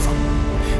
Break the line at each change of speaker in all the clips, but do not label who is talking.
方，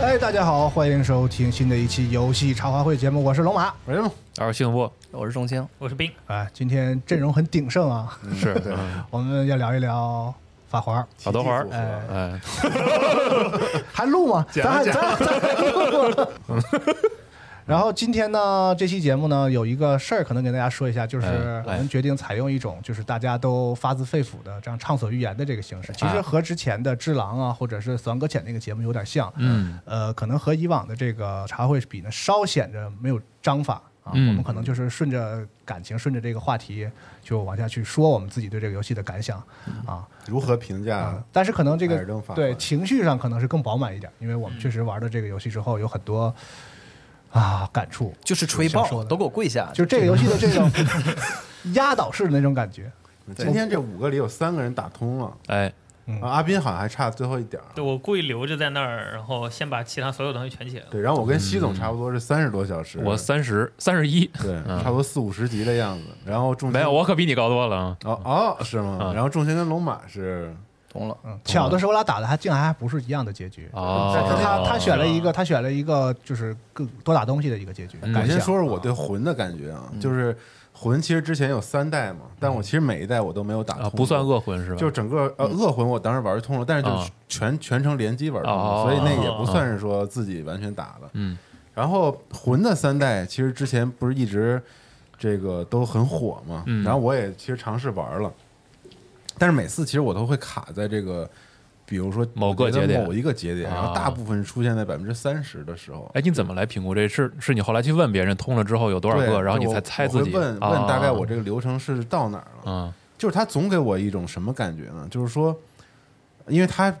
哎，大家好，欢迎收听新的一期游戏茶话会节目，我是龙马。
哎呦，
而幸福
我是钟青，
我是冰，
哎，今天阵容很鼎盛啊，
是 对，
我们要聊一聊法环，
好多玩儿，
哎，
哎，
还录吗？咱还咱还咱还录吗？ 然后今天呢，这期节目呢有一个事儿，可能给大家说一下，就是
哎
我们决定采用一种就是大家都发自肺腑的这样畅所欲言的这个形式。其实和之前的《只狼》啊，或者是《死亡搁浅》那个节目有点像，
嗯，
呃，可能和以往的这个茶会比呢，稍显着没有章法啊。
嗯
我们可能就是顺着感情，顺着这个话题就往下去说我们自己对这个游戏的感想啊。
如何评
啊
价？
但是可能这
海
个
尔正法
对
环
情绪上可能是更饱满一点，因为我们确实玩了这个游戏之后有很多啊感触，
就是吹
想说
爆，
的
都给我跪下！
啊
就这个游戏的这种压倒式的那种感觉。
嗯今天这五个里有三个人打通了，
哎，
啊，阿斌好像还差最后一点儿。
对我故意留着在那儿，然后先把其他所有东西全 解了。
对，然后我跟西总差不多是三十多小时，
我三十三十一，
对，
嗯
差不多四五十集的样子。然后重
没有，我可比你高多了啊，
哦哦是吗？
嗯
然后重心跟龙马是
懂了，
嗯，巧的是我俩打的还竟然还不是一样的结局。
哦，
他他选了一
是
个，他选了一个就是更多打东西的一个结局。
嗯
感
我
想
先说说我对魂的感觉啊，就是魂其实之前有三代嘛，但我其实每一代我都没有打
啊，
通，
不算恶魂是吧？嗯
就整个呃恶魂我当时玩通了，但是就是
啊
全全程联机玩通了，
哦
所以那也不算是说自己完全打的。
嗯，
然后魂的三代其实之前不是一直这个都很火嘛，
嗯
然后我也其实尝试玩了，但是每次其实我都会卡在这个。比如说
某个节点
某一个节点，
啊
然后大部分出现在百分之三十的时候，
哎，你怎么来评估这？是是你后来去问别人通了之后有多少
对
个，然后你
我
才猜自己？
我会问
啊
问大概我这个嗯流程是到哪儿了？
啊，
就是他总给我一种什么感觉呢？就是说，因为他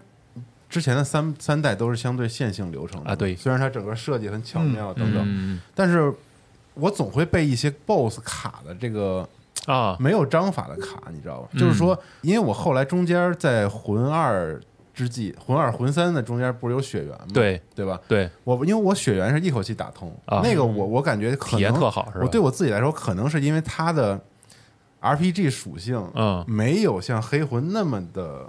之前的三三代都是相对线性流程的
啊对
虽然它整个设计很巧妙等等，
嗯
但是我总会被一些 BOSS 卡的这个
啊，
没有章法的卡，你知道吧？
嗯
就是说，因为我后来中间在魂二之际，魂二魂三的中间不是有血缘吗？
对
对吧？
对，
我因为我血缘是一口气打通，
啊
那个我我感觉可能
体验特好是吧
我对我自己来说，可能是因为它的 RPG 属性，
嗯
没有像黑魂那么的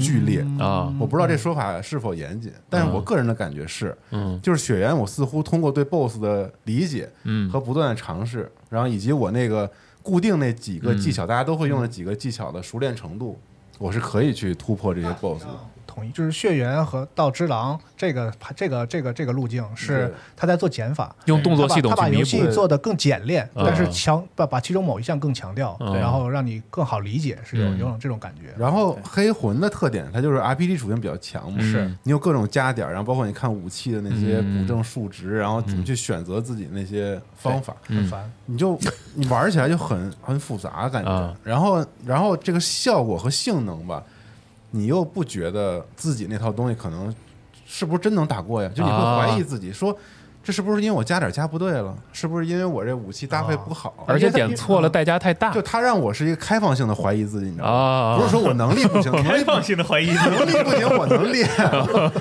剧烈。
啊，
我不知道这说法是否严谨，但是我个人的感觉是，
嗯
就是血缘，我似乎通过对 BOSS 的理解
嗯
和不断的尝试，然后以及我那个固定那几
嗯嗯
个技巧，大家都会用的几个技巧的熟练程度，我是可以去突破这些 BOSS 的。
同意，就是血缘和到之狼这个这个这个这个路径是
对
他在做减法，
用动作系统
他把他
去
把
弥
游戏
补，
做的更简练，
嗯
但是强把把其中某一项更强调，
嗯
然后让你更好理解，是有
嗯
有种这种感觉。
然后黑魂的特点，它就是 RPG 属性比较强嘛，
是
你有各种加点儿，然后包括你看武器的那些
嗯
补正数值，然后怎么去选择自己那些方法，
嗯
很烦，
你就你玩起来就很很复杂感觉
啊。
然后然后这个效果和性能吧，你又不觉得自己那套东西可能是不是真能打过呀？就你会
啊
怀疑自己说。这是不是因为我加点儿加不对了？是不是因为我这武器搭配不好？
而且点错了
代
代价太大
嗯就它让我是一个开放性的怀疑自己，你知道吗？
啊
不是说我能力 不行，能力
开
不
放性的怀疑，
能力不行，我能练，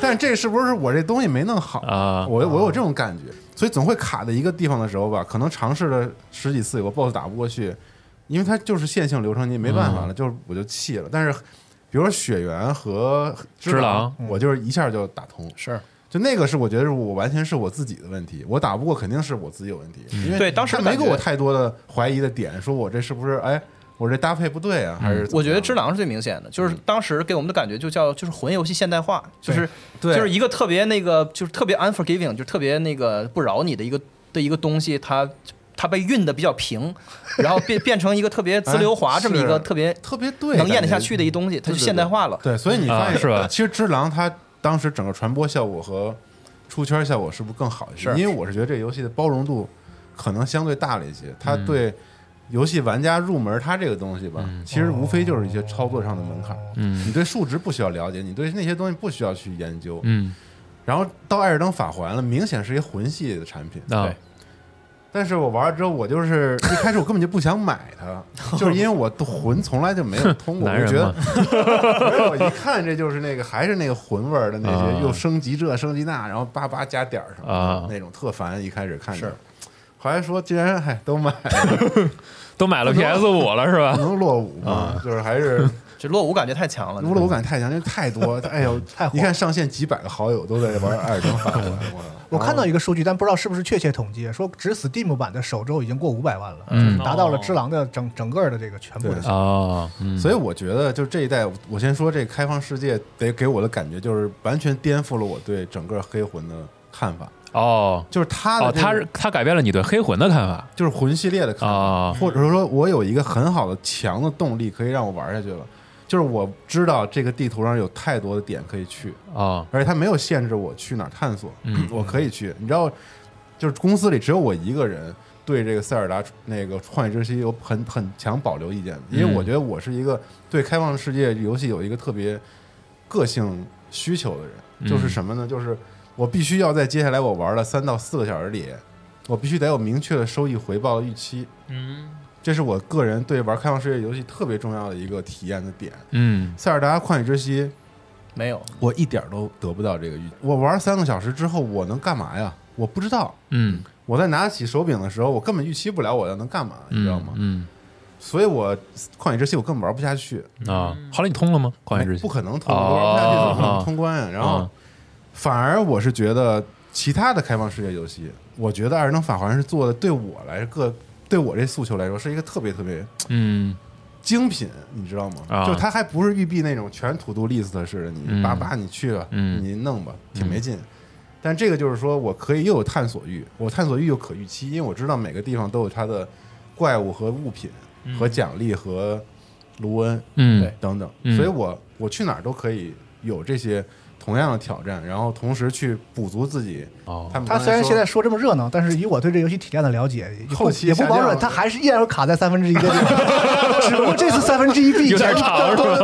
但这是不是我这东西没弄好
啊
我我有这种感觉，所以总会卡在一个地方的时候吧，可能尝试了十几次，有个 BOSS 打不过去，因为它就是线性流程，你也没办
嗯
法了，就是我就弃了。但是比如说血缘和
只
狼
狼，
我就是一下就打通，
是
就那个是我觉得是我完全是我自己的问题，我打不过肯定是我自己有问题，因为
对当时
他没
感
给
觉
我太多的怀疑的点，说我这是不是哎。我这搭配不对啊，还是
嗯我觉得《
知。
只狼》是最明显的，
嗯
就是当时给我们的感觉就叫就是魂游戏现代化，就是
对
就是一个特别那个就是特别 unforgiving，就是特别那个不饶你的一个的一个东西，它它被运的比较 平，然后变变成一个特别自溜滑这么一
哎
个
是
特别
特别对，
能咽得
感觉
下去的一东西，它
对
就
对
现代化了。
对，所以你发现、
啊是吧
其实《只狼》它当时整个传播效果和出圈效果是不是更好一些？
是
因为我是觉得这个游戏的包容度可能相对大了一些，它
嗯
对游戏玩家入门它这个东西吧，其实无非就是一些操作上的门槛。
哦嗯
你对数值不需要了解，你对那些东西不需要去研究。
嗯
然后到《艾尔登法环》了，明显是一魂系的产品。
啊
但是我玩了之后，我就是一开始我根本就不想买它，就是因为我的魂从来就没有通过，我
男
就觉
人
得
嘛，
没有，一看这就是那个还是那个魂味儿的那些，
啊
又升级这升级那，然后叭叭加点儿什么
啊
的那种特烦。一开始看着，后来说既然嗨都买了，
都买了 PS 五了是 吧？
能落伍
啊
吗？就是 还是
这落伍感觉太强了，
落伍感太强，这太多，哎 呦
太火
一看上线几百个好友都在玩《艾尔登法环》，
我看到一个数据，但不知道是不是确切统计，说只 Steam 版的首周已经过五百万了，
嗯
达到了《只狼》的整整个的这个全部的
对
啊，嗯
所以我觉得，就这一代，我先说这开放世界得给我的感觉，就是完全颠覆了我对整个黑魂的看法。
哦
就是他的
哦，
这
他
个
是他改变了你对黑魂的看法
就是魂系列的看法，
啊
或者说我有一个很好的强的动力可以让我玩下去了，就是我知道这个地图上有太多的点可以去，
啊
而且它没有限制我去哪儿探索，
嗯
我可以去。你知道，就是公司里只有我一个人对这个塞尔达那个旷野之息有很很强保留意见的，因为
嗯
我觉得我是一个对开放世界游戏有一个特别个性需求的人，
嗯
就是什么呢？就是我必须要在接下来我玩的三到四个小时里，我必须得有明确的收益回报的预期。
嗯，
这是我个人对玩开放世界游戏特别重要的一个体验的点。
嗯
塞尔达旷野之息
没有。
我一点儿都得不到这个预期。我玩三个小时之后，我能干嘛呀？我不知道。
嗯，
我在拿起手柄的时候，我根本预期不了我要能干嘛，你知道吗？
嗯
所以我旷野之息我根本玩不下去，
嗯啊，后来你通了吗？旷野之
哎不
息
可能通，
哦
我玩不下去怎么可能
哦
通关啊？然后
啊
反而我是觉得其他的开放世界游戏，我觉得《二能法环》是做的对我来个对我这诉求来说是一个特别特别
嗯
精品，你知道吗？
啊
就它还不是育碧那种全 to do list 似的，你
嗯
叭叭你去吧，
嗯
你弄吧，挺没劲。但这个就是说我可以又有探索欲，我探索欲又可预期，因为我知道每个地方都有它的怪物和物品、和奖励和卢恩
嗯
等等，
嗯
所以我我去哪儿都可以有这些同样的挑战，然后同时去补足自己。
哦
他们
他
刚才
虽然
说
现在说这么热闹，但是以我对这游戏体量的了解，也不
后期
也不
下
保
降
准
了
他还是依然会卡在三分之一的地方， 只不过这次三分之一必
有点长 是吧？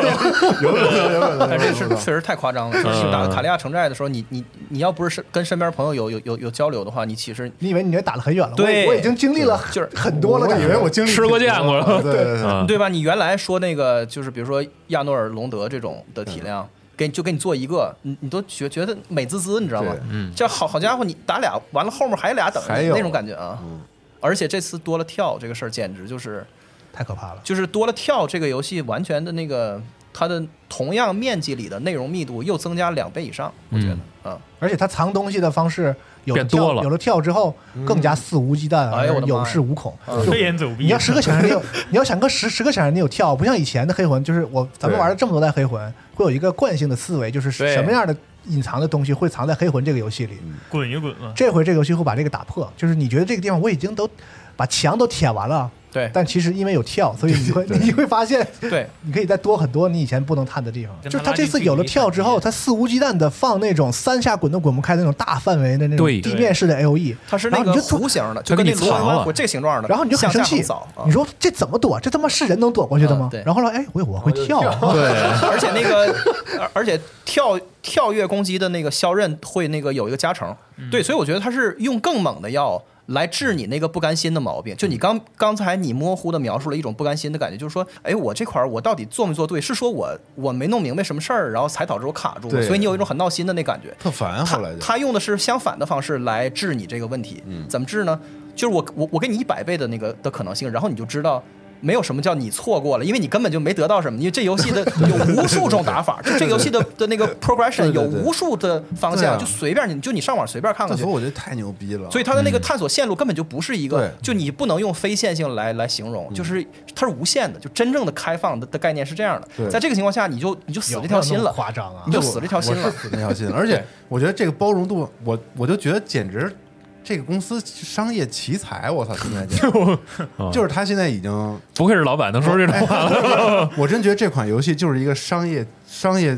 有可能有可能，
但这
有可
是
能
确实太夸张了。就是
嗯
打卡利亚城寨的时候，你你你要不是身跟身边朋友有有有有交流的话，你其实
你以为你这打得很远了？
对
我我已经经历了
就是
很多了，
我
感
以
觉
为我经历
吃过见过了
对对对对，
啊
对吧？你原来说那个就是比如说亚诺尔隆德这种的体量，
嗯
给你就给你做一个，你你都觉觉得美滋滋，你知道吗
对？
嗯
这好好家伙，你打俩完了后面还有俩等着
还
你
有
那种感觉啊！
嗯
而且这次多了跳这个事儿，简直就是
太可怕了。
就是多了跳这个游戏完全的那个它的同样面积里的内容密度又增加两倍以上，我觉得
嗯
啊，
而且他藏东西的方式有的
变多
跳
了
有了跳之后更加肆无忌惮，
嗯哎呦我的妈呀
有恃无恐。就
飞檐走壁。
呃你要十个闪闪你有，你要想个十十个闪闪你有跳，不像以前的黑魂，就是我咱们
对
玩了这么多代黑魂，会有一个惯性的思维，就是
对
什么样的隐藏的东西会藏在黑魂这个游戏里。
滚一滚嘛，
这回这个游戏会把这个打破，就是你觉得这个地方我已经都把墙都舔完了，
对
但其实因为有跳，所以你会你会发现，
对，
你可以再多很多你以前不能探的地方。
跟
就
他
是他这次有了跳之
拉
后，
近距离
他肆无忌惮的放那种三下滚都滚不开的那种大范围的那种
对
地面式的 L E，
它是那
然
个
后你就
弧形的，就
它给
跟
你
那螺
藏
旋
了
丸我这个形状的，
然后你就很
向
生
下
气
横扫，啊
你说这怎么躲？这他妈是人能躲过去的吗
嗯对？
然后后来哎，我我会跳，
对，
而且那个，而而且跳跳跃攻击的那个削刃会那个有一个加成，对，所以我觉得他是用更猛的药来治你那个不甘心的毛病。就你刚刚才你模糊的描述了一种不甘心的感觉，就是说，哎，我这块儿我到底做没做对？是说我我没弄明白什么事儿，然后才导致我卡住了，
对
所以你有一种很闹心的那感觉。
特烦，
他
后来就
他用的是相反的方式来治你这个问题。
嗯
怎么治呢？就是我我我给你一百倍的那个的可能性，然后你就知道。没有什么叫你错过了，因为你根本就没得到什么。因为这游 戏的有无数种打法，就这个游戏的的那个 progression
对对
有
对
无数的方
对啊
向，就随便你就你上网随便看
这
看去
所以。我觉得太牛逼了，
所以它的那个探索线路根本就不是一个
对，嗯
就你不能用非线性来来形容，就是它是无限的，就真正的开放的的概念是这样的。
对
在这个情况下，你就你就死
有
这条
没
心
有那么
了，
夸张啊
你！就死这条心
我
了
是。死那条心了。而且我觉得这个包容度，我我就觉得简直这个公司商业奇才，我操！现 在简直
啊
就是他现在已经，
啊
不愧是老板能说这种话了
我真觉得这款游戏就是一个商业商业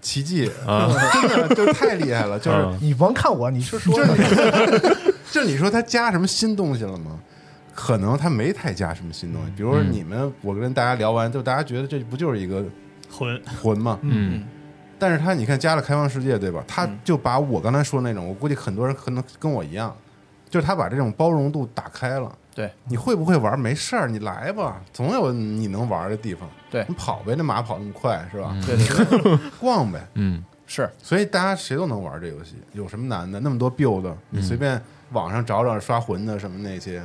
奇迹，
啊！
真的就是太厉害了，就是。
嗯
你甭看我，你是说 的
就你说他加什么新东西了吗？可能他没太加什么新东西，比如说
嗯
你们，我跟大家聊完，就大家觉得这不就是一个
混
魂吗？
嗯，
但是他你看加了开放世界，对吧？
嗯
他就把我刚才说那种，我估计很多人可能跟我一样，就是他把这种包容度打开了。
对，
你会不会玩没事儿，你来吧，总有你能玩的地方。
对嗯
你跑呗，那马跑那么快是吧？
对对对，
逛呗，
嗯，
是
所以大家谁都能玩这游戏，有什么难的？那么多
嗯
build，你随便网上找找刷魂的什么那些，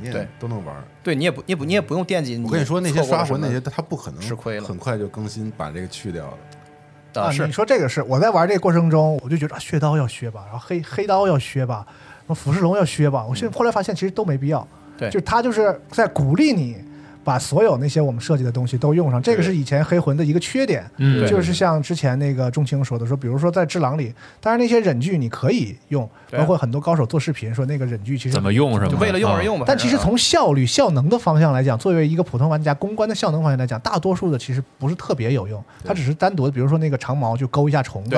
你
对
也都能玩。
对你也不你也不你也不用惦记。
我跟你说，那些
错过
刷
了什
魂
么
那些，他不可能
吃亏了
很快就更新把这个去掉了。
啊是
你说这个是我在玩这个过程中，我就觉得、啊、血刀要削吧，然后
嗯
黑黑刀要削吧，什么俯视龙要削吧。我现后来发现其实都没必要，
对
就是他就是在鼓励你把所有那些我们设计的东西都用上，这个是以前黑魂的一个缺点。
嗯
对
就是像之前那个钟情说的，说比如说在《智狼》里，当然那些忍具你可以用，
对啊
包括很多高手做视频说那个忍具其实
嗯怎么用什么？哦
就为了用而用吧。
嗯
但其实
反正啊
从效率、效能的方向来讲，作为一个普通玩家，公关的效能方向来讲，大多数的其实不是特别有用。它只是单独，比如说那个长矛就勾一下虫子，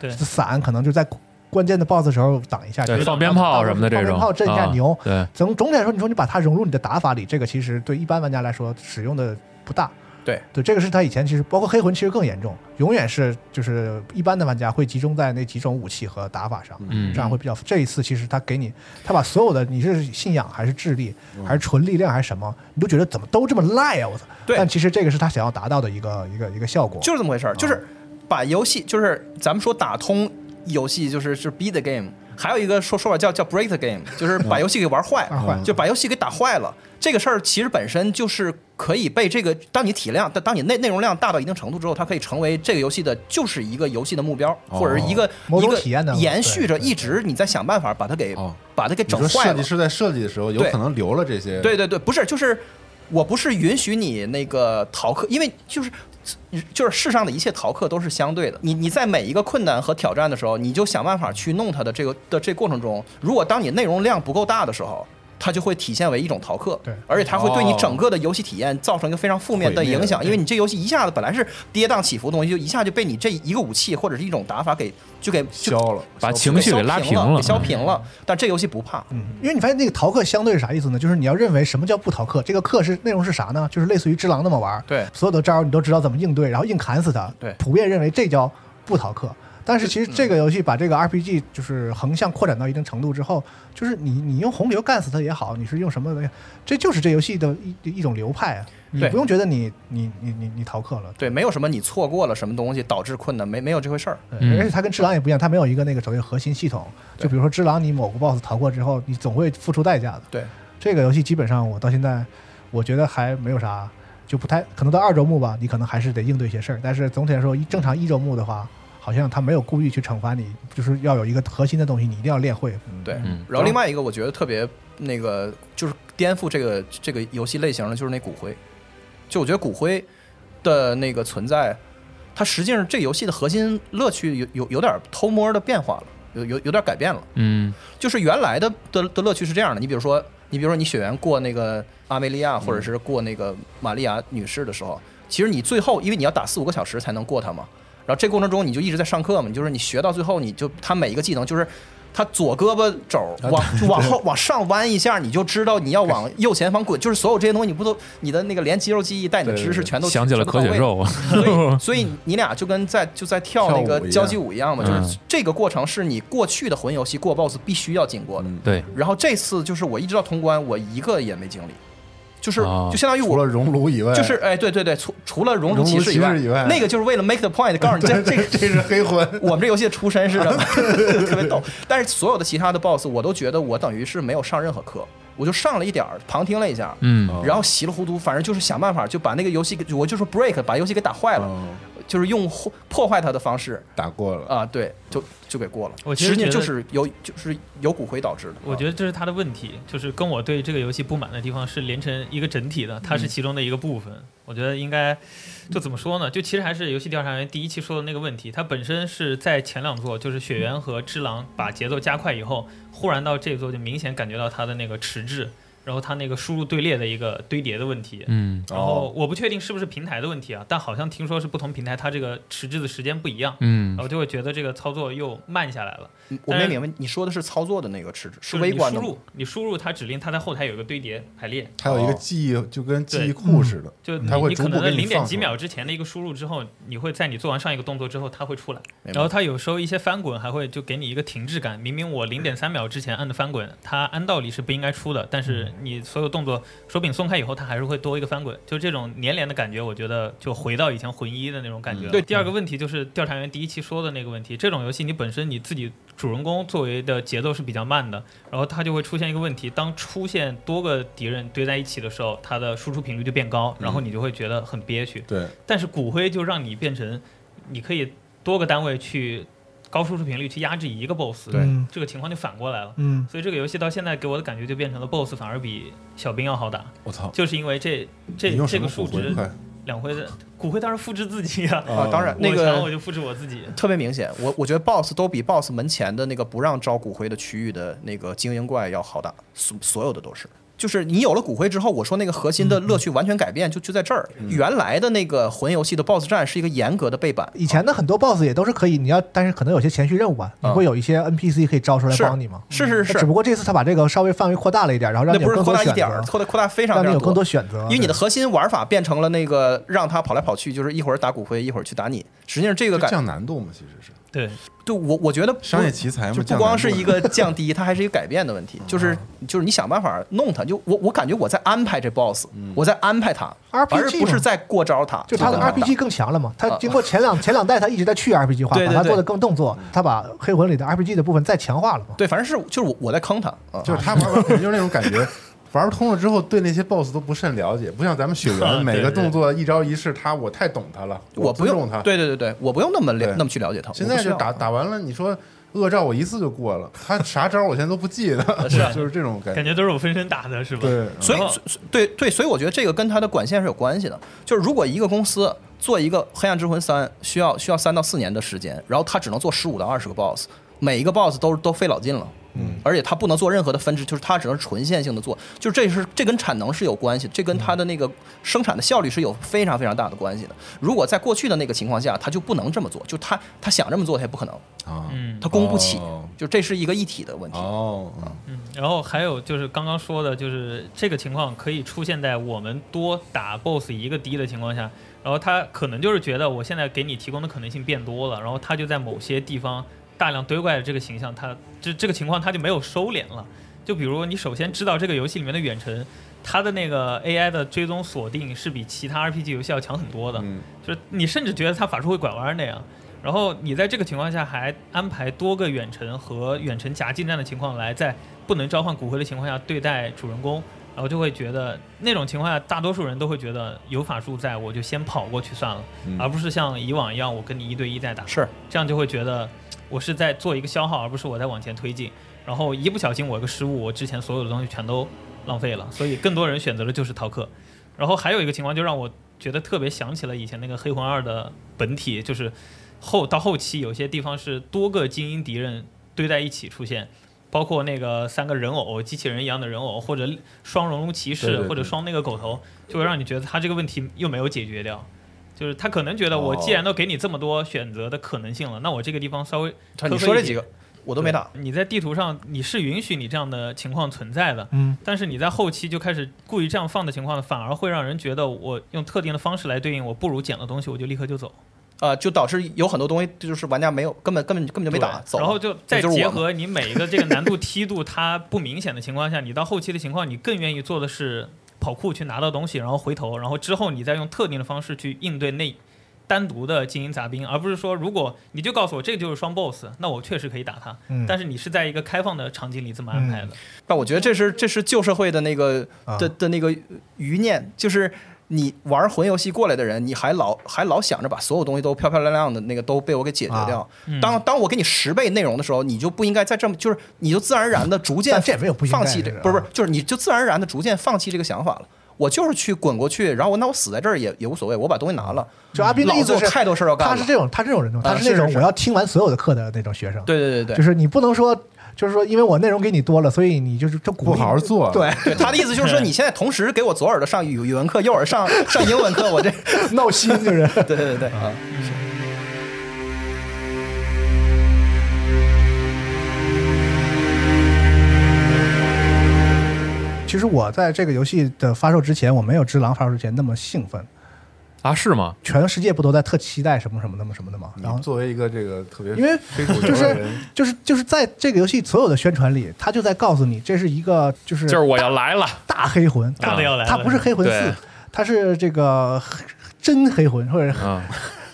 对对
伞可能就在关键的 BOSS 的时候挡一下。
对
就是
放鞭炮什么的这
放
种，
鞭炮震一下
啊
牛。
对，
总总体来说，你说你把它融入你的打法里，这个其实对一般玩家来说使用的不大。
对
对，这个是他以前其实包括黑魂其实更严重，永远是就是一般的玩家会集中在那几种武器和打法上，
嗯
这样会比较。这一次其实他给你，他把所有的你是信仰还是智力还是纯力量还是什么，你都觉得怎么都这么赖啊！我操！
对
但其实这个是他想要达到的一个一个一个效果。
啊就是这么回事儿，
嗯
就是把游戏，就是咱们说打通游戏，就是是 beat the game，还有一个说说法叫叫 break the game，就是 把游戏给玩坏，
玩坏
就把游戏给打坏了。这个事儿其实本身就是可以被这个，当你体量，当当你内内容量大到一定程度之后，它可以成为这个游戏的就是一个游戏的目标，或者是一
哦
个
某
一
种
个
体验的
延续着，一直你在想办法把它给
哦
把它给
你
整
说
坏
设
了
计。师在设计的时候，有
对
可能留了这些。
对对对，不是，就是我不是允许你那个逃课，因为就是。就是世上的一切逃课都是相对的，你你在每一个困难和挑战的时候，你就想办法去弄它的这个的这过程中，如果当你内容量不够大的时候，它就会体现为一种逃课，
对
而且它会对你
哦
整个的游戏体验造成一个非常负面的
毁灭
影响，
对
因为你这游戏一下子本来是跌宕起伏的东西，就一下就被你这一个武器或者是一种打法给就给就
消了，
把
消
情绪给拉
消平
平了
给削平了。但这游戏不怕，
因为你发现那个逃课相对是啥意思呢？就是你要认为什么叫不逃课，这个课是内容是啥呢？就是类似于只狼那么玩儿，
对
所有的招儿你都知道怎么应对，然后硬砍死他，
对嗯
普遍认为这叫不逃课。但是其实这个游戏把这个 RPG 就是横向扩展到一定程度之后，就是你你用洪流干死他也好，你是用什么的，这就是这游戏的一一种流派啊。你
对
不用觉得你你你你你逃课了，
对，没有什么你错过了什么东西导致困难，没没有这回事儿。
对，而且它跟只狼也不一样，它没有一个那个所谓核心系统。
嗯对
就比如说只狼，你某个 BOSS 逃过之后，你总会付出代价的。
对，
这个游戏基本上我到现在，我觉得还没有啥，就不太可能到二周目吧，你可能还是得应对一些事儿。但是总体来说，一正常一周目的话，好像他没有故意去惩罚你，就是要有一个核心的东西，你一定要练会。嗯
对，
嗯
然后另外一个我觉得特别那个就是颠覆这个这个游戏类型的就是那骨灰，就我觉得骨灰的那个存在，它实际上这游戏的核心乐趣有有有点偷摸的变化了，有有有点改变了。
嗯
就是原来的的的乐趣是这样的，你比如说，你比如说你血缘过那个阿梅利亚，或者是过那个玛利亚女士的时候，其实你最后因为你要打四五个小时才能过它嘛，然后这过程中你就一直在上课嘛，你就是你学到最后，你就它每一个技能就是。它左胳膊肘往就往后往上弯一下，你就知道你要往右前方滚，就是所有这些东西你不都你的那个连肌肉记忆带你的
对对
知识
对
全都
想起了
全都到
可
位
血肉，
所以，所以你俩就跟在就在跳那
跳
个
舞一样
交际舞一样嘛，就是
嗯
这个过程是你过去的魂游戏过 BOSS 必须要经过的。
嗯
对，
然后这次就是我一直到通关，我一个也没经历，就是
哦
就相当于
啊除了
我。
熔炉以外，
就是哎，对对对，除除了熔炉骑士以
熔
外
炉骑士以外，
那个就是为了 make the point，告诉你 这这
这是黑魂，
我们这游戏的出身是 什么，特别逗。但是所有的其他的 boss，我都觉得我等于是没有上任何课，我就上了一点儿，旁听了一下，
嗯
哦
然后稀里糊涂，反正就是想办法就把那个游戏给，我就说 break，把游戏给打坏了，
嗯
就是用破破坏它的方式
打过了，
啊，对，就就给过了。
我其实
实际上
觉
就
得
是由就是由骨灰导致的。
我觉得这是他的问题，就是跟我对这个游戏不满的地方是连成一个整体的，它是其中的一个部分。我觉得应该就怎么说呢？就其实还是游戏调查员第一期说的那个问题，它本身是在前两座，就是《雪原》和《只狼》把节奏加快以后，忽然到这一座就明显感觉到它的那个迟滞，然后它那个输入队列的一个堆叠的问题。
嗯
哦
然后我不确定是不是平台的问题啊，但好像听说是不同平台它这个迟滞的时间不一样，
嗯
然后就会觉得这个操作又慢下来了。
嗯我
但
没
是
明白，你说的是操作的那个迟滞，是
就是
微
你
观
输
的吗
入，你输入它指令，它在后台有一个堆叠排列，
还有一个
哦嗯
记忆，就跟记忆库似的，
就
它会
你
逐
可
步
能在
给你
零点
放
几
出来
秒之前的一个输入之后，你会在你做完上一个动作之后，它会出来。
明白
然后它有时候一些翻滚还会就给你一个停滞感，明明我零点三秒之前按的翻滚，它按道理是不应该出的，但
嗯
是你所有动作手柄松开以后，它还是会多一个翻滚，就这种粘连的感觉，我觉得就回到以前魂一的那种感觉了。
嗯对
第二个问题就是调查员第一期说的那个问题，这种游戏你本身你自己主人公作为的节奏是比较慢的，然后它就会出现一个问题，当出现多个敌人堆在一起的时候，它的输出频率就变高，
嗯
然后你就会觉得很憋屈。
对，
但是骨灰就让你变成，你可以多个单位去高输出频率去压制一个 BOSS，
对
嗯
这个情况就反过来了。
嗯，
所以这个游戏到现在给我的感觉就变成了 BOSS 反而比小兵要好打，
我操，
就是因为这
你
这
用
这
什
个
么
数
骨灰哦
值
快
两回的骨灰当然复制自己啊，
啊，当然那
我强我
个
就复制我自己。
特别明显，我我觉得 BOSS 都比 BOSS 门前的那个不让招骨灰的区域的那个精英怪要好打，所所有的都是。就是你有了骨灰之后，我说那个核心的
嗯
乐趣完全改变，就就在这儿。原来的那个魂游戏的 BOSS 战是一个严格的背板，
以前的很多 BOSS 也都是可以，你要，但是可能有些前续任务啊，你
嗯
会有一些 NPC 可以招出来
是
帮你嗯嘛。
是是
只
是
不，过这次他把这个稍微范围扩大了一点，然后让
那
你有
不是
更
扩
多
大一
选
点儿，
择，
扩大扩大非常
让
非
你有
常
更
多
多。选择。
啊
因为你的
对
核心玩法变成了那个让他跑来跑去，就是一会儿打骨灰，一会儿去打你。实际上这个
就
感，
降难度嘛，其实是
对，
对我我觉得不
商业奇才嘛，
就不
降
光
难度哦
是
嘛
一个降低，它还是一个改变的问 题，就是就是你想办法弄它。就我我感觉我在安排这 boss，
嗯
我在安排它，
RPG
而不是在过招它。
就他的
跟它打
RPG 更强了嘛？他
啊
经过前两前两代，他一直在去 RPG 化，
对对
把它
对嗯
做的更动作，他把黑魂里的 RPG 的部分再强化了嘛？
对，反正是就是我我在坑它啊。
就是他玩完肯定就是那种感觉，玩通了之后对那些 BOSS 都不甚了解，不像咱们雪
啊
原
对
每个动作一招一式，他我太懂他了，
我不
尊
用
重他。，
对对对对，我不用那么了
对
那么去了解它。
现
我不
在
需
就
要啊
打打完了，你说恶兆我一次就过了，他啥招我现在都不记 得，
是啊
就是这种感
感
觉。
觉都是我分身打的是吧？
对，
所以
然后
所所对对，所以我觉得这个跟它的管线是有关系的。就是如果一个公司做一个《黑暗之魂三》，需要需要三到四年的时间，然后它只能做十五到二十个 BOSS，每一个 BOSS 都都费老劲了。嗯，而且它不能做任何的分支，就是它只能纯线性的做，就是这是这跟产能是有关系的，这跟它的那个生产的效率是有非常非常大的关系的。如果在过去的那个情况下，它就不能这么做，就它它想这么做它也不可能，
啊，
嗯
它供不起
哦，
就这是一个一体的问题。
哦，
嗯，然后还有就是刚刚说的，就是这个情况可以出现在我们多打 BOSS 一个低的情况下，然后他可能就是觉得我现在给你提供的可能性变多了，然后他就在某些地方大量堆怪的这个形象，他这这个情况他就没有收敛了。就比如你首先知道这个游戏里面的远程，它的那个 AI 的追踪锁定是比其他 RPG 游戏要强很多的，
嗯
就是你甚至觉得他法术会拐弯那样。然后你在这个情况下还安排多个远程和远程夹近战的情况来，在不能召唤骨灰的情况下对待主人公，然后就会觉得那种情况下，大多数人都会觉得有法术在，我就先跑过去算了，
嗯
而不是像以往一样我跟你一对一在打，
是
这样就会觉得我是在做一个消耗，而不是我在往前推进。然后一不小心我有个失误，我之前所有的东西全都浪费了，所以更多人选择的就是逃课。然后还有一个情况就让我觉得特别想起了以前那个《黑魂二》的本体，就是后到后期有些地方是多个精英敌人堆在一起出现，包括那个三个人偶、机器人一样的人偶，或者双熔炉骑士，
对对对
或者双那个狗头，就会让你觉得他这个问题又没有解决掉。就是他可能觉得，我
哦
既然都给你这么多选择的可能性了，那我这个地方稍微
你
科
说
技
这几个我都没打，
你在地图上你是允许你这样的情况存在的，
嗯，
但是你在后期就开始故意这样放的情况，反而会让人觉得我用特定的方式来对应，我不如捡了东西我就立刻就走，
啊，就导致有很多东西就是玩家没有根本根本根本就没打，
对
走了。
然后就再
就是
结
我嘛
合你每一个这个难度梯度它不明显的情况下，你到后期的情况，你更愿意做的是跑酷去拿到东西，然后回头，然后之后你再用特定的方式去应对那。单独的精英杂兵，而不是说如果你就告诉我这个就是双 boss，那我确实可以打他。
嗯
但是你是在一个开放的场景里这么安排的，
但我觉得这嗯是这是旧社会的那个
啊
的的那个余念，就是你玩魂游戏过来的人，你还老还老想着把所有东西都漂漂亮亮的那个都被我给解决
啊
掉。
嗯
当当我给你十倍内容的时候，你就不应该再这么，就是你就自然而然的逐渐
但这也没有不应该
放弃
这
这，
是啊
不是不是，就是你就自然而然的逐渐放弃这个想法了。我就是去滚过去，然后我那我死在这儿也也无所谓，我把东西拿了。
就阿斌的
老
意思
子
是，
有太多事儿要干
他
了。
是这种，他这种人种，他
啊
是那
是
种
是是
我要听完所有的课的那种学生。
对对对对，
就是你不能说，就是说，因为我内容给你多了，所以你就是就鼓
不
励
好好做，
对
啊 对他的意思就是说，你现在同时给我左耳朵上语语文课，右耳上上英文课，我这
闹心，就是。
对对对对啊，
其实我在这个游戏的发售之前，我没有《只狼》发售之前那么兴奋。
啊，是吗？
全世界不都在特期待什么什么的吗？什么的吗？
嗯
然后
你作为一个这个特别
因为
非主流
就是
的人，
就是就是在这个游戏所有的宣传里，他就在告诉你，这是一个就是
就是我要来了，
大黑魂，啊
大的要来了
它不是黑魂
对
四，它是这个黑真黑魂或者
嗯，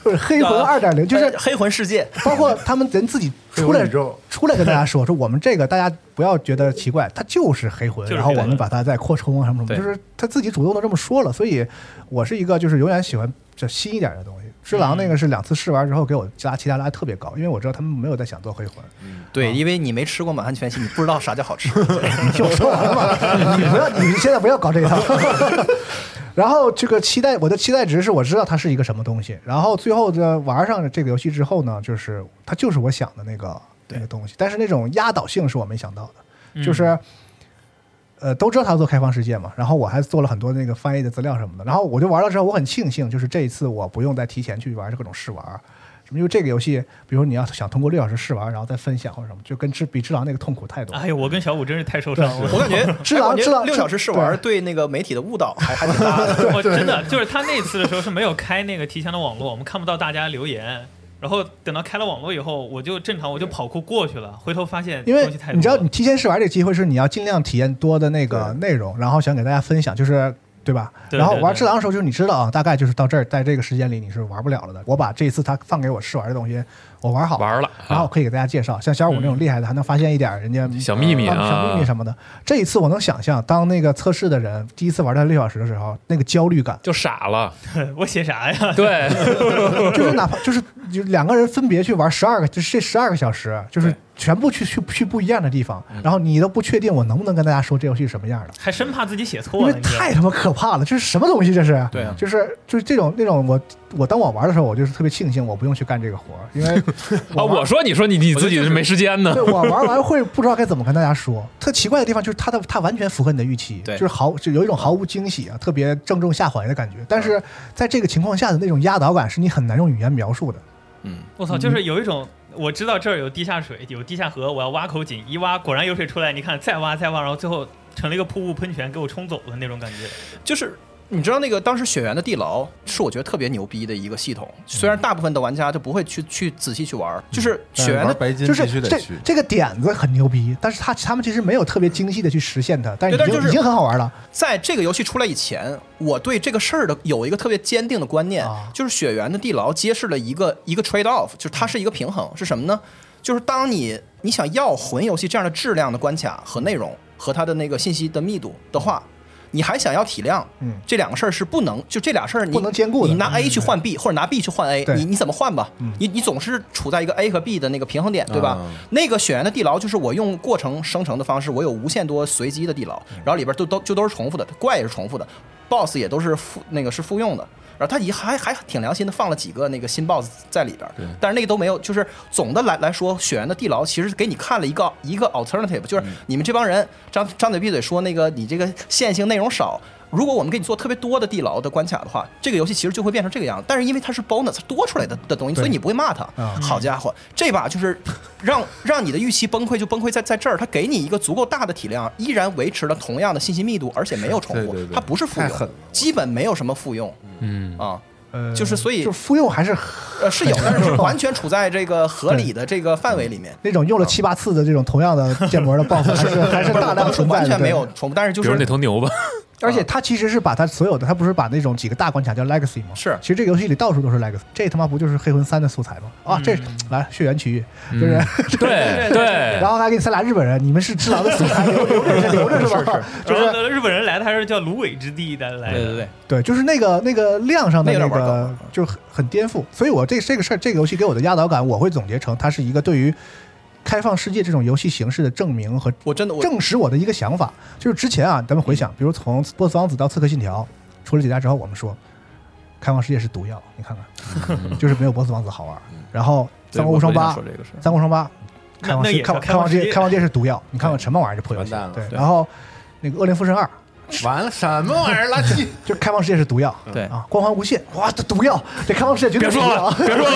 或者黑魂二点零，就是
呃黑魂世界，
包括他们人自己
黑
出来
魂宇宙
出来跟大家说说我们这个大家不要觉得奇怪，它就是黑魂，
就是黑
然
魂
后我们把它再扩充啊什么什么，
对
就是他自己主动的这么说了，所以我是一个就是永远喜欢这新一点的东西。只狼那个是两次试玩之后给我加期待拉得特别高，因为我知道他们没有在想做黑魂。
对，因为你没吃过满汉全席，你不知道啥叫好吃。
你听我说完了吗？你不要，你现在不要搞这一套。 然后这个期待，我的期待值是我知道它是一个什么东西。然后最后的玩上这个游戏之后呢，就是它就是我想的那个那个东西，但是那种压倒性是我没想到的，就是。呃，都知道它做开放世界嘛，然后我还做了很多那个翻译的资料什么的，然后我就玩了之后，我很庆幸，就是这一次我不用再提前去玩各种试玩，什么因为这个游戏，比如你要想通过六小时试玩，然后再分享或者什么，就跟之比之狼那个痛苦太多了。
哎呦，我跟小五真是太受伤 了。
我感 觉，
知道
哎我感觉
知道
六小时试玩对那个媒体的误导还还挺大的。
我真的就是他那次的时候是没有开那个提前的网络，我们看不到大家留言。然后等到开了网络以后，我就正常我就跑酷过去了，回头发现
因为
东西太多了
你知道，你提前试玩这个机会是你要尽量体验多的那个内容，然后想给大家分享，就是对吧？
对
然后
对
玩
对
智狼的时候，就是你知道啊，大概就是到这儿，在这个时间里你是玩不了了的。我把这一次他放给我试玩的东西，我玩好，
玩了，
然后
啊
可以给大家介绍。像小五那种厉害的，还能发现一点人家
小秘密
啊
啊，，
小秘密什么的。这一次我能想象，当那个测试的人第一次玩到六小时的时候，那个焦虑感
就傻了，
我写啥呀？
对，
就是哪怕就是就两个人分别去玩十二个，就是这十二个小时，就是
对
全部去去去不一样的地方，
嗯
然后你都不确定我能不能跟大家说这游戏是什么样的。
还生怕自己写错
因为
了，你知道吗
太他妈可怕了，这是什么东西？这是
对啊
就是就是这种那种我我当我玩的时候，我就是特别庆幸我不用去干这个活儿，因 为
啊，
玩
我说你说你你自己是没时间呢
对，我玩完会不知道该怎么跟大家说。特奇怪的地方就是它的它完全符合你的预期，
对
就是毫就有一种毫无惊喜啊，特别正中下怀的感觉。但是在这个情况下的那种压倒感是你很难用语言描述的。
我操，就是有一种我知道这儿有地下水，有地下河，我要挖口井，一挖果然有水出来，你看再挖再挖，然后最后成了一个瀑布喷泉，给我冲走了那种感觉。
就是你知道那个当时血缘的地牢是我觉得特别牛逼的一个系统，虽然大部分的玩家就不会去去仔细去玩，就是
但
血缘
玩
的。
白金
就是
必须得
这
去。
这个点子很牛逼，但是他他们其实没有特别精细的去实现它，但是已
对
经、
但就
已
是
经很好玩了。
在这个游戏出来以前，我对这个事儿的有一个特别坚定的观念，
啊
就是血缘的地牢揭示了一个一个 trade off，就是它是一个平
嗯
衡，是什么呢？就是当你你想要魂游戏这样的质量的关卡和内容和它的那个信息的密度的话，你还想要体量，
嗯
这两个事儿是不能就这俩事儿你
不能兼顾的嗯
你拿 A 去换 B 或者拿 B 去换 A，
对
你你怎么换吧
嗯？
你你总是处在一个 A 和 B 的那个平衡点，对吧
啊？
那个选员的地牢就是我用过程生成的方式，我有无限多随机的地牢，
嗯
然后里边都都就都是重复的，怪也是重复的，BOSS 也都是复那个是复用的。然后他也还还挺良心的，放了几个那个新 BOSS 在里边儿，但是那个都没有。就是总的来来说，选员的地牢其实是给你看了一个一个 alternative，就是你们这帮人张张嘴闭嘴说那个你这个线性内容少。如果我们给你做特别多的地牢的关卡的话，这个游戏其实就会变成这个样子。但是因为它是 bonus 多出来的的东西，所以你不会骂它。
啊
好家伙，这把就是让让你的预期崩溃就崩溃在在这儿，它给你一个足够大的体量，依然维持了同样的信息密度，而且没有重复，
对对对
它不是复
太狠
用
了，
基本没有什么复用
嗯，
啊。
呃，
就是所以
就是复用还是
呃，是有，但是是完全处在这个合理的这个范围里面，
那种用了七八次的这种同样 的建模的 BOSS，还是还是
啊不是
大
不
量
能说
存在的，
完全
对
没有。啊重复，但是就
比如那
是
头牛吧，
而且它其实是把它所有的，它不是把那种几个大关卡叫 Legacy 吗？
是
其实这个游戏里到处都是 Legacy，这他妈不就是黑魂三的素材吗？啊，
嗯
这来血缘区域，
嗯
就是
对
然
对，
后还给你塞俩日本人，你们是只狼的素材，留留着是留着是吧？就
然后
是
呢日本人来的还是叫芦苇之地的来的，
对对对，
对，就是那个那个量上的
那
那
有点玩梗
个
了
就很很颠覆，所以我这这个事儿，这个游戏给我的压倒感，我会总结成它是一个对于开放世界这种游戏形式的证明和
我真的我
证实我的一个想法，就是之前啊，咱们回想，比如从《波斯王子》到《刺客信条》，出了几家之后，我们说，开放世界是毒药，你看看，就是没有《波斯王子》好玩。然后《三国无双八》，《
这个事
三国无双八》
那
开放
那
世
也
开
叫
开放世界
开放世界
开放世界是毒药，你看看什么玩意儿这破游戏
完蛋？了
对，
对
然后那个《恶灵附身二》
完了什么玩意儿，垃圾！
就是开放世界是毒药，
对
啊，光环无限，哇，这毒药，这开放世界绝对
嗯 别
是
说
毒药
了，，别说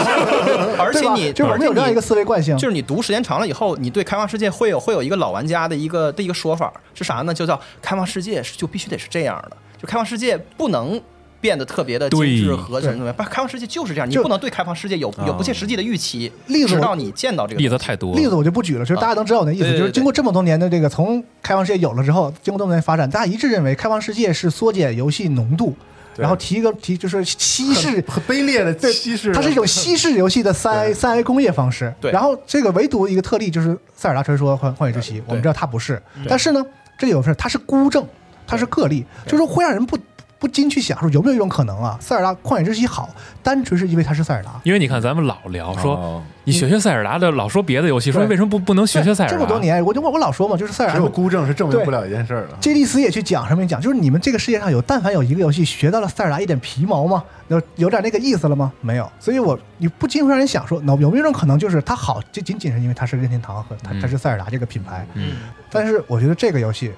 了，
而且
对
你
吧就是我们有这样一个思维惯性，
就是你读时间长了以后，你对开放世界会有会有一个老玩家的一个的一个说法是啥呢？就叫开放世界是就必须得是这样的，就开放世界不能。变得特别的精致
对
和什么什么，不，开放世界就是这样，你
就啊
不能对开放世界有有不切实际的预期，
例子
直
我
到你见到这个
例子太多了，
例子我就不举了，就是大家能知道我的意思，
啊对对
就是经过这么多年的这个从开放世界有了之后，经过这么多年发展，大家一致认为开放世界是缩减游戏浓度，
对
然后提一个提就是稀释。
很卑劣的
对
稀释，
它是一种稀释游戏的三 A 三 A 工业方式。
对
然后这个唯独一个特例就是《塞尔达传说：幻幻影之息》，我们知道它不是，
嗯
但是呢，这有事儿，它是孤证，它是个例，就是会让人不不禁去想说有没有一种可能啊，《塞尔达旷野之息》好，单纯是因为它是塞尔达，
因为你看咱们老聊说，
哦
你学学塞尔达的，老说别的游戏，说
对
为什么不不能学学塞尔达？
这么多年，我就我我老说嘛，就是塞尔
只
达
有孤证是证明
对
不了一件事儿了。
杰利斯也去讲什么讲，就是你们这个世界上有但凡有一个游戏学到了塞尔达一点皮毛吗？有有点那个意思了吗？没有，所以我你不禁会让人想说，那有没有一种可能就是它好，就仅仅是因为它是任天堂和它
嗯
它是塞尔达这个品牌？
嗯，
但是我觉得这个游戏《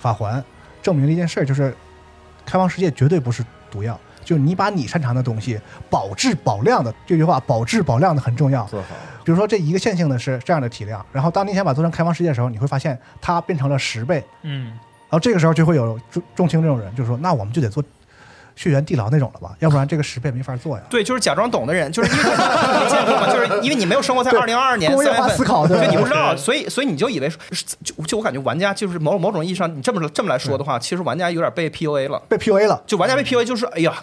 法环》证明了一件事儿，就是开放世界绝对不是毒药，就你把你擅长的东西保质保量的这句话，保质保量的很重要。
做好，
比如说这一个线性的是这样的体量，然后当你想把它做成开放世界的时候，你会发现它变成了十倍。
嗯，
然后这个时候就会有重重轻这种人，就说那我们就得做血缘地牢那种了吧，要不然这个十倍没法做呀。
对，就是假装懂的人，就是因为没见过嘛，就是因为你没有生活在
对
二零二二年
工
三
业
月
化
份，
思考对
所以你不知道，
对
所以所以你就以为说，就就我感觉玩家就是某某种意义上，你这么这么来说的话，其实玩家有点被 PUA 了，
被 PUA 了，
就玩家被 PUA 就是哎呀。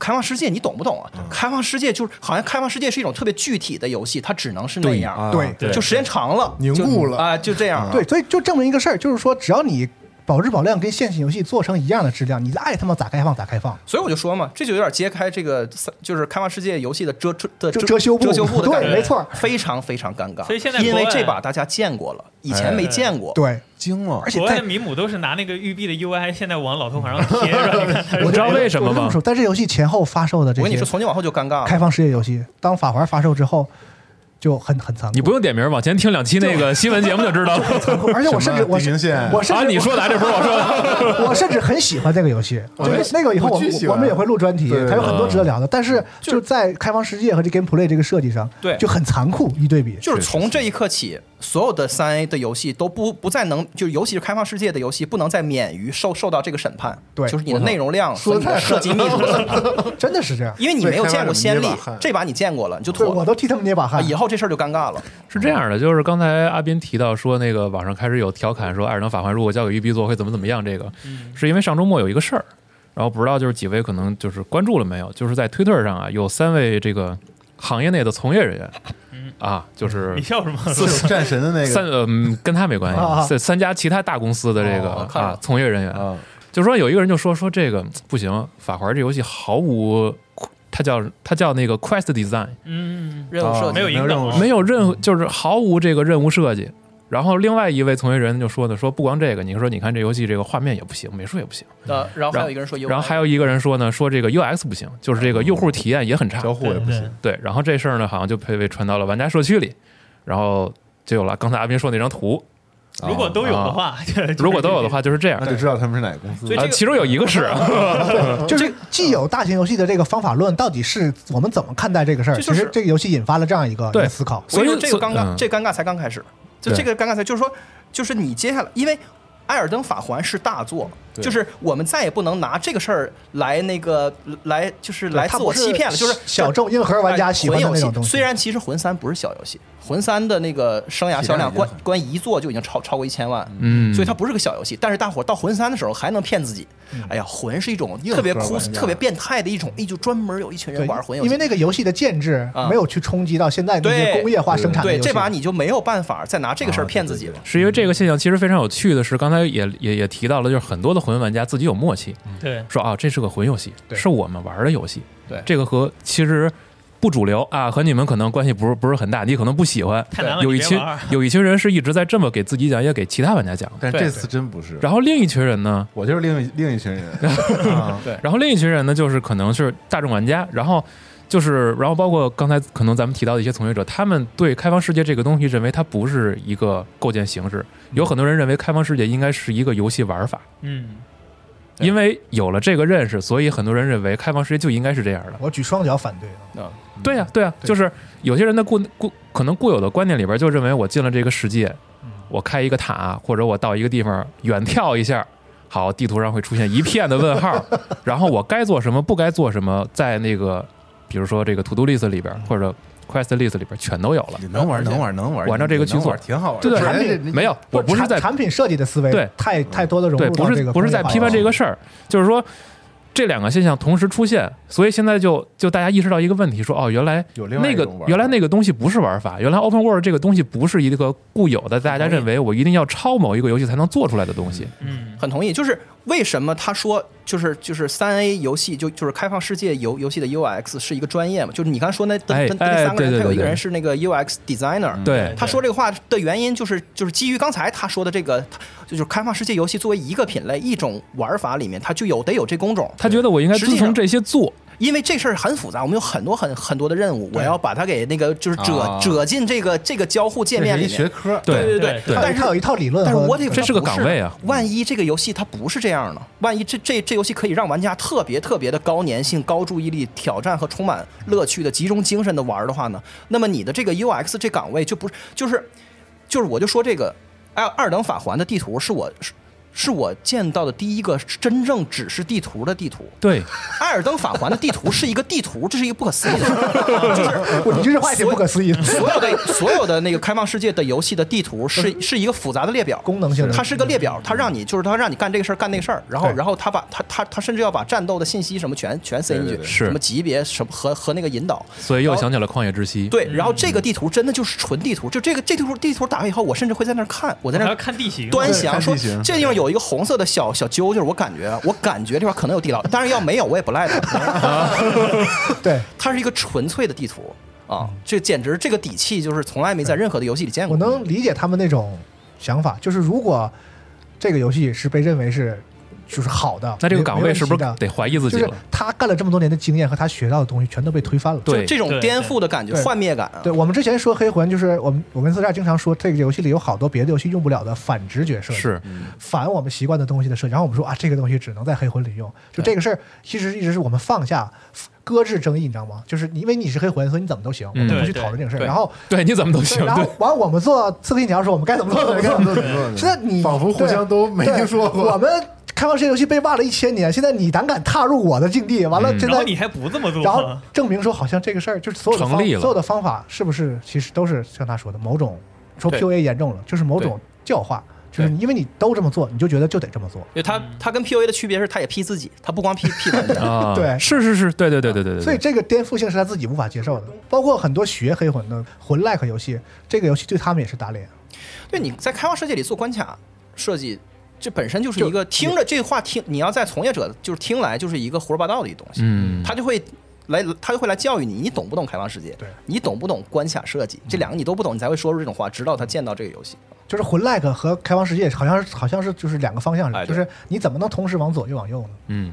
开放世界你懂不懂啊？开放世界就是好像开放世界是一种特别具体的游戏，它只能是那样，
啊
对
对
就时间长了
凝
就
固了
啊，就这样。
对，所以就证明一个事儿，就是说只要你保质保量跟线性游戏做成一样的质量，你爱他妈咋开放咋开放。
所以我就说嘛，这就有点揭开这个就是开放世界游戏的遮遮的
遮遮羞布
遮羞布的感觉，
对没错
非常非常尴尬。
所以现在
因为
国外
这把大家见过了，以前没见过。
对，
惊了，
而且
国外的
在
米姆都是拿那个育碧的 UI，现在往老头环上贴，然后你看它是
我知道为什么
我这
吗
么？说，在这游戏前后发售的这
我跟你
些
说，从今往后就尴尬
开
了。
放世界游戏，当法环发售之后，就很很残酷。
你不用点名，往前听两期那个新闻节目就知 道了。
而且我甚至我
什么地平线
我甚
啊，
至
你说的啊，这不是我说 的。
我甚至很喜欢那个游戏，
我
就
也
是那个以后
我
我们
巨喜
我
欢
们也会录专题
对，
它有很
嗯
多值得聊的。但是就在开放世界和这 gameplay 这个设计上，
对
就很残酷一对比。
就是从这一刻起，所有的三 A 的游戏都不不再能，就是尤其是开放世界的游戏，不能再免于受受到这个审判。
对
就是你的内容量和你的设计密度，
真的是这样，
因为你没有见过先例
对开发者们捏把汗，
这把你见过了，你就
对
妥
我
了。
都替他们捏把
啊
汗
以。后这事儿就尴尬了。
是这样的，就是刚才阿斌提到说，那个网上开始有调侃说，艾尔登法环如果交给育碧做会怎么怎么样，这个
嗯
是因为上周末有一个事儿，然后不知道就是几位可能就是关注了没有，就是在推特上啊，有三位这个行业内的从业人
嗯
员，啊，就是
你笑什么？
就是战神的那
三
个
呃嗯跟他没关
啊啊
系，三三家其他大公司的这个
哦看了
啊从业人员，
啊，
就说有一个人就说说这个不行，法环这游戏毫无，它叫它叫那个 quest design，
嗯，
任务设计
没有引
任务
导
哦
设
啊
计
没有任何就是毫无这个任务设计。然后另外一位从业人员就说呢，说不光这个，你说你看这游戏这个画面也不行，美术也不行。
呃，然后还有一个人说 UI，
然后还有一个人说呢，说这个 UX 不行，就是这个用户体验也很差。
啊
交互也不
对
行，
对，然后这事儿呢，好像就被被传到了玩家社区里，然后就有了刚才阿斌说那张图。
如果都有的话，
如果都有的，话，就是这样
那。就知道他们是哪个公司
所以。这
啊，
个
其中有一个是，
就是既有大型游戏的这个方法论，到底是我们怎么看待这个事儿？
这
其
就是
实这个游戏引发了这样一个一
对
个思考。
所
所
以
以
这个尴尬，
嗯
这尴尬才刚开始，就
对
这个尴尬才就是说，就是你接下来，因为《艾尔登法环》是大作，
对
就是我们再也不能拿这个事儿来那个来就是来
它
自
不
我欺骗了，就是
小众 硬核玩家喜欢
哎
的那
魂游
种
戏
东西。
虽然其实魂三不是小游戏，魂三的那个生涯销量
体量已经
关
很
关一座就已经超超过一千万，
嗯，
所以它不是个小游戏。但是大伙儿到魂三的时候还能骗自己，
嗯
哎呀，魂是一种特别
硬核
枯
玩家
特别变态的一种，哎，就专门有一群人
对
玩魂游戏，
因为那个游戏的建制
啊
没有去冲击到现在那些
对
工业化生产的游
对
戏。啊
这把你就没有办法再拿这个事儿骗自己了。
是因为这个现象其实非常有趣的是，刚才也也也提到了，就是很多的魂玩家自己有默契，
对
说啊，这是个魂游戏，
对
是我们玩的游戏。
对
这个和其实不主流啊，和你们可能关系不是不是很大，你可能不喜欢。
太难了，
有一
你别
群
玩儿
有一群人是一直在这么给自己讲，也给其他玩家讲。
但
对
这次真不是，
然后另一群人呢，
我就是另一另一群 人。啊
然后另一群人呢，就是可能是大众玩家，然后就是，然后包括刚才可能咱们提到的一些从业者，他们对开放世界这个东西认为它不是一个构建形式，有很多人认为开放世界应该是一个游戏玩法，
嗯，
对
因为有了这个认识，所以很多人认为开放世界就应该是这样的。
我举双脚反对。
嗯对呀、对呀、啊
对
就是有些人的固固可能固有的观念里边就认为我进了这个世界
嗯，
我开一个塔或者我到一个地方远跳一下，好，地图上会出现一片的问 号，然后我该做什么不该做什么，在那个比如说这个 to do list 里边
嗯
或者 quest list 里边全都有了。
你能玩能玩能玩，
我按照这个
你
去
能
做
玩挺好玩的。
对
人家
对
人家
没有，我不是
产
在
产品设计的思维，
对
太太多的融
对，
入
不
到这
是
个
不是在批判这
啊
个事儿，就是说这两个现象同时出现，所以现在就就大家意识到一个问题，说哦，原来
有另外
那
一
个
种玩法
原来那个东西不是玩法，原来 open world 这个东西不是一个固有的，大家认为我一定要抄某一个游戏才能做出来的东西。
嗯，
很同意，就是为什么他说就是就是三 A 游戏就就是开放世界游游戏的 UX 是一个专业嘛？就是你刚说那那
哎
那那
哎
三个人，
对对嗯
他有一个
对
人是那个 UX designer，、
对
他说这个话的原因就是就是基于刚才他说的这个，他就是开放世界游戏作为一个品类一种玩法里面，它就有得有这工种，
他觉得我应该
实际
遵从
上
这些做，
因为这事儿很复杂，我们有很多很很多的任务，我要把它给那个就是折、
啊
折进这个这个交互界
这
面
是
里
一
面。
学科，
对
对对
对
对
但
但
是
是
它有一套理论和，呃
但是我得
呃这是个岗位啊
万一这个游戏它不是这样呢？万一这这这游戏可以让玩家特别特别的高粘性、高注意力、挑战和充满乐趣的集中精神的玩的话呢？那么你的这个 UX 这岗位就不是就是就是我就说这个二二等法环的地图是我是是我见到的第一个真正只是地图的地图。
对，
艾尔登法环的地图是一个地图，这是一个不可思议的事儿，就是
呃我你这是话也挺不可思议的，
所有的所有的那个开放世界的游戏的地图是是一个复杂的列表，
功能性的
它是个列表，它让你就是它让你干这个事儿干那个事儿，然后
对
然后它把它它它甚至要把战斗的信息什么全全塞进
对对，
去
对
是
什么级别什么和和那个引导。
所以又想起了《旷野之息》。
对，然后这个地图真的就是纯地图，就这个这地图地图打开以后，我甚至会在那儿看，我在
还
那
要
儿
看地形，
端详
看
说
地形
这地方有一个红色的小小揪，就是我感觉我感觉这块可能有地牢，当然要没有我也不赖他。
对。
它是一个纯粹的地图啊，这简直这个底气就是从来没在任何的游戏里见过。
我能理解他们那种想法，就是如果这个游戏是被认为是就是好的，
那这个
没
岗位是不
没
是
问题
得怀疑
的？
自
就
己
是
了？
他干了这么多年的经验和他学到的东西全都被推翻了。
对，
这种
对
颠覆的感觉、
对
幻灭感啊，
对，我们之前说黑魂，就是我们我跟四十二经常说，这个游戏里有好多别的游戏用不了的反直觉设计，
是
反我们习惯的东西的设计。然后我们说啊，这个东西只能在黑魂里用，就这个事儿，其实一直是我们放下搁置争议，你知道吗？就是你因为你是黑魂，所以你怎么都行，我们
嗯
不去
对对
讨论这个事儿。
对
然后
对，你怎么都行
对，。然后
对，
完我们做刺客信条的时候，我们该怎么做怎么
怎
做
么。怎么
现在你
仿佛互
对
相都没
对
听说过
我们开放式游戏被骂了一千年，现在你胆敢踏入我的境地，完了
嗯
现
然
在
后，你还不这么做，
然后证明说好像这个事儿就是所有的方
成立了
所有的方法是不是其实都是像他说的某种说
对
PUA 严重了，就是某种教化，就是你因为你都这么做，你就觉得就得这么做。
因为它它跟 PUA 的区别是，它也 P 自己，它不光 P P 玩 家。
啊，
对
是是是，对对对对对对。
所以这个颠覆性是他自己无法接受的，包括很多学黑魂的魂 like 游戏，这个游戏对他们也是打脸。
对，你在开放世界里做关卡设计，这本身就是
就
一个听着这话听，你要在从业者就是听来就是一个胡说八道的一东西，
嗯，
他就会来他就会来教育你，你懂不懂开放世界？
对
你懂不懂关卡设计？这两个你都不懂，你才会说出这种话，直到他见到这个游戏。
就是魂 like 和开放世界好像是好像是就是两个方向
哎，
就
对
是你怎么能同时往左又往右呢？
嗯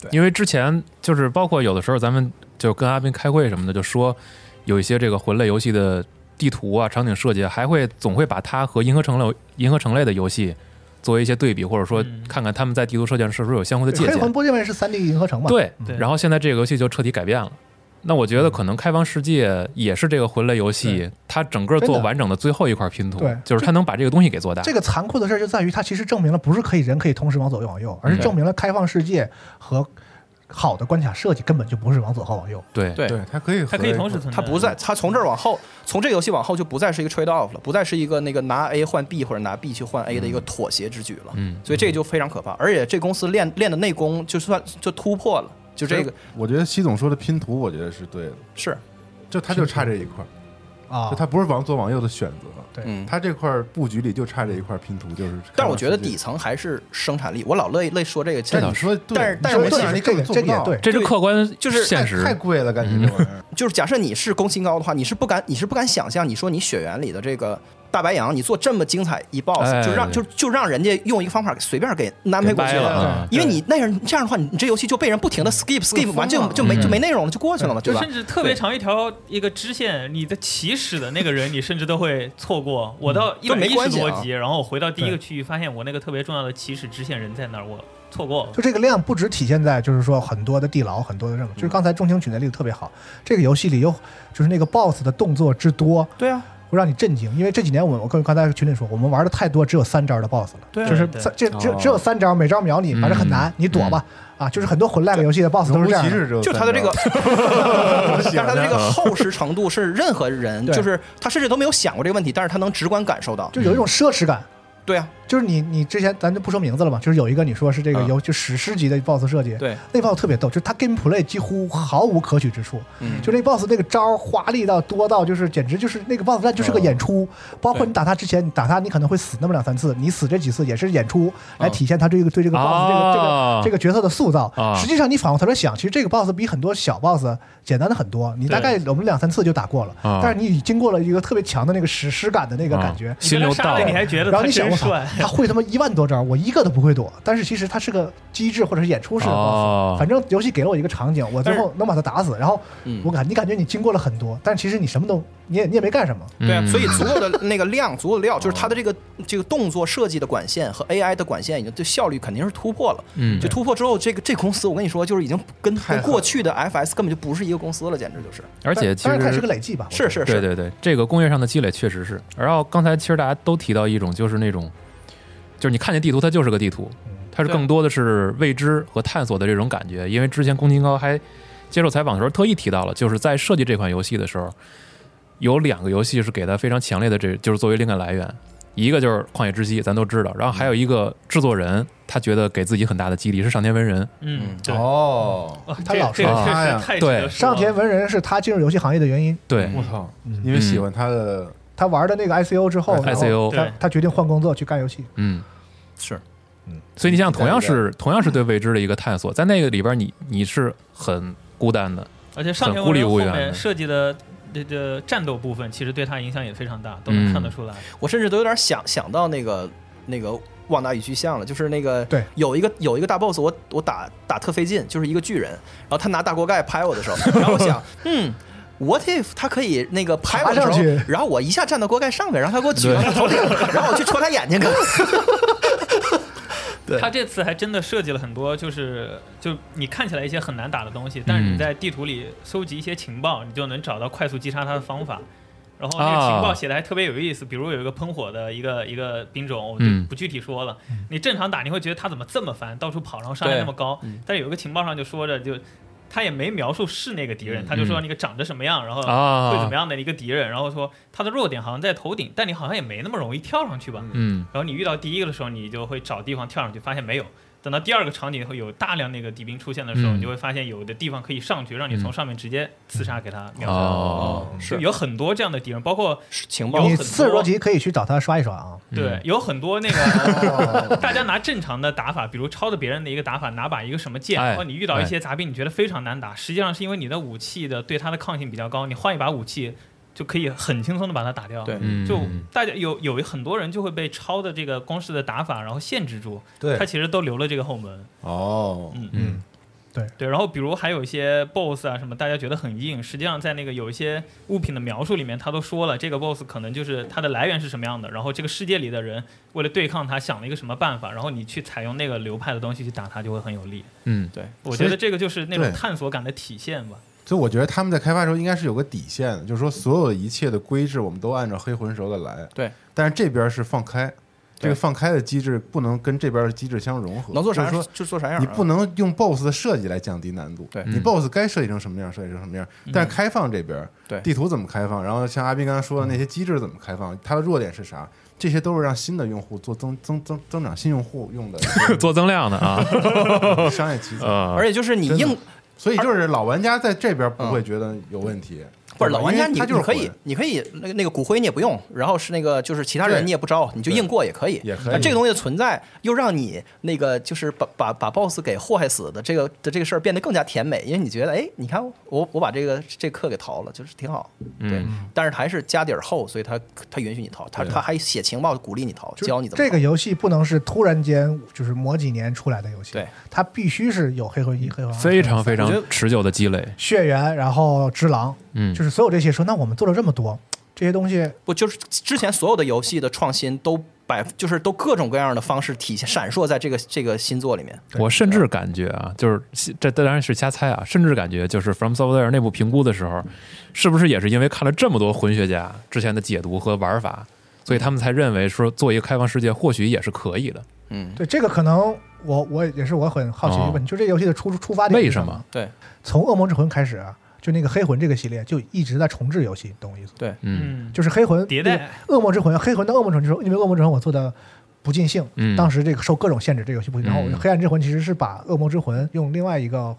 对，
因为之前就是包括有的时候咱们就跟阿斌开会什么的，就说有一些这个魂类游戏的地图啊、场景设计啊，还会总会把它和银河城类、银河城类的游戏作为一些对比，或者说
嗯
看看他们在地图设计上是不是有相互的借
黑魂
鉴。
不因为是三 D 银河城嘛？
对
对，
然后现在这个游戏就彻底改变了。那我觉得可能开放世界也是这个魂类游戏，它整个
真
做
的
完整的最后一块拼图
对，
就是它能把这个东西给做大。
这个残酷的事儿就在于，它其实证明了不是可以人可以同时往左右往右，而是
嗯
证明了开放世界和好的关卡设计根本就不是往左和往右。
对
对
对，它可以
它可以同时
嗯
存在。
他不再，他从这儿往后，从这个游戏往后就不再是一个 trade off 了，不再是一个那个拿 A 换 B 或者拿 B 去换 A 的一个妥协之举了。
嗯
所以这个就非常可怕，而且这公司练练的内功就算就突破了，就这个，
我觉得西总说的拼图，我觉得是对的，
是，
就它就差这一块儿，
啊
就，它不是往左往右的选择，
嗯。
它这块儿布局里就差这一块儿拼图，就是。
但是我觉得底，层还是生产力，我老乐意乐意说这个，其
这
实
你说对，
但是但是
你
我
说
想
生产力
这
根
个
本做不
这个也
到，
对，
这是客观，
就是
现
太
实
太贵了，感觉这玩意儿。
就是假设你是宫崎高的话，你是不敢，你是不敢想象，你说你血缘里的这个大白羊，你做这么精彩一 boss，、
哎
就让
对
就就让人家用一个方法随便给安排过
掰
去
了啊
因为你那样这样的话，你这游戏就被人不停的 skip
疯
skip 完就
了
就没
嗯
就没内容了，就过去了嘛，对
就
吧？
甚至特别长一条一个支线，你的起始的那个人，你甚至都会错过。我到一
都
百
没
一十
关系啊
多级，然后我回到第一个区域，发现我那个特别重要的起始支线人在那儿，我错过了。
就这个量不只体现在就是说很多的地牢，很多的任务，就是刚才中情举那例子特别好。这个游戏里有就是那个 BOSS 的动作之多，
对啊，
会让你震惊。因为这几年我们我跟刚才群里说，我们玩的太多只有三招的 BOSS 了，
对啊
就是
对
三这只
哦
只有三招，每招秒你，
嗯
反正很难，你躲吧。啊，就是很多混 lag 游戏的 BOSS 都
龙
是这
骑
样的。
士只有
就
三
它的这个
张，
但是它的这个厚实程度是任何人，
对
就是他甚至都没有想过这个问题，但是他能直观感受到。
就有一种奢侈感。
对啊，
就是你你之前咱就不说名字了嘛，就是有一个你说是这个
嗯
游就史诗级的 BOSS 设计，
对，
那 BOSS 特别逗，就是他 gameplay 几乎毫无可取之处，
嗯
就那 BOSS 那个招儿华丽到多到就是简直就是那个 BOSS 战
嗯
就是个演出，包括你打他之前，你打他你可能会死那么两三次，你死这几次也是演出
嗯
来体现他这个对这个 BOSS 这个这
啊
哦
个这个角色的塑造
哦。
实际上你反过头来想，其实这个 BOSS 比很多小 BOSS 简单的很多，你大概我们两三次就打过了
哦，
啊
但是你经过了一个特别强的那个史诗感的那个感觉
啊，心
你
流
被他杀
到
了，
了
哎你还觉得
然后
他
你想，
真
我操
帅，
他会他妈一万多招，我一个都不会躲。但是其实他是个机制或者是演出式的 boss，、
哦
反正游戏给了我一个场景，我最后能把他打死。然后
嗯
我感你感觉你经过了很多，但其实你什么都你也你也没干什么。
对啊，
嗯
所以足够的那个量，足够的料，就是它的这个这个动作设计的管线和 AI 的管线已经对效率肯定是突破了。
嗯
就突破之后，这个这公司我跟你说，就是已经跟
太狠
跟
了
过去的 FS 根本就不是一个公司了，简直就是。
而且其
当
实
然它也是个累计吧，我觉
是
得
是
对对
是，
对，这个工业上的积累确实是。然后刚才其实大家都提到一种，就是那种，就是你看见地图，它就是个地图，
嗯
它是
对
更多的是未知和探索的这种感觉。因为之前宫崎高还接受采访的时候特意提到了，就是在设计这款游戏的时候，有两个游戏是给他非常强烈的这就是作为灵感来源，一个就是《旷野之息》，咱都知道，然后还有一个制作人他觉得给自己很大的激励是上天文人，
嗯，对，
哦，
哇
他
这
老
这个
说
确
他呀
实太值
对
得说
上田
了
文人是他进入游戏行业的原因，
对，
我操，
嗯
因为喜欢他的
他玩的那个 ICO 之后
ICO
然后他
对
他决定换工作去干游戏。
嗯，
是，
嗯，所以你想，同样是同样是对未知的一个探索，在那个里边你，你是很孤单的，
而且上
很
田
孤
文
立
人后
无援
面
的
设计的这这战斗部分，其实对他影响也非常大，都
嗯
能看得出来。
我甚至都有点想想到那个那个旺达与巨像了，就是那个
对
有一个有一个大 boss，我我打打特费劲，就是一个巨人，然后他拿大锅盖拍我的 时候，然后我想，嗯。What if 他可以那个拍我的时
爬上去
候，然后我一下站到锅盖上面，然后他给我举到他头顶，然后我去戳他眼睛看。对
他这次还真的设计了很多，就是就你看起来一些很难打的东西，但是
嗯
你在地图里搜集一些情报，你就能找到快速击杀他的方法。然后那个
啊
情报写的还特别有意思，比如有一个喷火的一个一个兵种，我就
嗯
不具体说了。你正常打你会觉得他怎么这么烦，到处跑，然后伤害
对
那么高。
嗯
但是有一个情报上就说着，就他也没描述是那个敌人，他就说那个长得什么样，然后
嗯啊
会怎么样的一个敌人，然后说他的弱点好像在头顶，但你好像也没那么容易跳上去吧。
嗯
然后你遇到第一个的时候，你就会找地方跳上去，发现没有，等到第二个场景以后，有大量那个敌兵出现的时候，
嗯
你就会发现有的地方可以上去，让你从上面直接刺杀给他秒杀。
哦，
就有很多这样的敌人，包括
情
有
报
很
你
多
四十多级可以去找他刷一刷啊。
对
嗯，
有很多那 个大家拿正常的打法，比如抄的别人的一个打法，拿把一个什么剑，
哎
然后你遇到一些杂兵，你觉得非常难打，实际上是因为你的武器的对它的抗性比较高，你换一把武器就可以很轻松的把它打掉。
对
嗯
就大家有有很多人就会被抄的这个公式的打法，然后限制住，
对
他其实都留了这个后门。
哦，
嗯
对，然后比如还有一些 BOSS 啊什么，大家觉得很硬，实际上在那个有一些物品的描述里面，他都说了这个 BOSS 可能就是它的来源是什么样的，然后这个世界里的人为了对抗他想了一个什么办法，然后你去采用那个流派的东西去打他就会很有力。
嗯
对，
我
所以
觉得这个就是那种
对
探索感的体现吧。
所以我觉得他们在开发的时候应该是有个底线的，就是说所有的一切的规制我们都按照黑魂时候的来。
对，
但是这边是放开，这个放开的机制不能跟这边的机制相融合。
能做啥
就是
样
说
就做啥样啊。
你不能用 BOSS 的设计来降低难度。
对
你 BOSS 该设计成什么样，设计成什么样。但是开放这边，
对
地图怎么开放，然后像阿斌刚才说的那些机制怎么开放，它的弱点是啥，这些都是让新的用户做增增增增长新用户 用的
做增量的啊，
商业机制。
呃
而，且就是你
真的
硬
所以就是老玩家在这边不会觉得有问题，
不是老玩家，
因为
你
他就是
你可以
混，
你可以那个那个骨灰你也不用，然后是那个就是其他
对
人你也不招，你就
对
硬过也可以。
也可以
那这个东西的存在又让你那个就是把把把 BOSS 给祸害死的这个的这个事儿变得更加甜美，因为你觉得哎，你看我我把这个这课给逃了，就是挺好。
嗯
对，但是还是家底儿厚，所以他他允许你逃，他他还写情报鼓励你逃，
就是
教你怎么
这
逃
个游戏不能是突然间就是某几年出来的游戏，
对，
它必须是有黑魂一、黑魂二、
非常非
我觉
常
得
持久的积累，
血缘，然后只狼，
嗯
就是所有这些说，那我们做了这么多，这些东西
不就是之前所有的游戏的创新都百就是都各种各样的方式体现闪烁在这个这个新作里面。
我甚至感觉啊，就是这当然是瞎猜啊，甚至感觉就是 From Software 内部评估的时候，是不是也是因为看了这么多混学家之前的解读和玩法，所以他们才认为说做一个开放世界或许也是可以的？
嗯，
对这个可能我我也是我很好奇的
哦
问题，就这个游戏的出出发点
为
是
什
什
么？
对
从《恶魔之魂》开始，啊就那个黑魂这个系列就一直在重置游戏，懂我意思？
对，
嗯
嗯，
就是黑魂
迭代
那个恶魔之魂》，黑魂的《恶魔之魂》之后，因为《恶魔之魂》我做的不尽兴，
嗯
当时这个受各种限制，这个游戏不行。然后
嗯
《黑暗之魂》其实是把《恶魔之魂》用另外一个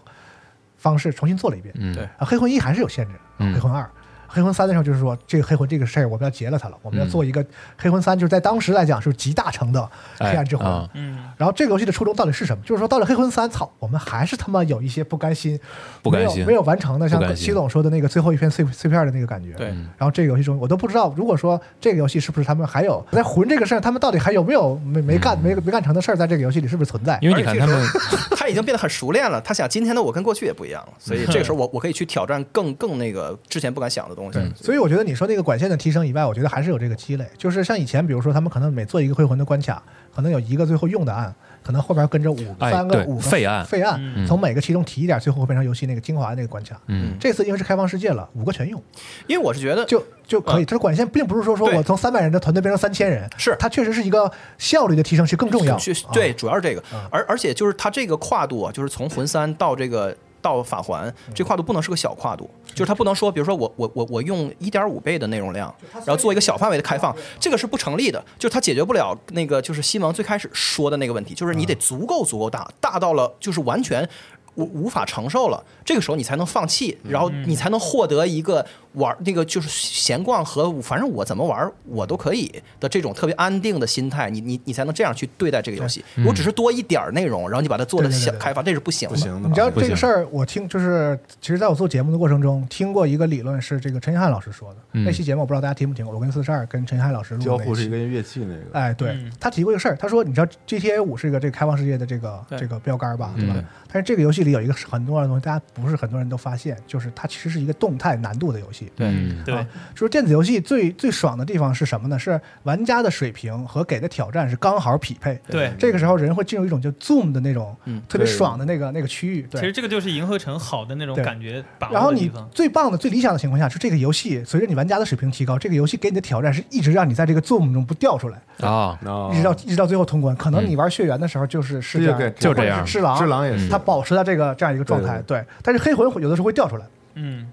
方式重新做了一遍。
嗯，
对
啊，黑魂一还是有限制，
嗯
黑魂二。黑魂三的时候就是说，这个黑魂这个事儿我们要结了它了，我
嗯
们要做一个黑魂三，就是在当时来讲是集大成的黑
哎
暗之魂。
啊
嗯，
然后这个游戏的初衷到底是什么？就是说到了黑魂三，操，我们还是他妈有一些不甘心，
不甘心
没有没有完成的，
不
像
甘心
西总说的那个最后一片碎碎片的那个感觉。
对嗯
然后这个游戏中，我都不知道，如果说这个游戏是不是他们还有在魂这个事儿，他们到底还有没有没没干没没干成的事儿，在这个游戏里是不是存在？
嗯因为你看他们，
他已经变得很熟练了。他想今天的我跟过去也不一样了，所以这
嗯
个时候我我可以去挑战更更那个之前不敢想的东西。
所以我觉得你说那个管线的提升以外，我觉得还是有这个积累。就是像以前，比如说他们可能每做一个回魂的关卡，可能有一个最后用的案，可能后边跟着五
哎
三个
对
五个
废案
废案，
嗯
从每个其中提一点，最后会变成游戏那个精华的那个关卡。
嗯
这次因为是开放世界了，五个全用
因为我是觉得，
就就
呃
可以。这管线并不是说说
对
我从三百人的团队变成三千人，
是
它确实是一个效率的提升是更重要。
去
啊
对，主要是这个，而而且就是它这个跨度啊，就是从魂三到这个到法环，
嗯
这跨度不能是个小跨度，就是它不能说，比如说我我我我用一点五倍的内容量，然后做一个小范围的开
嗯
放，这个是不成立的，就是它解决不了那个就是西蒙最开始说的那个问题，
嗯
就是你得足够足够大，大到了就是完全。无无法承受了，这个时候你才能放弃，然后你才能获得一个玩那个就是闲逛和反正我怎么玩我都可以的这种特别安定的心态，你你你才能这样去对待这个游戏。如果只是多一点儿内容，然后你把它做的
对对对
小
对
开发，这是不行
不
的。
行的。
你知道
不行
这个事儿，我听就是，其实在我做节目的过程中，听过一个理论是这个陈一汉老师说的。
嗯
那期节目我不知道大家听不听，我跟四十二跟陈一汉老师录
交
的
互
那
是一
期。
个乐器那个，
哎，对、
嗯
他提过一个事儿，他说你知道 GTA 五是一个这个开放世界的这个
对
这个标杆儿吧，对吧？
嗯
但是这个游戏里有一个很重要的东西，大家不是很多人都发现，就是它其实是一个动态难度的游戏。
嗯
对
啊，就是电子游戏最最爽的地方是什么呢？是玩家的水平和给的挑战是刚好匹配。
对
这个时候人会进入一种就 zoom 的那种、
嗯
特别
对
爽的那个那个区域。
其
对，
实这个就是银河城好的那种
对
感觉把
然后
握的地
你
方。
最棒的、最理想的情况下，是这个游戏随着你玩家的水平提高，这个游戏给你的挑战是一直让你在这个 zoom 中不掉出来，
啊，
哦
一直到一直到最后通关。可能你玩血缘的时候就是是这
这就
样
给，
就这样
是狼，
只狼也是
它保持在这个这样一个状态。对，但是黑魂有的时候会掉出来，
嗯，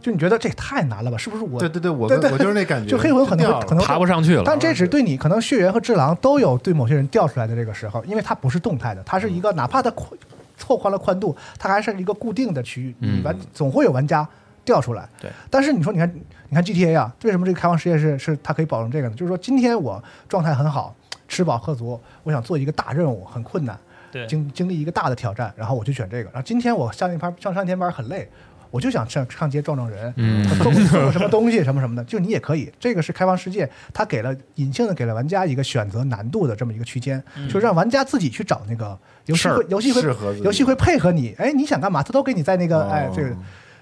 就你觉得这也太难了吧？是不是我
对对对，我
对对
我就是那感觉，
就黑魂可能
掉
会
了
可能
爬不上去了。
但这只对你可能血缘和智狼都有对某些人掉出来的这个时候，因为它不是动态的，它是一个哪怕它扩拓宽了宽度，它还是一个固定的区域，
嗯
你玩总会有玩家掉出来。
对，
但是你说你看你看 GTA 啊，为什么这个开放世界是是它可以保证这个呢？就是说今天我状态很好，吃饱喝足，我想做一个大任务，很困难，
对，
经经历一个大的挑战，然后我就选这个。然后今天我上一班上上一天班很累，我就想上上街撞撞人，
嗯
送送个什么东西什么什么的，就你也可以。这个是开放世界，它给了隐性的给了玩家一个选择难度的这么一个区间，就让玩家自己去找那个游戏
事儿
会游戏会
适合自己
游戏会配合你，哎，你想干嘛，它都给你在那个、
哦
哎这个。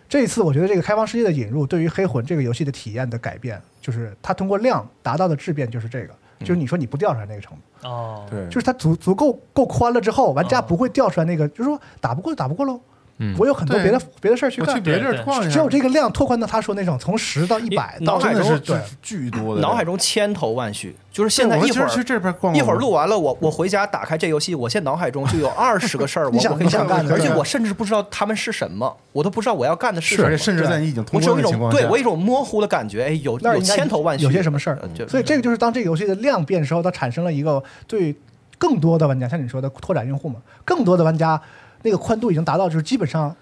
这一次，我觉得这个开放世界的引入对于《黑魂》这个游戏的体验的改变，就是它通过量达到的质变就是这个，
嗯
就是你说你不掉出来那个程度。
哦，
对，
就是它足足够够宽了之后，玩家
哦
不会掉出来那个，就是说打不过就打不过喽。
嗯
我有很多别的别的事儿去
我去
干。
别地
对
儿逛一下，
只有这个量拓宽到他说那种从十到一百
你
到
脑
真
海
的
中
是
对
巨巨多的，
脑海中千头万绪，就
对
是现在
我们
一
今
会
儿
儿
去这边逛逛，
一会儿录完了，我我回家打开这游戏，我现在脑海中就有二十个事儿，我
你想
我可以
你想干的
而且
对
我甚至不知道他们是什么，我都不知道我要干的
是，
什
而
么
且，甚至在你已经
啊我
通关
只有
的
一种
情况下，
对我有一种模糊的感觉，哎，有
那
有
应该
千头万绪，
有些什么事儿
呃就
所以这个就是当这个游戏的量变的时候，它产生了一个对更多的玩家，像你说的拓展用户嘛，更多的玩家那个宽度已经达到，就是基本上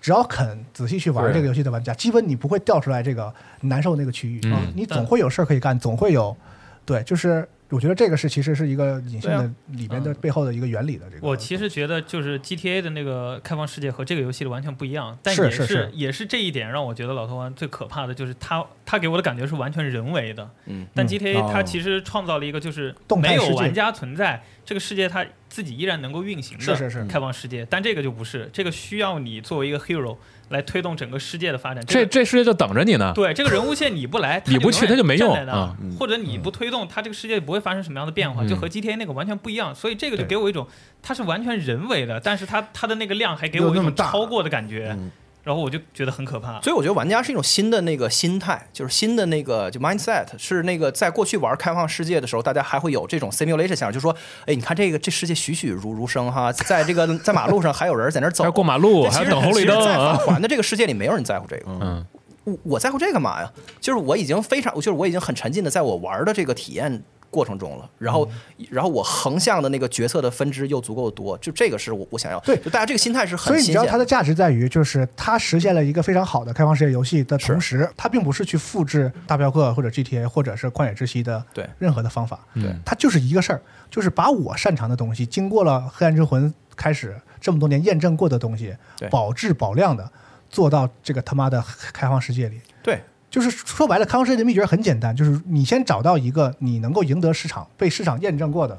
只要肯仔细去玩
对
这个游戏的玩家，基本你不会掉出来这个难受那个区域，
嗯
你你总会有事儿可以干，总会有，对，就是我觉得这个是其实是一个隐性
对
的
啊
里面的
嗯
背后的一个原理的这个。
我其实觉得就是 GTA 的那个开放世界和这个游戏的完全不一样，但
是
也
是是
也是这一点让我觉得老头环最可怕的就是它它给我的感觉是完全人为的，
嗯，
但
嗯
GTA
哦
它其实创造了一个就是
动态
没有
世界
玩家存在，这个世界它自己依然能够运行
是是是
的开放世界，但这个就不是，这个需要你作为一个 hero 来推动整个世界的发展，
这
这个
这世界就等着你呢。
对这个人物线你不来，
你不去
它
它就没用啊
站在那儿
嗯
或者你不推动，它这个世界不会发生什么样的变化，
嗯
就和 GTA 那个完全不一样。所以这个就
对
给我一种它是完全人为的，但是它它的那个量还给
又
我一
那么
种
大
超过的感觉
嗯，
然后我就觉得很可怕。
所以我觉得玩家是一种新的那个心态，就是新的那个就 mindset，是那个在过去玩开放世界的时候，大家还会有这种 simulation 想，就说，哎，你看这个这世界栩栩如如生哈，在这个在马路上还有人在那儿 走
还要，过马路，
这其
还
实
要等红绿
其
灯
实在返
啊。
还的这个世界里，没有人在乎这个。
嗯，
我我在乎这干嘛呀？就是我已经非常，就是我已经很沉浸的在我玩的这个体验过程中了。然后，然后我横向的那个决策的分支又足够多，就这个是我我想要。
对
就大家这个心态是
所
很
以你
新
知道它
鲜
的。价值在于，就是它实现了一个非常好的开放世界游戏的同时，它并不是去复制大镖客或者 GTA 或者是旷野之息的
对嗯
任何的方法，
对
它就是一个事儿，就是把我擅长的东西，经过了黑暗之魂开始这么多年验证过的东西
对，
保质保量的做到这个他妈的开放世界里。
对，
就是说白了，开放世界的秘诀很简单，就是你先找到一个你能够赢得市场、被市场验证过的，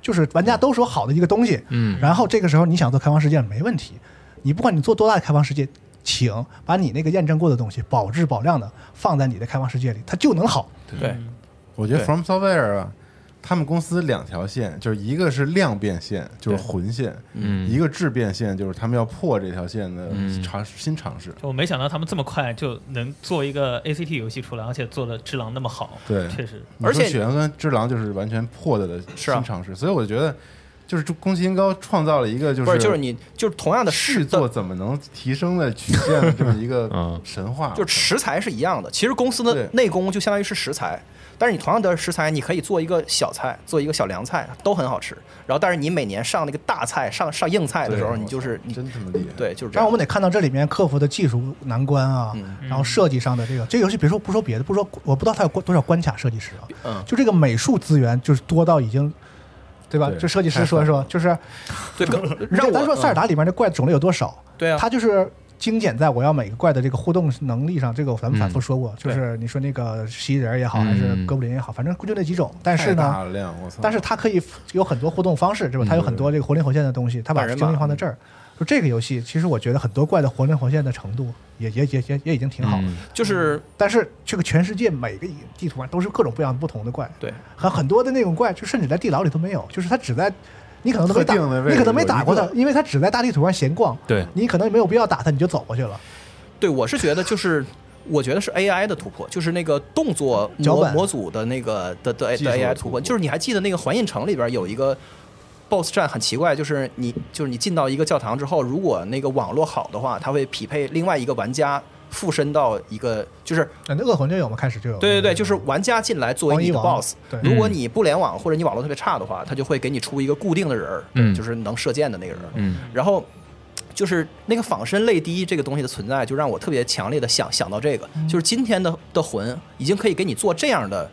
就是玩家都说好的一个东西，
嗯，
然后这个时候你想做开放世界没问题，你不管你做多大的开放世界，请把你那个验证过的东西保质保量的放在你的开放世界里，它就能好。
对
我觉得
对
From Software 啊，他们公司两条线，就是一个是量变线，就是魂线，
嗯
一个质变线，就是他们要破这条线的
嗯
尝新尝试。
我没想到他们这么快就能做一个 ACT 游戏出来，而且做的《只狼》那么好，
对
确实，
你说
而且
雪原跟之狼就是完全破的的
是啊
新尝试，所以我觉得就是宫崎英高创造了一个就
不
是
是就是你就是同样的
试
事
作怎么能提升的曲线的这么一 个
嗯
神话，
就是食材是一样的。其实公司的
对
内功就相当于是食材，但是你同样的食材，你可以做一个小菜，做一个小凉菜，都很好吃。然后，但是你每年上那个大菜，上上硬菜的时候，
对
你就是你
真他妈厉害。
对，就是这
当然，我
样。
们得看到这里面克服的技术难关啊，然后设计上的这个，这个游戏别说不说别的，不说我不知道它有多少关卡设计师啊，
嗯，
就这个美术资源就是多到已经。对吧？
对
就设计师
太
说
狠
说，就是
对，更让
咱
我嗯
说塞尔达里面这怪种类有多少？
对啊
它就是精简在我要每个怪的这个互动能力上。这个我咱们反复说过，就是你说那个蜥蜴人也好，还是
嗯
哥布林也好，反正就那几种。但
太
是呢，
大的量，我操！
但是它可以有很多互动方式，对吧？它有
嗯
很多这个活灵活现的东西，它把
半人马嗯
精力放在这儿。就这个游戏，其实我觉得很多怪的活灵活现的程度也也也也也已经挺好了。
嗯
就是
但是这个全世界每个地图上都是各种不一样不同的怪，
对，
很很多的那种怪，就甚至在地牢里都没有，就是它只在你可能都没打，
特定的位置
你可能没打过它
有一，
因为它只在大地图上闲逛，
对
你可能没有必要打它，你就走过去了。
对，我是觉得就是，我觉得是 AI 的突破，就是那个动作
脚
模
本
模组的那个的的
技
的
术的
AI
突
突
破
破。就是你还记得那个环印城里边有一个 BOSS 战很奇怪，就是你就是你进到一个教堂之后，如果那个网络好的话，它会匹配另外一个玩家附身到一个，就是
那恶魂就有吗？开始就有。
对对对，就是玩家进来作为你的
王一王
boss。嗯
对
如果
嗯
你不联网或者你网络特别差的话，他就会给你出一个固定的人儿，
嗯
就是能射箭的那个人儿。
嗯
然后就是那个仿生泪滴这个东西的存在，就让我特别强烈的想想到这个，就是今天的的魂已经可以给你做这样的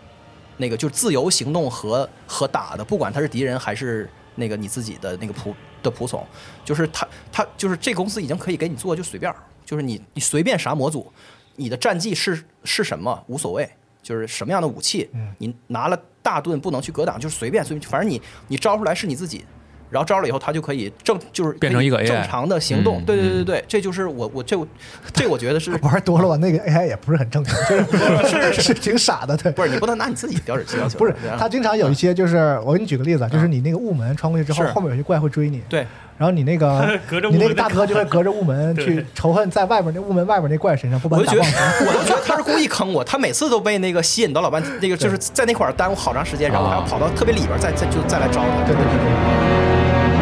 那个，就是自由行动和和打的，不管他是敌人还是那个你自己的那个仆的仆从，就是他他就是这公司已经可以给你做就随便儿，就是你你随便啥模组，你的战绩是是什么无所谓。就是什么样的武器，
嗯
你拿了大盾不能去格挡，就是随便随便，反正你你招出来是你自己，然后招了以后，他就可以正就是
变成一个
可以正
AI
常的行动。
嗯
对对对对，这就是我我这这我 觉得是
玩多了吧， 那个 AI 也不是很正常，就是 是是挺傻的，对。
不是你不能拿你自己标准去要求？
不是
对啊，
他经常有一些，就是我给你举个例子啊，就是你那个雾门穿过去之后
是，
后面有些怪会追你，
对
然后你那 个
隔着雾
你
门
那个大哥就会隔着雾门
对
去仇恨在外边那雾门外边那怪身 上，不把
我
你
就
打
觉得，
爆死。
我就觉得他是故意坑我，他每次都被那个吸引到老半，那个就是在那块儿耽误好长时间，然后我还要
啊
跑到特别里边儿再再就再来招他。
对对对对。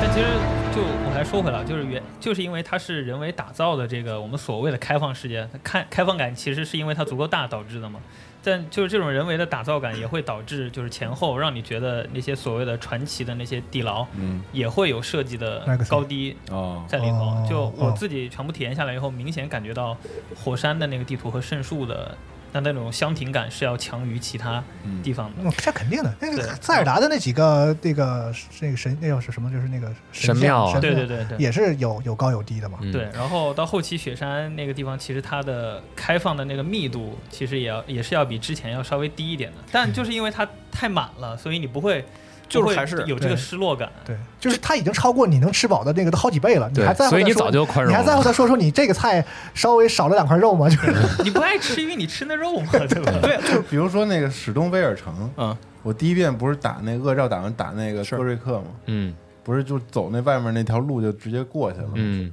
但其实就我还说回来，就是原就是因为它是人为打造的这个我们所谓的开放世界，它看开放感其实是因为它足够大导致的嘛。但就是这种人为的打造感也会导致，就是前后让你觉得那些所谓的传奇的那些地牢
嗯
也会有设计的
那个是
高低
哦，
在里头
哦。
就我
哦
自己全部体验下来以后，明显感觉到火山的那个地图和圣树的那那种相庭感是要强于其他
嗯
地方的。
嗯，这肯定的。那个
对
塞尔达的那几个那个那个神，那叫是什么？就是那个
神
神
庙啊
像神
对对对对
也是有有高有低的嘛。
嗯
对，然后到后期雪山那个地方，其实它的开放的那个密度，其实也要也是要比之前要稍微低一点的。但就是因为它太满了，所以你不会
就是
不会
还是
有这个
对
失落感。
对，就是它已经超过你能吃饱的那个都好几倍了，你
对
还在乎
所以
它
你
说
早就宽容
你还在乎
了
他说说你这个菜稍微少了两块肉吗？就是
你不爱吃，因为你吃那肉嘛，对吧？对，
就比如说那个史东威尔城，
嗯，
我第一遍不是打那恶兆，打完打那个戈瑞克吗？
嗯
不是就走那外面那条路就直接过去了吗。
嗯，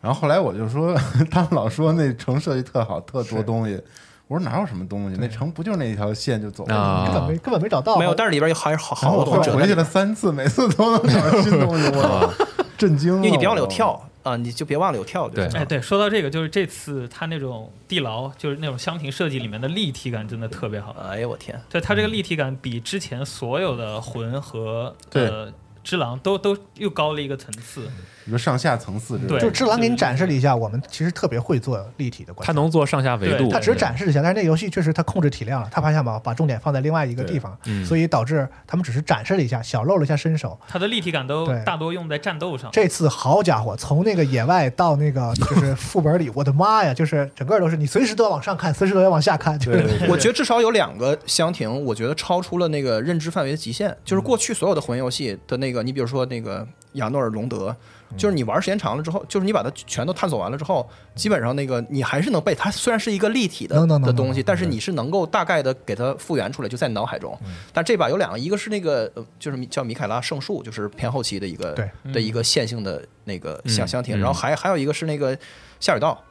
然后后来我就说， 他们老说那城设计特好，特多东西。我说哪有什么东西？那城不就那一条线就走了吗？
啊
根本没根本没找到，啊
没有，但是里边有还是好
然
好
后
多
我
东西
后来回去
折
了
腾，
三次，每次都能找到新东西，我震惊了。
因为你别忘了有
我
跳啊，你就别忘了有跳。就是
对
哎，对，说到这个，就是这次它那种地牢，就是那种箱庭设计里面的立体感真的特别好。
哎呀，我天！
对，它这个立体感比之前所有的魂和
对
呃之狼都都又高了一个层次。
你说上下层次之类
对
的
就智狼给你展示了一下，我们其实特别会做立体的关系。
它能做上下维
对
度，
他只是展示一下，但是那游戏确实它控制体量了，他怕想把把重点放在另外一个地方，
嗯
所以导致他们只是展示了一下，小露了一下身手。
它的立体感都
对
大多用在战斗上。
这次好家伙，从那个野外到那个就是副本里，我的妈呀，就是整个都是你随时都要往上看，随时都要往下看，就是
我觉得至少有两个箱庭，我觉得超出了那个认知范围的极限。就是过去所有的魂游戏的那个，你比如说那个亚诺尔隆德，就是你玩时间长了之后，就是你把它全都探索完了之后，基本上那个你还是能被它虽然是一个立体的
能能能
的
能
东西，
能
但是你是能够大概的给它复原出来，就在你脑海中。
嗯
但这把有两个，一个是那个呃就是米叫米凯拉圣树，就是偏后期的一个
对
的一个线性的那个
嗯
箱箱庭，
嗯
然后还还有一个是那个夏尔道。
啊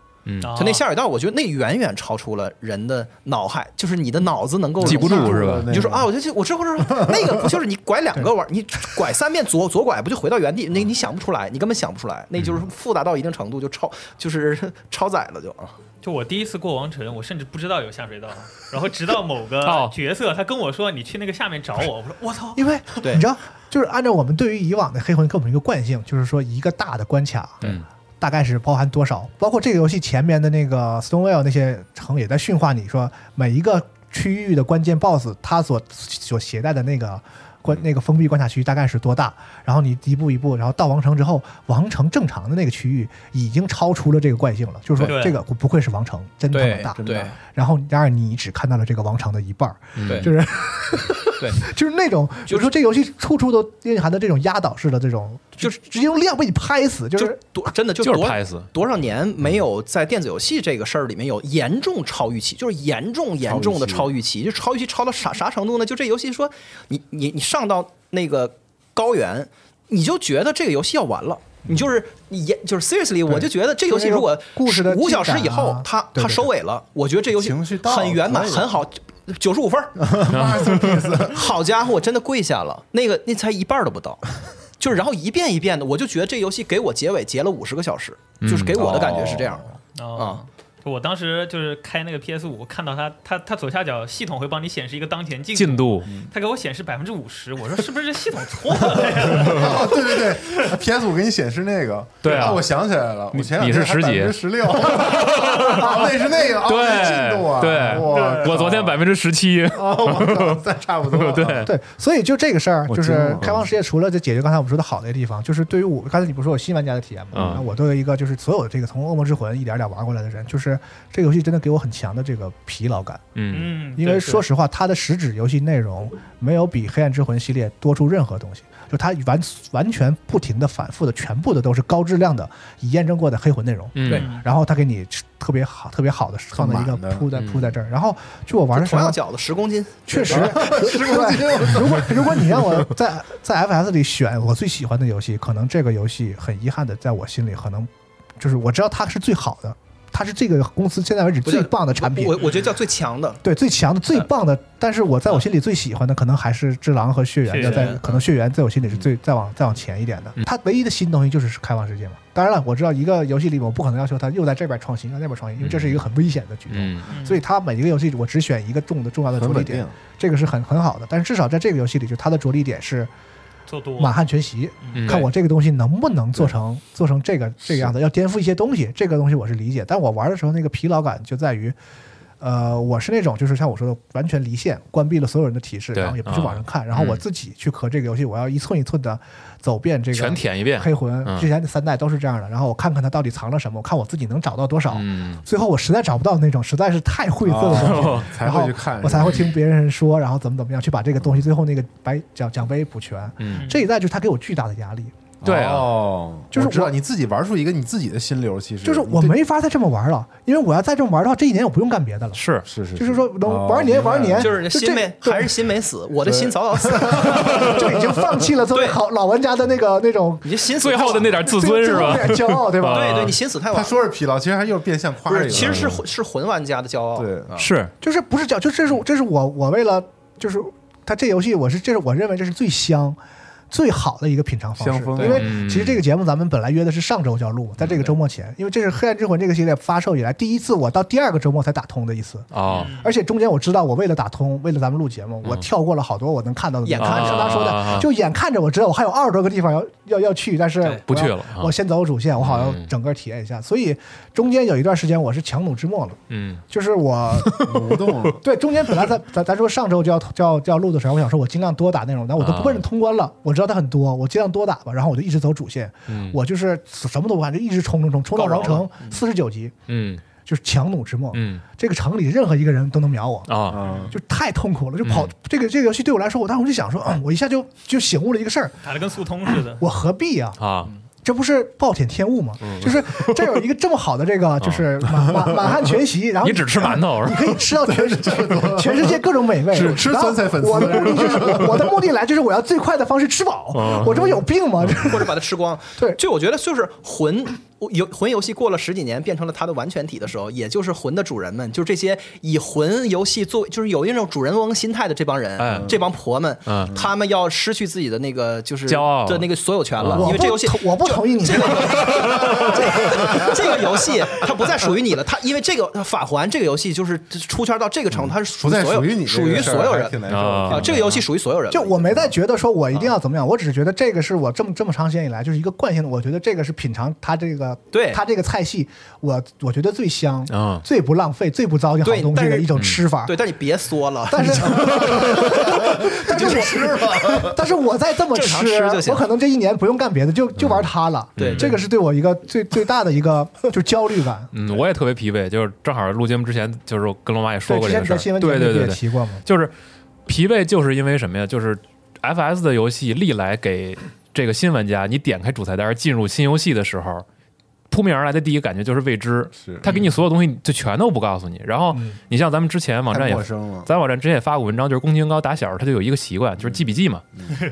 就那下水道，我觉得那远远超出了人的脑海，就是你的脑子能够
记不
容纳
住是吧
那？个
你就说啊，我就我之后就是那个不就是你拐两个弯，你拐三遍左左拐不就回到原地？那你想不出来，你根本想不出来，那
嗯
就是复杂到一定程度就超就是 超载了就啊。
就我第一次过王城，我甚至不知道有下水道， 然后直到某
哦
个角色他跟我说你去那个下面找我，我说我操，
因为
对
你知道，就是按照我们对于以往的黑魂给我们一个惯性，就是说一个大的关卡，
嗯
大概是包含多少？包括这个游戏前面的那个 Stonewell 那些城也在驯化你说，每一个区域的关键 BOSS 它所所携带的那个关那个封闭关卡区大概是多大？然后你一步一步，然后到王城之后，王城正常的那个区域已经超出了这个惯性了，就是说
对
这个不愧是王城，真他妈大。
真的嗯
然后然而你只看到了这个王城的一半儿，
对
就是
对，
就是那种，就
就是
是说这游戏处处都蕴含的这种压倒式的这种，
就是
直接用量被你拍死，就
就是是多真的就
就是
多
拍死
多少年没有在电子游戏这个事儿里面有严重超预期，就是严重严重的超预期，就超预期超到啥啥程度呢？就这游戏说你你你上到那个高原，你就觉得这个游戏要完了，你就是你也就是 seriously，我就觉得这游戏如果
故事的
五小时
进展
以后
啊，
它
对
它
对
收尾了，我觉得这游戏
情绪到
很圆满，
可以了
很好，九十五分儿。 好家伙，我真的跪下了，那个那才一半儿都不到。就是，然后一遍一遍的，我就觉得这游戏给我结尾结了五十个小时，
嗯
就是给我的感觉是这样的
哦
啊。
我当时就是开那个 PS 五，看到它，它它左下角系统会帮你显示一个当前进
进
度，
度
它给我显示百分之五十，我说是不是这系统错了呀？
哦， 对对对，PS 五给你显示那个，
对啊
我想起来了，我
你
前两
你是
天还
十几
百分之十六， 哦那是那个，哦
对
那进度啊，
对
我
我昨天百分之十七，
哦， 我操，咱差不多，
对，
对，所以就这个事儿，
我
就是
惊了
开放世界除了就解决刚才我们说的好的地方，就是对于我刚才你不是说我新玩家的体验
嗯
啊
吗？那我作为一个就是所有这个从《恶魔之魂》一点点玩过来的人，就是这个游戏真的给我很强的这个疲劳感，
嗯，
嗯，
因
对
为
对
说实话，它的实质游戏内容没有比《黑暗之魂》系列多出任何东西，就它完完全不停的反复的，全部的都是高质量的已验证过的黑魂内容。
嗯
对
然后它给你特别好、特别好的放在一个
满的
铺在
嗯
铺在这儿，然后就我玩的时
同
候
样，饺子十公斤，
确实， 对如果如果你让我在在 FS 里选我最喜欢的游戏，可能这个游戏很遗憾的，在我心里可能就是我知道它是最好的，它是这个公司现在为止
不叫
最棒的产品
我，我觉得叫最强的，
对最强的、最棒的。但是我在我心里最喜欢的，可能还是《只狼》和《嗯血缘》嗯
血
的，
缘
在可能《血缘》在我心里是最再往再往前一点的。它唯一的新东西就是开放世界嘛。当然了，我知道一个游戏里我不可能要求它又在这边创新，又在那边创新，因为这是一个很危险的举动。
嗯，
嗯
所以它每一个游戏我只选一个重的重要的着
很
力
稳
点
定，，
这个是很很好的。但是至少在这个游戏里，就它的着力点是
做多
满汉全席，
嗯
看我这个东西能不能做成做成这个这个样子，要颠覆一些东西。这个东西我是理解，但我玩的时候那个疲劳感就在于。呃，我是那种就是像我说的，完全离线，关闭了所有人的提示，
对啊嗯
然后也不去网上看，然后我自己去和这个游戏，我要一寸一寸的走遍这个
全舔一遍，
黑魂
嗯
之前的三代都是这样的，然后我看看它到底藏了什么，我看我自己能找到多少，
嗯，
最后我实在找不到那种实在是太晦涩的东西，
哦才
然后
会去看，
我才会听别人说，然后怎么怎么样去把这个东西最后那个白奖奖杯补全。
嗯
这一代就是他给我巨大的压力，
对啊
哦，
就是
我知道
我
你自己玩出一个你自己的心流，其实
就是我
你对
没法再这么玩了，因为我要再这么玩的话，这一年我不用干别的了。
是
是是，
就是说能
哦
玩一年
明白
玩一年
了
就是
就这
心没
对
还是心没死，我的心 早早死，
就已经放弃了作为
对
好老玩家的那个那种
你这心死
最后的那点自尊是吧
最后？那点骄傲，对吧？
啊
对对，你心死太晚
他
了。
说是疲劳，其实他又是变相夸
不
人了，
是，其实是魂是魂玩家的骄傲。
对
啊
是，
就是不是叫，就这是这是我我为了就是他这游戏我是这是我认为这是最香。最好的一个品尝方
香
式，
风
因为
嗯
其实这个节目咱们本来约的是上周就要录，在这个周末前，因为这是《黑暗之魂》这个系列发售以来第一次，我到第二个周末才打通的一次，
哦，
而且中间我知道，我为了打通，为了咱们录节目，
嗯
我跳过了好多我能看到的地
眼
方。
看着
像他说
啊
的，就眼看着我知道我还有二十多个地方要要要去，但是我要
不去了啊
我先走主线，我好
嗯
像整个体验一下。所以中间有一段时间我是强弩之末了，
嗯，
就是我
舞动了
对，中间本来 咱咱咱说上周就要就要就要录的时候，我想说我尽量多打内容，但我
啊
都不奔着通关了，我知道它很多，我尽量多打吧，然后我就一直走主线，
嗯
我就是什么都不干，就一直冲冲冲冲到
高
王
潮
城四十九级，
嗯
就是强弩之末，
嗯
这个城里任何一个人都能秒我。
啊，嗯
啊，
就太痛苦了，就跑、这个这个游戏对我来说，我当时就想说，嗯我一下就就醒悟了一个事儿，
打的跟速通 似的，
我何必呀、
啊，
这不是暴殄天物吗？
嗯
就是这有一个这么好的这个，就是满满满汉全席，然后
啊你只吃 馒头
你
是吧？
可以吃到全 世界全世界各种美味，
只吃
然后
酸菜粉丝
我的目的就是我我的目的来就是我要最快的方式吃饱，
嗯
我这不有病吗？这。
或者把它吃光
对
就我觉得就是魂我游魂游戏过了十几年变成了它的完全体的时候，也就是魂的主人们，就是这些以魂游戏作为就是有一种主人翁心态的这帮人，
哎
这帮婆们，
嗯
他们要失去自己的那个就是
骄傲
的那个所有权了，
我
因为这游
不
戏
同我不同意你这个，
这个游戏它不再属于你了，它因为这个法环这个游戏就是出圈到这个程度，它是属
嗯不
于
再
所有
属于你这
属
个
于
事儿
所有
还
人
挺难受
啊
的。
啊，这个游戏属于所有人了，
就我没在觉得说我一定要怎么样，我只是觉得这个是我这么这么长时间以来就是一个惯性的，我觉得这个是品尝它这个
对
它这个菜系，我我觉得最香
嗯、
最不浪费、最不糟践好
对
东
但
西的
是
一种
嗯
吃法。
对，但你别缩 了，
但是，但是我，但是我再这么
正常
吃
吃就，行
我可能这一年不用干别的，就就玩它了。
对
这个是对我一个最最大的一个就焦虑 感。
嗯，我也特别疲惫，就是正好录节目之前，就是我跟龙马也说
对，
过
之
这
前你在
个事儿，
新闻节目
对
里
对
不也
对对，
提过吗？
就是疲惫，就是因为什么呀？就是 F S 的游戏历来给这个新玩家，你点开主菜单进入新游戏的时候，扑面而来的第一感觉就是未知，
是
他给你所有东西就全都不告诉你。然后
嗯
你像咱们之前网站
太
也
陌生了，
咱网站之前也发过文章，就是宫崎英高打小他就有一个习惯，就是记笔记嘛。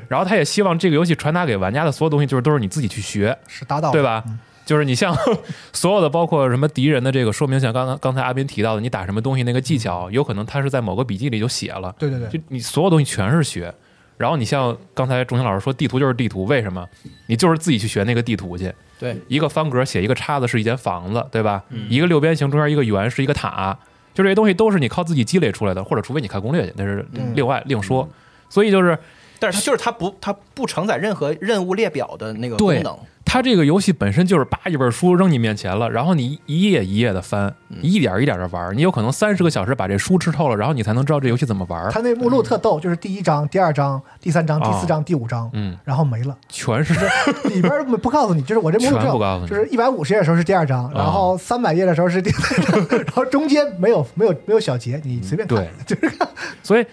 然后他也希望这个游戏传达给玩家的所有东西，就是都是你自己去学，
是搭档
对？吧？就是你像 所有的，包括什么敌人的这个说明，像刚刚刚才阿斌提到的，你打什么东西那个技巧，有可能他是在某个笔记里就写了。
对对对，
就你所有东西全是学。然后你像刚才钟情老师说，地图就是地图，为什么？你就是自己去学那个地图去。
对，
一个方格写一个叉子是一间房子，对吧？一个六边形中间一个圆是一个塔，就这些东西都是你靠自己积累出来的，或者除非你看攻略去，那是另外另说。所以就是
但是它就是它不它不承载任何任务列表的那个
对
功能，
它这个游戏本身就是叭一本书扔你面前了，然后你一页一页的翻，一点一点的玩，你有可能三十个小时把这书吃透了，然后你才能知道这游戏怎么玩。
他那目录特逗，就是第一章、第二章、第三章、第四章、第五章，
嗯，
然后没了，
全是
里边儿不告诉你，就是我这目录
全
这
不告诉你哦
就是一百五十页的时候是第二章，然后三百页的时候是第三章， 然后中间没有没有没有小节，你随便看
对，所以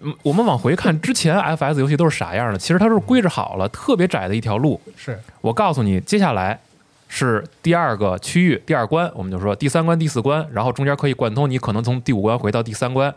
嗯我们往回看，之前 FS 游戏都是啥样的？其实它都是规制好了，特别窄的一条路。
是
我告诉你，接下来是第二个区域、第二关，我们就说第三关、第四关，然后中间可以贯通，你可能从第五关回到第三关。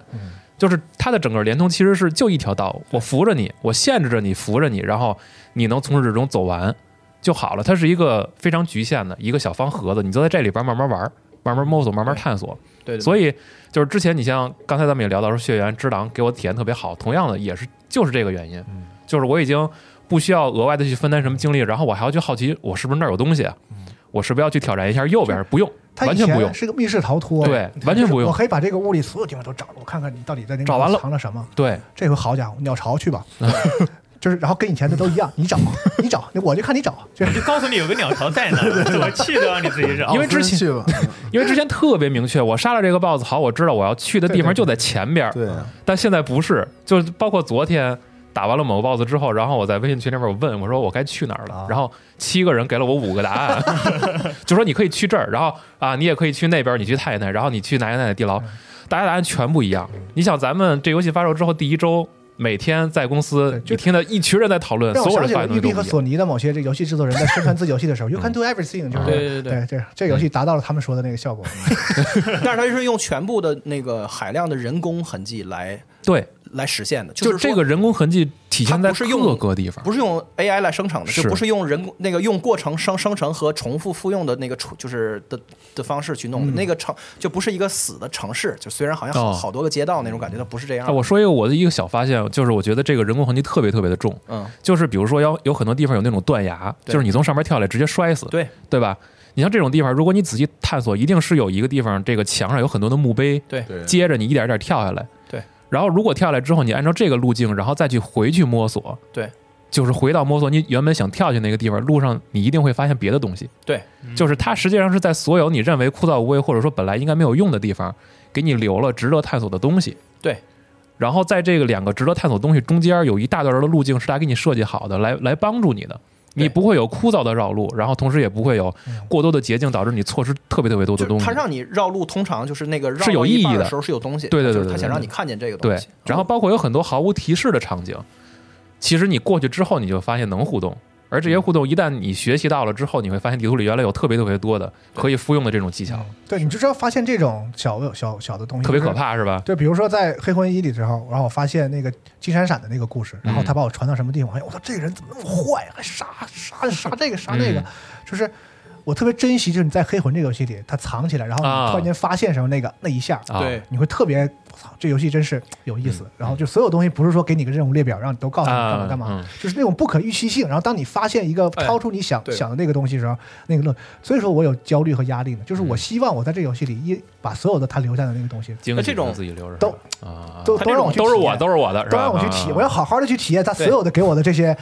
就是它的整个联通其实是就一条道，我扶着你，我限制着你，扶着你，然后你能从始至终走完就好了。它是一个非常局限的一个小方盒子，你就在这里边慢慢玩，慢慢摸索，慢慢探索。
对对对
所以就是之前你像刚才咱们也聊到说，血缘之狼给我体验特别好，同样的也是就是这个原因，
嗯
就是我已经不需要额外的去分担什么精力，然后我还要去好奇我是不是那儿有东西啊，
嗯
我是不是要去挑战一下右边？不用，
他
完
以
全不用
前，是个密室逃脱，
对完全不用
我可以把这个屋里所有地方都找了，我看看你到底在那个
找完了嗯
藏了什么。
对，
这回好家伙，鸟巢去吧， 就是然后跟以前的都一样，你找你找，我就看你找，就是
就告诉你有个鸟巢在 哪，我去都让你自己找。
因为之前
去吧，
因为之前特别明确，我杀了这个 BOSS，好，我知道我要去的地方
对对对
就在前边儿，
对，
但现在不是，就是包括昨天打完了某个 BOSS 之后，然后我在微信群里面我问我说我该去哪儿了，然后七个人给了我五个答案，就说你可以去这儿，然后啊你也可以去那边，你去太原太，然后你去哪爷奶奶地牢，大家答案全不一样。你想咱们这游戏发售之后第一周。每天在公司
对，
你
就
听到一群人在讨论，
让我
所有
想
人
起了
发现
育
的
碧
东
和
西。
索尼的某些这游戏制作人在宣传自己游戏的时候，You
嗯
can do everything，就是
对对对
对，这这游戏达到了他们说的那个效果，
但是它就是用全部的那个海量的人工痕迹来
对，
来实现的，
就是这
说
个人工痕迹体现在
它不是用
各个地方，
不是用 AI 来生成的，就是不是用人工那个用过程生生成和重复复用的那个处就是的的方式去弄的，那个城就不是一个死的城市，就虽然好像好
嗯哦
好多个街道那种感觉，它不是这样
啊，。我说一个我的一个小发现，就是我觉得这个人工痕迹特别特别的重。
嗯，
就是比如说要有很多地方有那种断崖，
对
就是你从上面跳下来直接摔死，
对
对吧？你像这种地方，如果你仔细探索，一定是有一个地方，这个墙上有很多的墓碑，
对
对
接着你一点一点跳下来，
对。
然后如果跳下来之后，你按照这个路径，然后再去回去摸索，
对，
就是回到摸索你原本想跳去那个地方，路上你一定会发现别的东西。
对，
就是它实际上是在所有你认为枯燥无味或者说本来应该没有用的地方，给你留了值得探索的东西。
对，
然后在这个两个值得探索的东西中间，有一大段的路径是他给你设计好的，来来帮助你的。
对嗯
你不会有枯燥的绕路，然后同时也不会有过多的捷径导致你错失特别特别多的
就
东
是
西
它。让你绕路，通常就是那个绕
是有
到
意
一半
义的
时候是有东西的，
对对对
就是
对
它
对
想
对
让你看见这个东
对
西。，
然后包括有很多毫无提示的场景，其实你过去之后，你就发现能互动，而这些互动一旦你学习到了之后，你会发现地图里原来有特别特别多的可以复用的这种技巧，
对，你就知道发现这种小小小的东西
特别可
就是
怕是吧？
对，比如说在《黑魂一》里之后，然后我发现那个金闪闪的那个故事，然
嗯
后他把我传到什么地方，哎，我操，这个人怎么那么坏呀，还杀杀杀这个杀那
嗯
个， 就是我特别珍惜，就是你在《黑魂》这个游戏里，他藏起来，然后
啊
你突然间发现什么那个那一下，
啊，嗯
对，
你会特别，我操，这游戏真是有意思。嗯然后就所有东西不是说给你个任务列表，让你都告诉你干嘛
啊
干嘛，
嗯
就是那种不可预期性。然后当你发现一个
哎
超出你想、
对
想的那个东西的时候，那个乐。所以说我有焦虑和压力呢，就是
嗯
我希望我在这游戏里一把所有的他留下的那个东西
经
那
历
这种
自己留着
都
啊，
都
啊
都让我去
都是
体
我
验
都是我的，是
都
吧
让我去体验，
啊
我要好好的去体验它所
对
有的给我的这些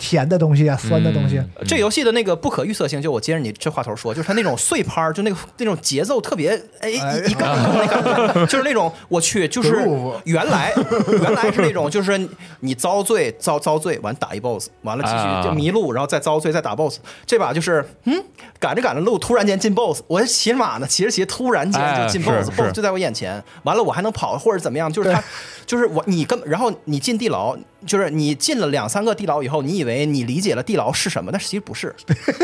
甜的东西啊、酸的东西。
嗯
这游戏的那个不可预测性，就我接着你这话头说，就是它那种碎拍儿，就那个那种节奏特别哎一一杠一杠那感觉，就是那种我去，就是
得误
原来原来是那种就是你遭罪遭遭罪，完打一 boss，完了继
啊
续就迷路，然后再遭罪再打 boss，这把就是嗯赶着赶着路突然间进 boss，我骑着马呢骑着骑着突然间就进
哎是
boss，boss
是
就在我眼前，完了我还能跑或者怎么样，就是它就是我你根本，然后你进地牢，就是你进了两三个地牢以后，你以为你理解了地牢是什么，但是其实 不是。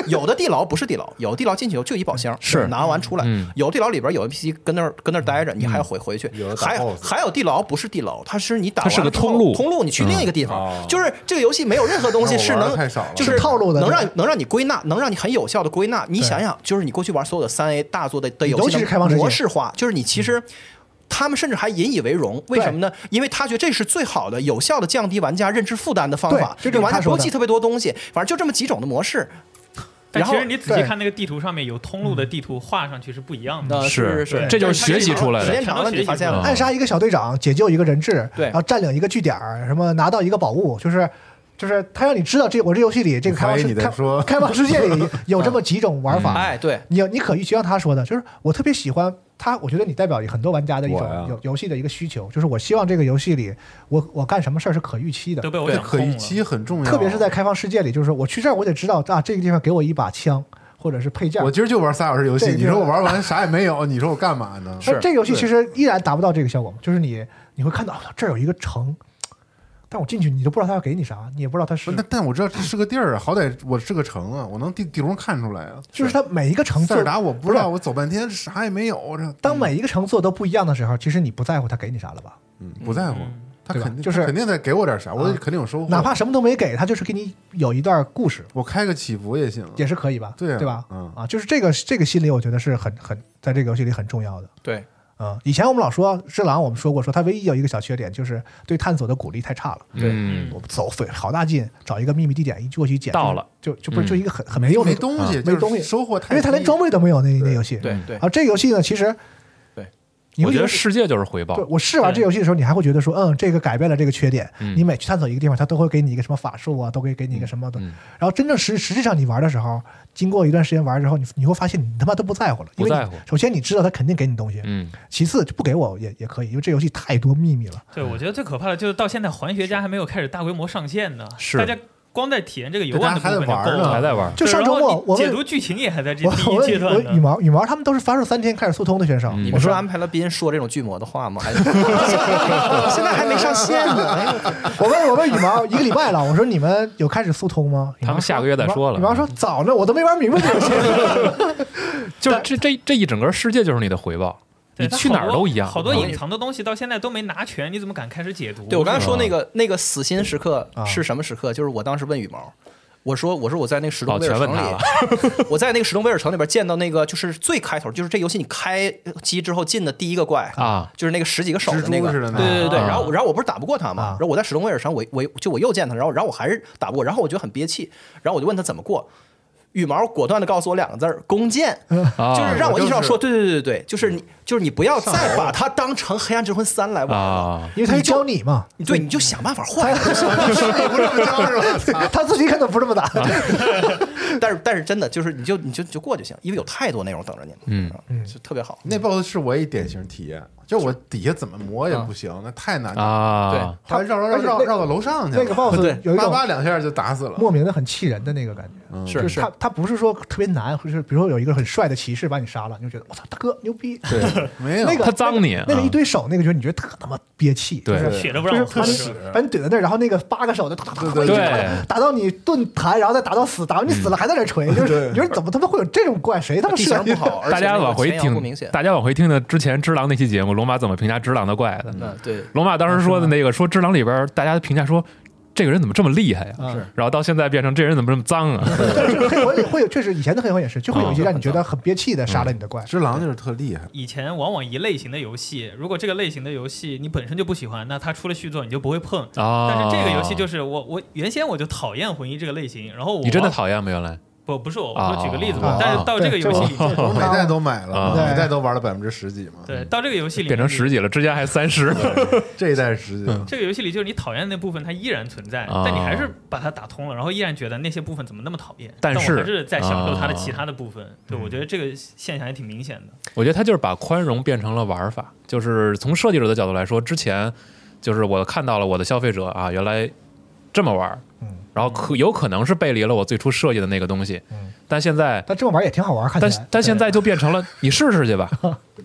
有的地牢不是地牢，有的地牢进去以后就一宝箱，
是
拿完出来。
嗯
有的地牢里边有一批跟那儿跟那儿待着，你还要回回去。
嗯有的打
还
boss
还有地牢不是地牢，它是你打
它
完
是个
了之后
通路
通路你去另一个地方，
哦
就是这个游戏没有任何东西是
那我玩
能
得太少了
就是
套路的
能
对
让能让你归纳，能让你很有效的归纳。你
对
想想，就是你过去玩所有的三 A 大作的的游戏，
尤其是开放世界嗯
模式化，就是你其实。他们甚至还引以为荣，为什么呢？因为他觉得这是最好的、有效的降低玩家认知负担的方法，
对这就是
给玩家
他说
不
的
记特别多东西，反正就这么几种的模式。
但
然后
其实你仔细
对
看那个地图上面有通路的地图画上去是不一样的。
呃，
是
是是，
这就是学习出来的
时间长了你就发现了，
嗯
暗杀一个小队长，解救一个人质，
对
然后占领一个据点儿，什么拿到一个宝物，就是就是他让你知道这我这游戏里这个开放
怀疑
世
你在
开
说
开放世界 里有这么几种玩法。
嗯
哎，对，
你你可以就像他说的，就是我特别喜欢他，我觉得你代表很多玩家的一
我呀
种游游戏的一个需求，就是我希望这个游戏里我我干什么事儿是可预期的
都，被我
对
讲
可
空
预
啊
了。
期很重要，啊
特别是在开放世界里，就是我去这儿我得知道啊这个地方给我一把枪或者是配件儿
我。今儿就玩仨小时游戏，
这个
你说我玩完啥也没 有，你说我干嘛呢？
但这个游戏其实依然达不到这个效果嘛，就是你你会看到、哦、这儿有一个城，但我进去你都不知道他要给你啥，你也不知道他是
不是，但但我知道这是个地儿啊，好歹我是个城啊，我能地地图上看出来啊。
就是他每一个城
塞
做
尔达我不知道，
不
我走半天啥也没有，这
当每一个城做都不一样的时候，其实你不在乎他给你啥了吧？
嗯不在乎，他
对吧
肯定
就是
他肯定得给我点啥，我
啊
肯定有收获，
哪怕什么都没给他，就是给你有一段故事
我开个起伏也行啊。
也是可以吧？
对啊
对吧？
嗯
啊，就是这个这个心理，我觉得是很很在这个游戏里很重要的。
对，
啊，以前我们老说《只狼》，我们说过，说它唯一有一个小缺点，就是对探索的鼓励太差了。
嗯，
我们走费好大劲找一个秘密地点一过去捡，
到了
就就不是
嗯
就一个很很没用的
没东西，
啊
就是
没东西
收获太低，
因为它连装备都没有那那游戏。
对对
啊，这个游戏呢，其实
对，
你
我
会
觉得
是。
世界就是回报
对，，我试玩这游戏的时候，你还会觉得说，嗯，这个改变了这个缺点。
嗯
你每去探索一个地方，它都会给你一个什么法术啊，都会给你一个什么的。
嗯
然后真正实实际上你玩的时候，经过一段时间玩之后，你你会发现你他妈都不在乎了，因为
不
你
在乎
首先你知道他肯定给你东西，
嗯，
其次就不给我也也可以，因为这游戏太多秘密了。
对，我觉得最可怕的就是到现在环学家还没有开始大规模上线呢，
是
大家光在体验这个游
对大
玩
家
的部
还在
分
玩
就够
呢
还
了。
在玩，
就上周
对然
末
后你
我
解
问
读剧情也还在这
我
第一
我
阶段
问我羽
呢。
毛羽毛他们都是发售三天开始速通的选手，
嗯
你
我
们
说
说安排了宾说这种巨魔的话吗？哎现在还没上线呢，哎呦
我问我问羽毛一个礼拜了，我说你们有开始速通吗？
他们下个月再说了嗯
羽毛羽毛说早呢，我都没玩明白这游戏。
就是这这这一整个世界就是你的回报，
对
你去哪儿都一样，
好多好
嗯
多隐藏的东西到现在都没拿全，你怎么敢开始解读？
对我刚才
啊
说那个那个死心时刻
啊
是什么时刻？就是我当时问羽毛，我说我说我在那个石
哦，
头威尔
全问
城
他了
里，， 我在那个石头威尔城里边见到那个就是最开头，就是这游戏你开机之后进的第一个怪
啊，
就是那个十几个手的那
蜘蛛
个，
似的那
对对对对。
啊
然后然后我不是打不过他嘛，
啊
然后我在史东威尔城，我我就我又见他，然后然后我还是打不过，然后我就很憋气，然后我就问他怎么过。羽毛果断的告诉我两个字儿：弓箭，
啊
就是让我意识到
就是
说，对对对对对，就是你，就是你不要再把它当成《黑暗之魂三》来玩了，
啊，
因为他是教你嘛，
你对，你就想办法换。
不是不交是吧？
他自己可能不这么打。
但是但是真的就是你就你就你就过就行，因为有太多内容等着你了，
嗯
嗯，就特别好。
那 BOSS 是我一典型体验，就我底下怎么磨也不行，那太难了。
啊，
后来绕绕绕绕绕到楼上去了，
啊那个 BOSS
对
有一
叭
种
叭两下就打死了。
莫名的很气人的那个感觉。
嗯
是是
他他不是说特别难，或者是比如说有一个很帅的骑士把你杀了，你就觉得我操大哥牛逼，
对，没有
那个
他脏你
那个
啊
一堆手那个觉得你觉得特他妈憋气，
对
就是
血都不让我
就是把
喝
你
是吧
把你怼在那儿，然后那个八个手就打打
对
打
对
对
打到你盾牌，然后再打到死，打完你死了还在那儿锤，就是你说怎么他妈会有这种怪？谁他妈
地
设
形
计
不
的？
好，而 且
大家
那个
往回
前扬不明
听
显，。
大家往回听的之前《只狼》那期节目，龙马怎么评价《只狼》的怪的？
嗯，对，
龙马当时说的那个，说《只狼》里边大家评价说。这个人怎么这么厉害呀、
嗯
是
然后到现在变成这人怎么这么脏啊？
就是黑魂也会有，确实以前的黑魂也是，就会有一些让你觉得很憋气的杀了你的怪。
只狼就是特厉害，
以前往往一类型的游戏，如果这个类型的游戏你本身就不喜欢，那它出了续作你就不会碰。
啊！
但是这个游戏就是我我原先我就讨厌魂一这个类型，然后我
你真的
玩
讨厌吗？原来
不不是我，
啊
我说举个例子
啊
吧。但是到这个游戏里，
对这
我每代都买
啊
了，每代都玩了百分之十几嘛。
对到这个游戏里
变成
面
十几了，之前还三十。
这一代是十几了，
这个游戏里就是你讨厌的那部分，它依然存在，
啊
但你还是把它打通了，然后依然觉得那些部分怎么那么讨厌。
但
但
是啊嗯
我还是在享受它的其他的部分。对，我觉得这个现象还挺明显的。
我觉得他就是把宽容变成了玩法，就是从设计者的角度来说，之前就是我看到了我的消费者啊，原来这么玩儿，
嗯
然后可有可能是背离了我最初设计的那个东西，
嗯
但现在
但这么玩也挺好玩，看
但
起来。
但现在就变成了你试试去吧，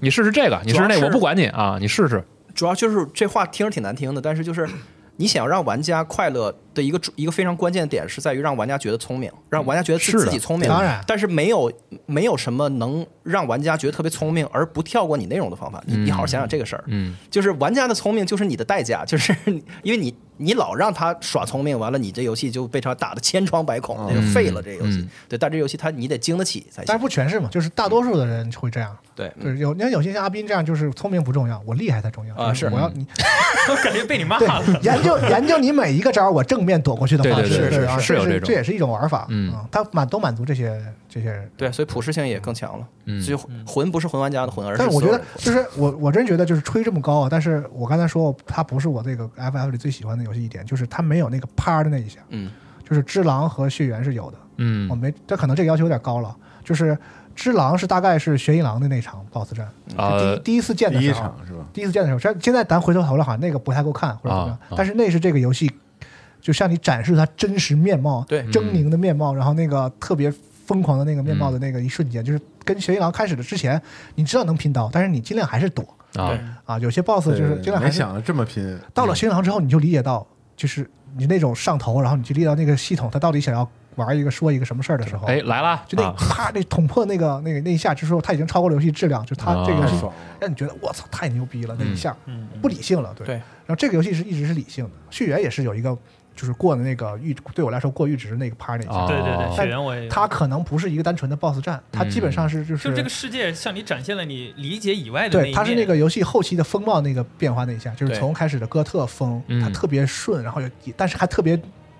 你试试这个，你试试那
主要
个，
是
我不管你啊，你试试，
主要就是这话听着挺难听的，但是就是你想要让玩家快乐的一个主一个非常关键的点是在于让玩家觉得聪明，让玩家觉得
是
自
的
自己聪明。
当然
但是没有没有什么能让玩家觉得特别聪明而不跳过你内容的方法。你你好好想想这个事儿，
嗯，
就是玩家的聪明就是你的代价，就是 因为你你老让他耍聪明，完了你这游戏就被他打得千疮百孔，那就废了这个游戏
嗯。
对，但这游戏它你得经得起才
但
行
是。不全是嘛，就是大多数的人会这样。
对，
就是有，你看有些像阿斌这样，就是聪明不重要，我厉害才重要
啊
就是我要你
我 感觉被你骂
对
了。
研究研究你每一个招儿，我正面躲过去的
对
方
对
式，
对
对
是
啊
是
这
有这
是
种
这也是一种玩法，
嗯，
它满都满足这些这些人。
对，所以普适性也更强了。
嗯
所以魂不是魂玩家的魂，而
但是我觉
所有
得
人，的魂
就是我我真觉得就是吹这么高啊，但是我刚才说它不是我这个 FF 里最喜欢的游戏一点，就是它没有那个啪的那一下，
嗯，
就是只狼和血缘是有的，我
嗯
没，这可能这个要求有点高了，就是只狼是大概是玄一郎的那场 BOSS 战，是
呃
第一第一次见的
啊第一
时候，
场是吧？
第一次见的时候，现现在咱回头讨论，好像那个不太够看或者怎么样，
啊啊
但是那是这个游戏就向你展示它真实面貌，
对
狰狞的面貌，然后那个特别疯狂的那个面貌的那个一
嗯
瞬间，就是跟玄一郎开始的之前，你知道能拼刀，但是你尽量还是躲
啊，
啊，有些 BOSS 就
对对
是尽
对
量还
没
是
想到这么拼，
到了玄一郎之后，你就理解到就是你那种上头，然后你就理解到那个系统它到底想要玩一个说一个什么事儿的时候，
哎来了，
就那
啊
啪，那捅破那个那个那一下，就是说他已经超过了游戏质量，就他
啊
这个游
太
戏
爽了。
让你觉得我操太牛逼了那一下，
嗯
不理性了，对。
对
然后这个游戏是一直是理性的，血缘也是有一个就是过的那个阈，对我来说过阈值那个趴那一下，
啊
对对对，
哦
血缘我也有。
它可能不是一个单纯的 BOSS 战，它基本上是就是、
嗯就这个世界向你展现了你理解以外的那
对，
一面。
它是那个游戏后期的风貌那个变化那一下，就是
对
从开始的哥特风，
嗯
它特别顺，然后有但是还特别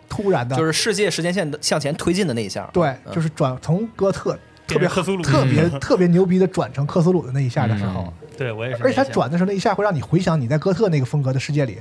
突然的，
就是世界时间线的向前推进的那一下。
对，
嗯
就是转从哥特特别
变成克苏鲁
特别特别牛逼的转成克苏鲁的那一下的时
嗯
候，
对我也是那
而
一
且
下。
它转的时候那一下会让你回想你在哥特那个风格的世界里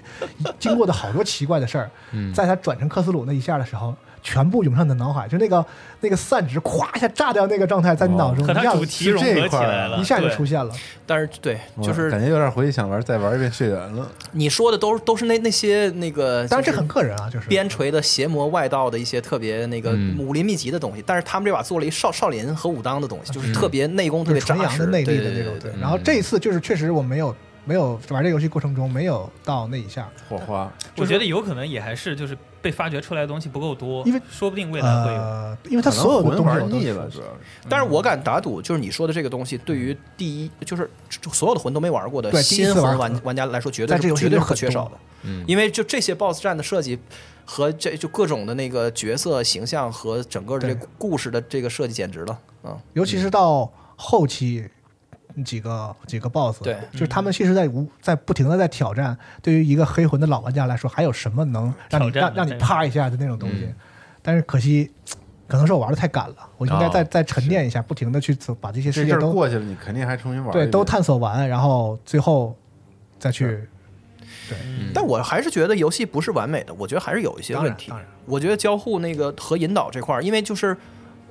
经过的好多奇怪的事儿，在它转成克苏鲁那一下的时候。全部涌上你的脑海，就那个那个散值，咵一下炸掉那个状态，在你脑中
和
一
它
下
哦主
子
题融合起来了，
一下就
对
出现了。
但是对，就
我感觉
是
有点回去想玩，再玩一遍血缘了。
你说的都是都是那那些那个，
当然这
就是
很个人啊，就是
边陲的邪魔外道的一些特别那个
嗯
武林秘籍的东西，但是他们这把做了一少少林和武当的东西，就是特别内功特
就是
别
嗯纯
扎
阳
实
的内力
对
的那
对
种。
对对
然后这一次就是确实我没有没有玩这游戏过程中没有到那一下，
火花，
我觉得有可能也还是就是被发掘出来的东西不够多，
因为
说不定未来会有。
呃，因为它所有
可
的东
能
西
魂
我
玩
都
腻
熟
了，
悉
主要是。
但是我敢打赌，就是你说的这个东西，对于第一就是就所有的魂都没玩过的
对第一
新
次
魂
玩
玩玩家来说，绝对
但这
是
游戏
绝对
就是很
可缺少的
多。
嗯
因为就这些 BOSS 战的设计和这就各种的那个角色形象和整个这
对
故事的这个设计简直了，嗯，
尤其是到后期几个几个 BOSS，
对
就是他们其实在无在不停的在挑战，对于一个黑魂的老玩家来说，还有什么能让你
挑战
让
的
让你
对
啪一下的那种东西？
嗯
但是可惜，可能是我玩的太赶了，我应该再、
哦
再沉淀一下，不停的去走把这些
这
世
阵
界
儿
都
过去了，你肯定还重新玩一
对
遍。
都探索完，然后最后再去
但我还是觉得游戏不是完美的，我觉得还是有一些问题
当然当。
我觉得交互那个和引导这块儿，因为就是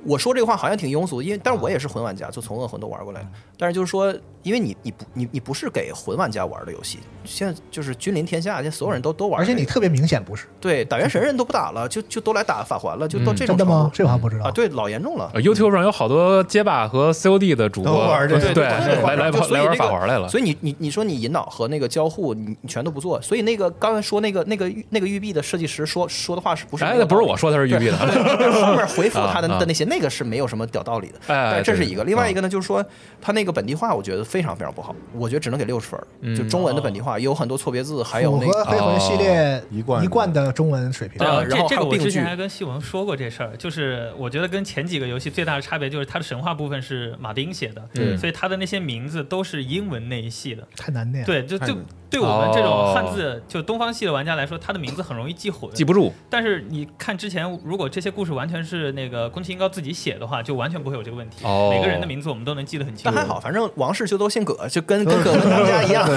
我说这个话好像挺庸俗，因为但是我也是魂玩家，就从恶魂都玩过来
嗯
的。但是就是说，因为你你不你你不是给魂玩家玩的游戏，现在就是君临天下，现在所有人都都玩
而
这
且
个。
你特别明显不是
对打原神人都不打了，就就都来打法环了，就到这
嗯真
种
的
程
吗？
度
这我还不知道。
啊，对，老严重了。
呃 YouTube 上有好多街霸和 COD 的主
都
播，
玩这个
对
对对
哎来来
就所
来
以
玩
这
法
个
环来了，
所以你你你说你引导和那个交互，你你全都不做，所以那个刚才说那个那个玉那个玉璧的设计师说说的话是不是那
哎，
个
那不是
道理
我说 他是玉璧 的，
就是后面回复他的
啊啊
的那些，那个是没有什么屌道理的。
哎
但这是一个，
对
另外一个呢，就是说他那个本地化，我觉得非常非常不好，我觉得只能给六十分儿。
嗯
就中文的本地化有很多错别字，还有
符
那
合
个呃
黑魂系列
一贯的
一贯的中文水平，
对
呃，
然后
这这个
还有
我
病
之前
句
还跟西文说过这事儿，就是我觉得跟前几个游戏最大的差别就是它的神话部分是马丁写的，
嗯
所以它的那些名字都是英文那一系的。
太难念了。
对，就
太
就
难
对我们这
哦
种汉字就东方系的玩家来说，他的名字很容易记混。
啊记不住，
但是你看之前，如果这些故事完全是那个宫崎英高自己写的话，就完全不会有这个问题。
哦
每个人的名字我们都能记得很清
但
楚。
还好，反正王室就都姓葛，就跟跟葛文他们家一样。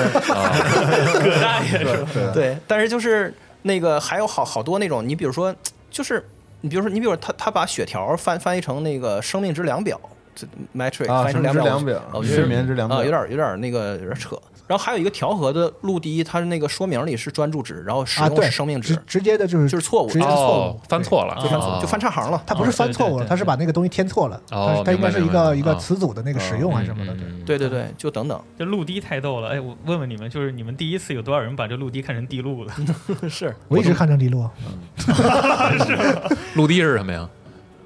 葛大爷是吧？
对
对，但是就是那个还有好好多那种，你比如说，就是你比如说你比如说他他把血条翻翻译成那个生命之量表。这 metric
啊
翻译成量表，
生命之量表
哦我觉得
失眠之量表
啊有点有点那个有点扯，然后还有一个调和的路第一，它是那个说明里是专注值，然后使
啊，
用
对，
是生命值，
直直接的就是
就是错误
直接
哦
错误，
翻错了，
就翻就翻差行了。
他不是
哦
翻
对
错
对
误了，
对
他是把那个东西添错了，
哦
他是他应该是一
明白明白
个一个
哦
词组的那个使用啊还是什么的，对。
嗯嗯
对对对，就等等，
这陆低太逗了，哎，我问问你们，就是你们第一次有多少人把这陆低看成地路了？
是
我一直看成利落，
嗯陆地是什么呀？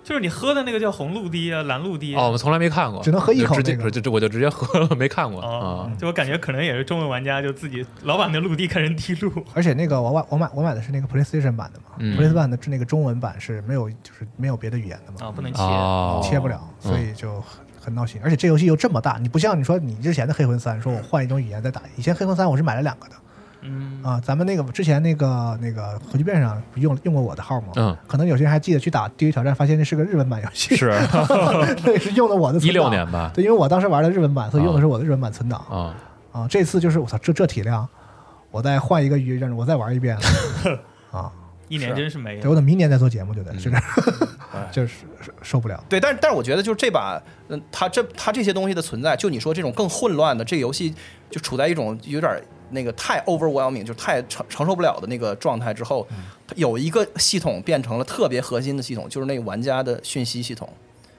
就是你喝的那个叫红陆低啊，蓝陆低
哦，我们从来没看过，
只能喝一口
就直接
那个
就就我就直接喝了，没看过
哦
啊。
就我感觉可能也是中文玩家就自己老把那陆地看成地路，
而且那个我买我买我买的是那个 PlayStation 版的嘛、
嗯
p l a y s t a t i o n 版的是那个中文版是没有就是没有别的语言的嘛，
啊，不能
嗯
切。
哦，
切不了，所以就很很闹心。而且这游戏又这么大，你不像你说你之前的《黑魂三》，说我换一种语言再打。以前《黑魂三》我是买了两个的
嗯，
啊，咱们那个之前那个那个核聚变上不用用过我的号吗？
嗯，
可能有些人还记得去打《地狱挑战》，发现那是个日文版游戏，
是啊
对，是用的我的
一
存
六
档。
年吧？
对，因为我当时玩的日文版，所以用的是我的日文版存档
啊，
啊。这次就是我操，这这体量，我再换一个语言，我再玩一遍啊。
一年真是没
对，
了。
我等明年再做节目就
嗯
得，就是
哎
就是受不了。
对，但是但是我觉得就是这把，嗯，它这它这些东西的存在，就你说这种更混乱的这游戏，就处在一种有点那个太 overwhelming，就是太承承受不了的那个状态之后，
嗯
它有一个系统变成了特别核心的系统，就是那个玩家的讯息系统，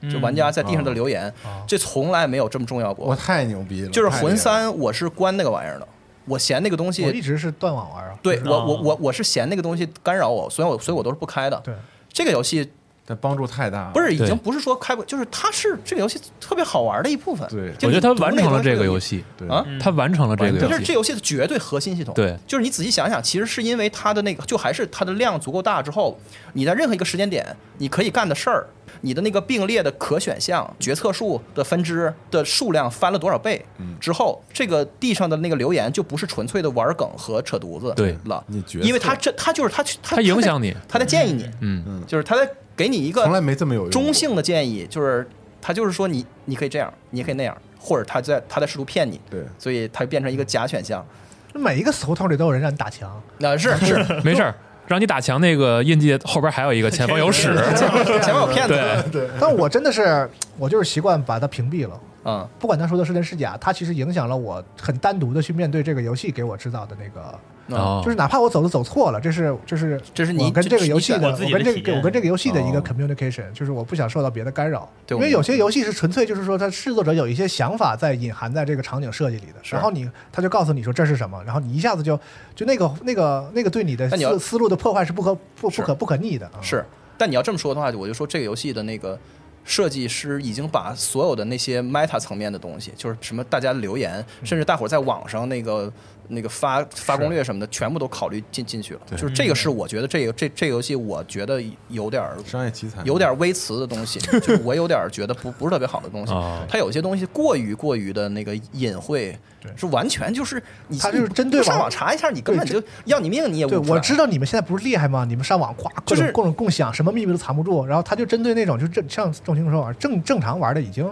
就玩家在地上的留言，这从来没有这么重要
嗯
过。
哦我太牛逼了，
就是
太
魂
厉害了，
三，我是关那个玩意儿的，我嫌那个东
我一
西，
直是断网玩啊。
对
知道
我
哦
我我我是嫌那个东西干扰我，所以我所以我都是不开的。
对。
这个游戏
但帮助太大了，
不是已
对
经不是说开不，就是它是这个游戏特别好玩的一部分。
对
就
我觉得他
你读
完
那
成了
段
这个
时
游
间
戏，
对
啊
嗯
他完成了这个
完成
就
游
是
戏
这。游戏的绝对核心系统。
对
就是你仔细想想，其实是因为它的那个，就还是它的量足够大之后，你在任何一个时间点，你可以干的事儿，你的那个并列的可选项、决策树的分支的数量翻了多少倍，
嗯
之后这个地上的那个留言就不是纯粹的玩梗和扯犊子
对
了，
你决策
因为它这它就是它它
它影响你，
它在建议你，
嗯，
就是它在给你一个
从来没这么有用过
中性的建议，就是他就是说你你可以这样，你也可以那样，或者他在他在试图骗你，
对
所以他变成一个假选项。
每一个死胡同里都有人让你打墙，
那、是 是，
没事儿，让你打墙那个印记后边还有一个前方有 屎，
前面有骗子，
对，
但我真的是，我就是习惯把它屏蔽了，
嗯，
不管他说的是真是假，它其实影响了我很单独的去面对这个游戏给我制造的那个，
嗯
哦
就是哪怕我走的走错了，这是这是
这是你
我跟这个游戏
这
的，
是
你
我
自己的
跟这
体验
个我跟这个游戏的一个
哦
communication，就是我不想受到别的干扰，
对
因
我们
为有些游戏是纯粹就是说它制作者有一些想法在隐含在这个场景设计里的，然后你他就告诉你说这是什么，然后你一下子就就那个那个那个对你的
那你要
思思路的破坏是不可不不
是
可不可逆的啊，
是。但你要这么说的话，我就说这个游戏的那个设计师已经把所有的那些 meta 层面的东西，就是什么大家留言，甚至大伙儿在网上那个那个发发攻略什么的，全部都考虑进进去了。就是这个是我觉得这个这这游戏，我觉得有点儿
商业奇才，
有点微词的东西， 就是我有点觉得不不是特别好的东西
哦。
它有些东西过于过于的那个隐晦，是完全就是你
它就是针对
你上
网
网查一下，你根本
对
就要你命你也
对，
悟不出
我
来
知道你们现在不是厉害吗？你们上网夸各
就
种、
是
各种共享，什么秘密都藏不住。然后他就针对那种就正像重情说玩正正常玩的，已经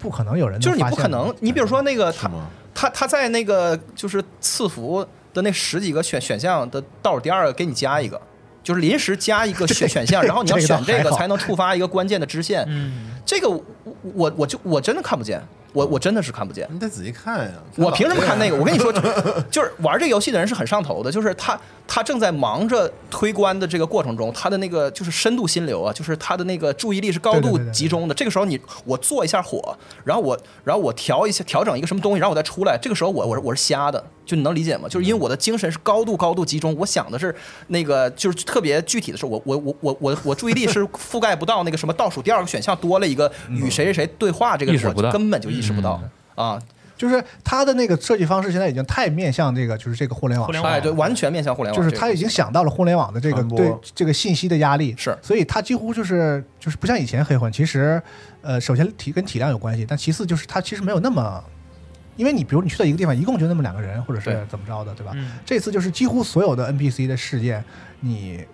不可能有人能
就是你
发
不
现
可能
了。
你比如说那个
是
他
吗？
他他在那个就是赐福的那十几个选选项的倒数第二个给你加一个。就是临时加一 个选选项，然后你要
这个倒
选这
还
个
好
才能触发一个关键的支线。
嗯，
这个我我我就我真的看不见，我我真的是看不见。
你得仔细看呀。
我凭什么看那个？我跟你说，就就是玩这个游戏的人是很上头的，就是他他正在忙着推关的这个过程中，他的那个就是深度心流啊，就是他的那个注意力是高
对对
度
对对对
集中的。这个时候你我做一下火，然后我然后我调一下调整一个什么东西，然后我再出来。这个时候我我是我是瞎的，就你能理解吗？就是因为我的精神是高度高度集中，我想的是那个就是特别具体的是我我我我我我注意力是覆盖不到那个什么倒数第二个选项多了一个与
嗯
谁谁谁对话这个，
意识
我
不到
根本就意识不到啊。
就是他的那个设计方式现在已经太面向这个，就是这个互联网
互联
上
网
哎，对，完全面向互联网
就
这
是
个东西，
他已经想到了互联网的这个
传播
对这个信息的压力，
是
所以他几乎就是就是不像以前黑魂，其实呃，首先体跟体量有关系，但其次就是他其实没有那么，因为你比如你去到一个地方，一共就那么两个人，或者是
对
怎么着的，对吧？
嗯
这次就是几乎所有的 NPC 的事件，你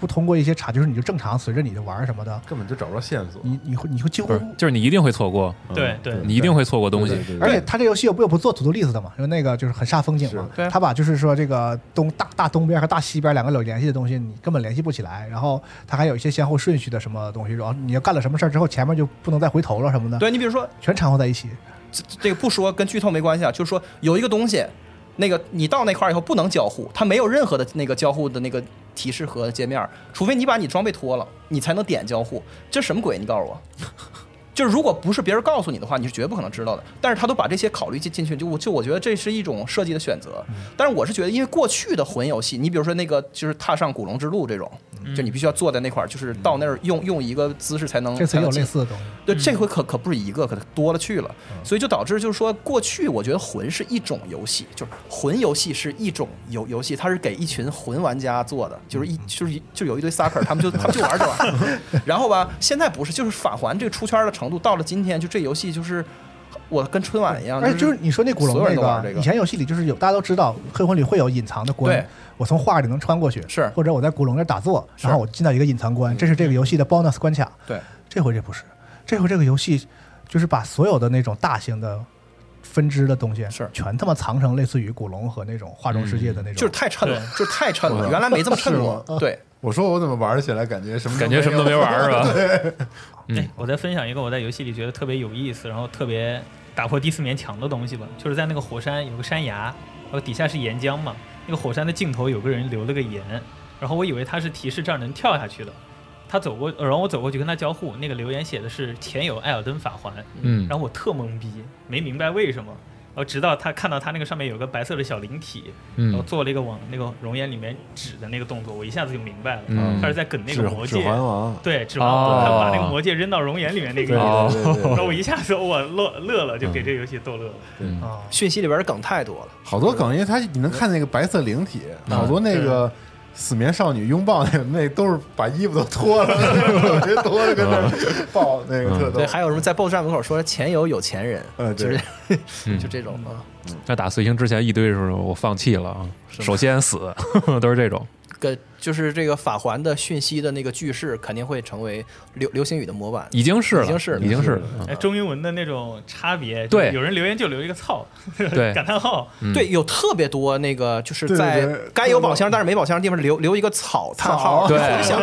不通过一些查，就是你就正常随着你的玩儿什么的，
根本就找不着线索，
你你会你会几乎
不是，就是你一定会错过，
嗯
对对
你一定会错过东
对对
西。
对
而且他这游戏又不又不做 to do list 的嘛，因为那个就是很煞风景嘛
是。
他把就是说这个东大大东边和大西边两个有联系的东西，你根本联系不起来。然后他还有一些先后顺序的什么东西，然后你要干了什么事儿之后，前面就不能再回头了什么的，
对你比如说
全掺和在一起。
这个不说跟剧透没关系啊，就是说有一个东西，那个你到那块儿以后不能交互，它没有任何的那个交互的那个提示和界面儿，除非你把你装备脱了，你才能点交互。这什么鬼？你告诉我。 就是如果不是别人告诉你的话，你是绝对不可能知道的。但是他都把这些考虑进进去，就我就我觉得这是一种设计的选
嗯
择。但是我是觉得，因为过去的魂游戏，你比如说那个就是踏上古龙之路这种，
嗯
就你必须要坐在那块儿，就是到那儿用用一个姿势才能。
这次
才
也有
能进
类似的东西。
对，这回可可不是一个，可多了去了，所以就导致就是说，过去我觉得魂是一种游戏，就是魂游戏是一种游游戏，它是给一群魂玩家做的，就是一就是一就有一堆 sucker，他们就他们就玩这玩意儿，然后吧，现在不是，就是返还这个出圈的程度到了今天，就这游戏就是我跟春晚一样，
而且哎就是你说那古龙
所有
那
人都玩
个，
这个
以前游戏里就是有大家都知道，黑魂里会有隐藏的关
对，
我从画里能穿过去，
是
或者我在古龙那儿打坐，然后我进到一个隐藏关，这是这个游戏的 bonus 关卡。
对，
这回这不是，这回这个游戏就是把所有的那种大型的分支的东西，
是嗯
全他妈藏成类似于古龙和那种画中世界的那种，
就是太趁了，就是太趁了，原来没这么趁过，对，
嗯
我说我怎么玩起来感觉什么
感觉什么都没玩儿是 吧？嗯
哎，我再分享一个我在游戏里觉得特别有意思，然后特别打破第四面墙的东西吧，就是在那个火山有个山崖，然后底下是岩浆嘛，那个火山的尽头有个人留了个言，然后我以为他是提示这儿能跳下去的，他走过，然后我走过去跟他交互，那个留言写的是前有艾尔登法环，
嗯，
然后我特懵逼，没明白为什么。然后直到他看到他那个上面有个白色的小灵体，然后
嗯
做了一个往那个熔岩里面指的那个动作，我一下子就明白了，
嗯
他是在梗那
指
个魔
指
戒。
环王，
对，指环王，他把那
哦
个魔戒扔到熔岩里面那个
对
意思。
对对对
然后
对
我一下子我乐乐了，就给这个游戏逗乐了。
啊，
讯息里边的梗太多了，
好多梗，因为它你能看那个白色灵体，
嗯
好多那个死眠少女拥抱那个，那都是把衣服都脱 了，我觉得脱了跟那儿抱那
嗯
个特逗
对，，还有什么在 BOSS 战门口说前有有钱人，
嗯
就
对
是
嗯
就这种啊。
在打碎星之前一堆的时候，我放弃了啊，首先死 都是这种，
个就是这个法环的讯息的那个句式肯定会成为流流行语的模板。
已经是了，
已经是了
已经是了，
哎，中英文的那种差别，
嗯对
就是有人留言就留一个“操”，
对
感叹号，
嗯
对，有特别多那个就是
对
在
对对
该有宝箱但是没宝箱的地方留留一个草叹号，
对
我就想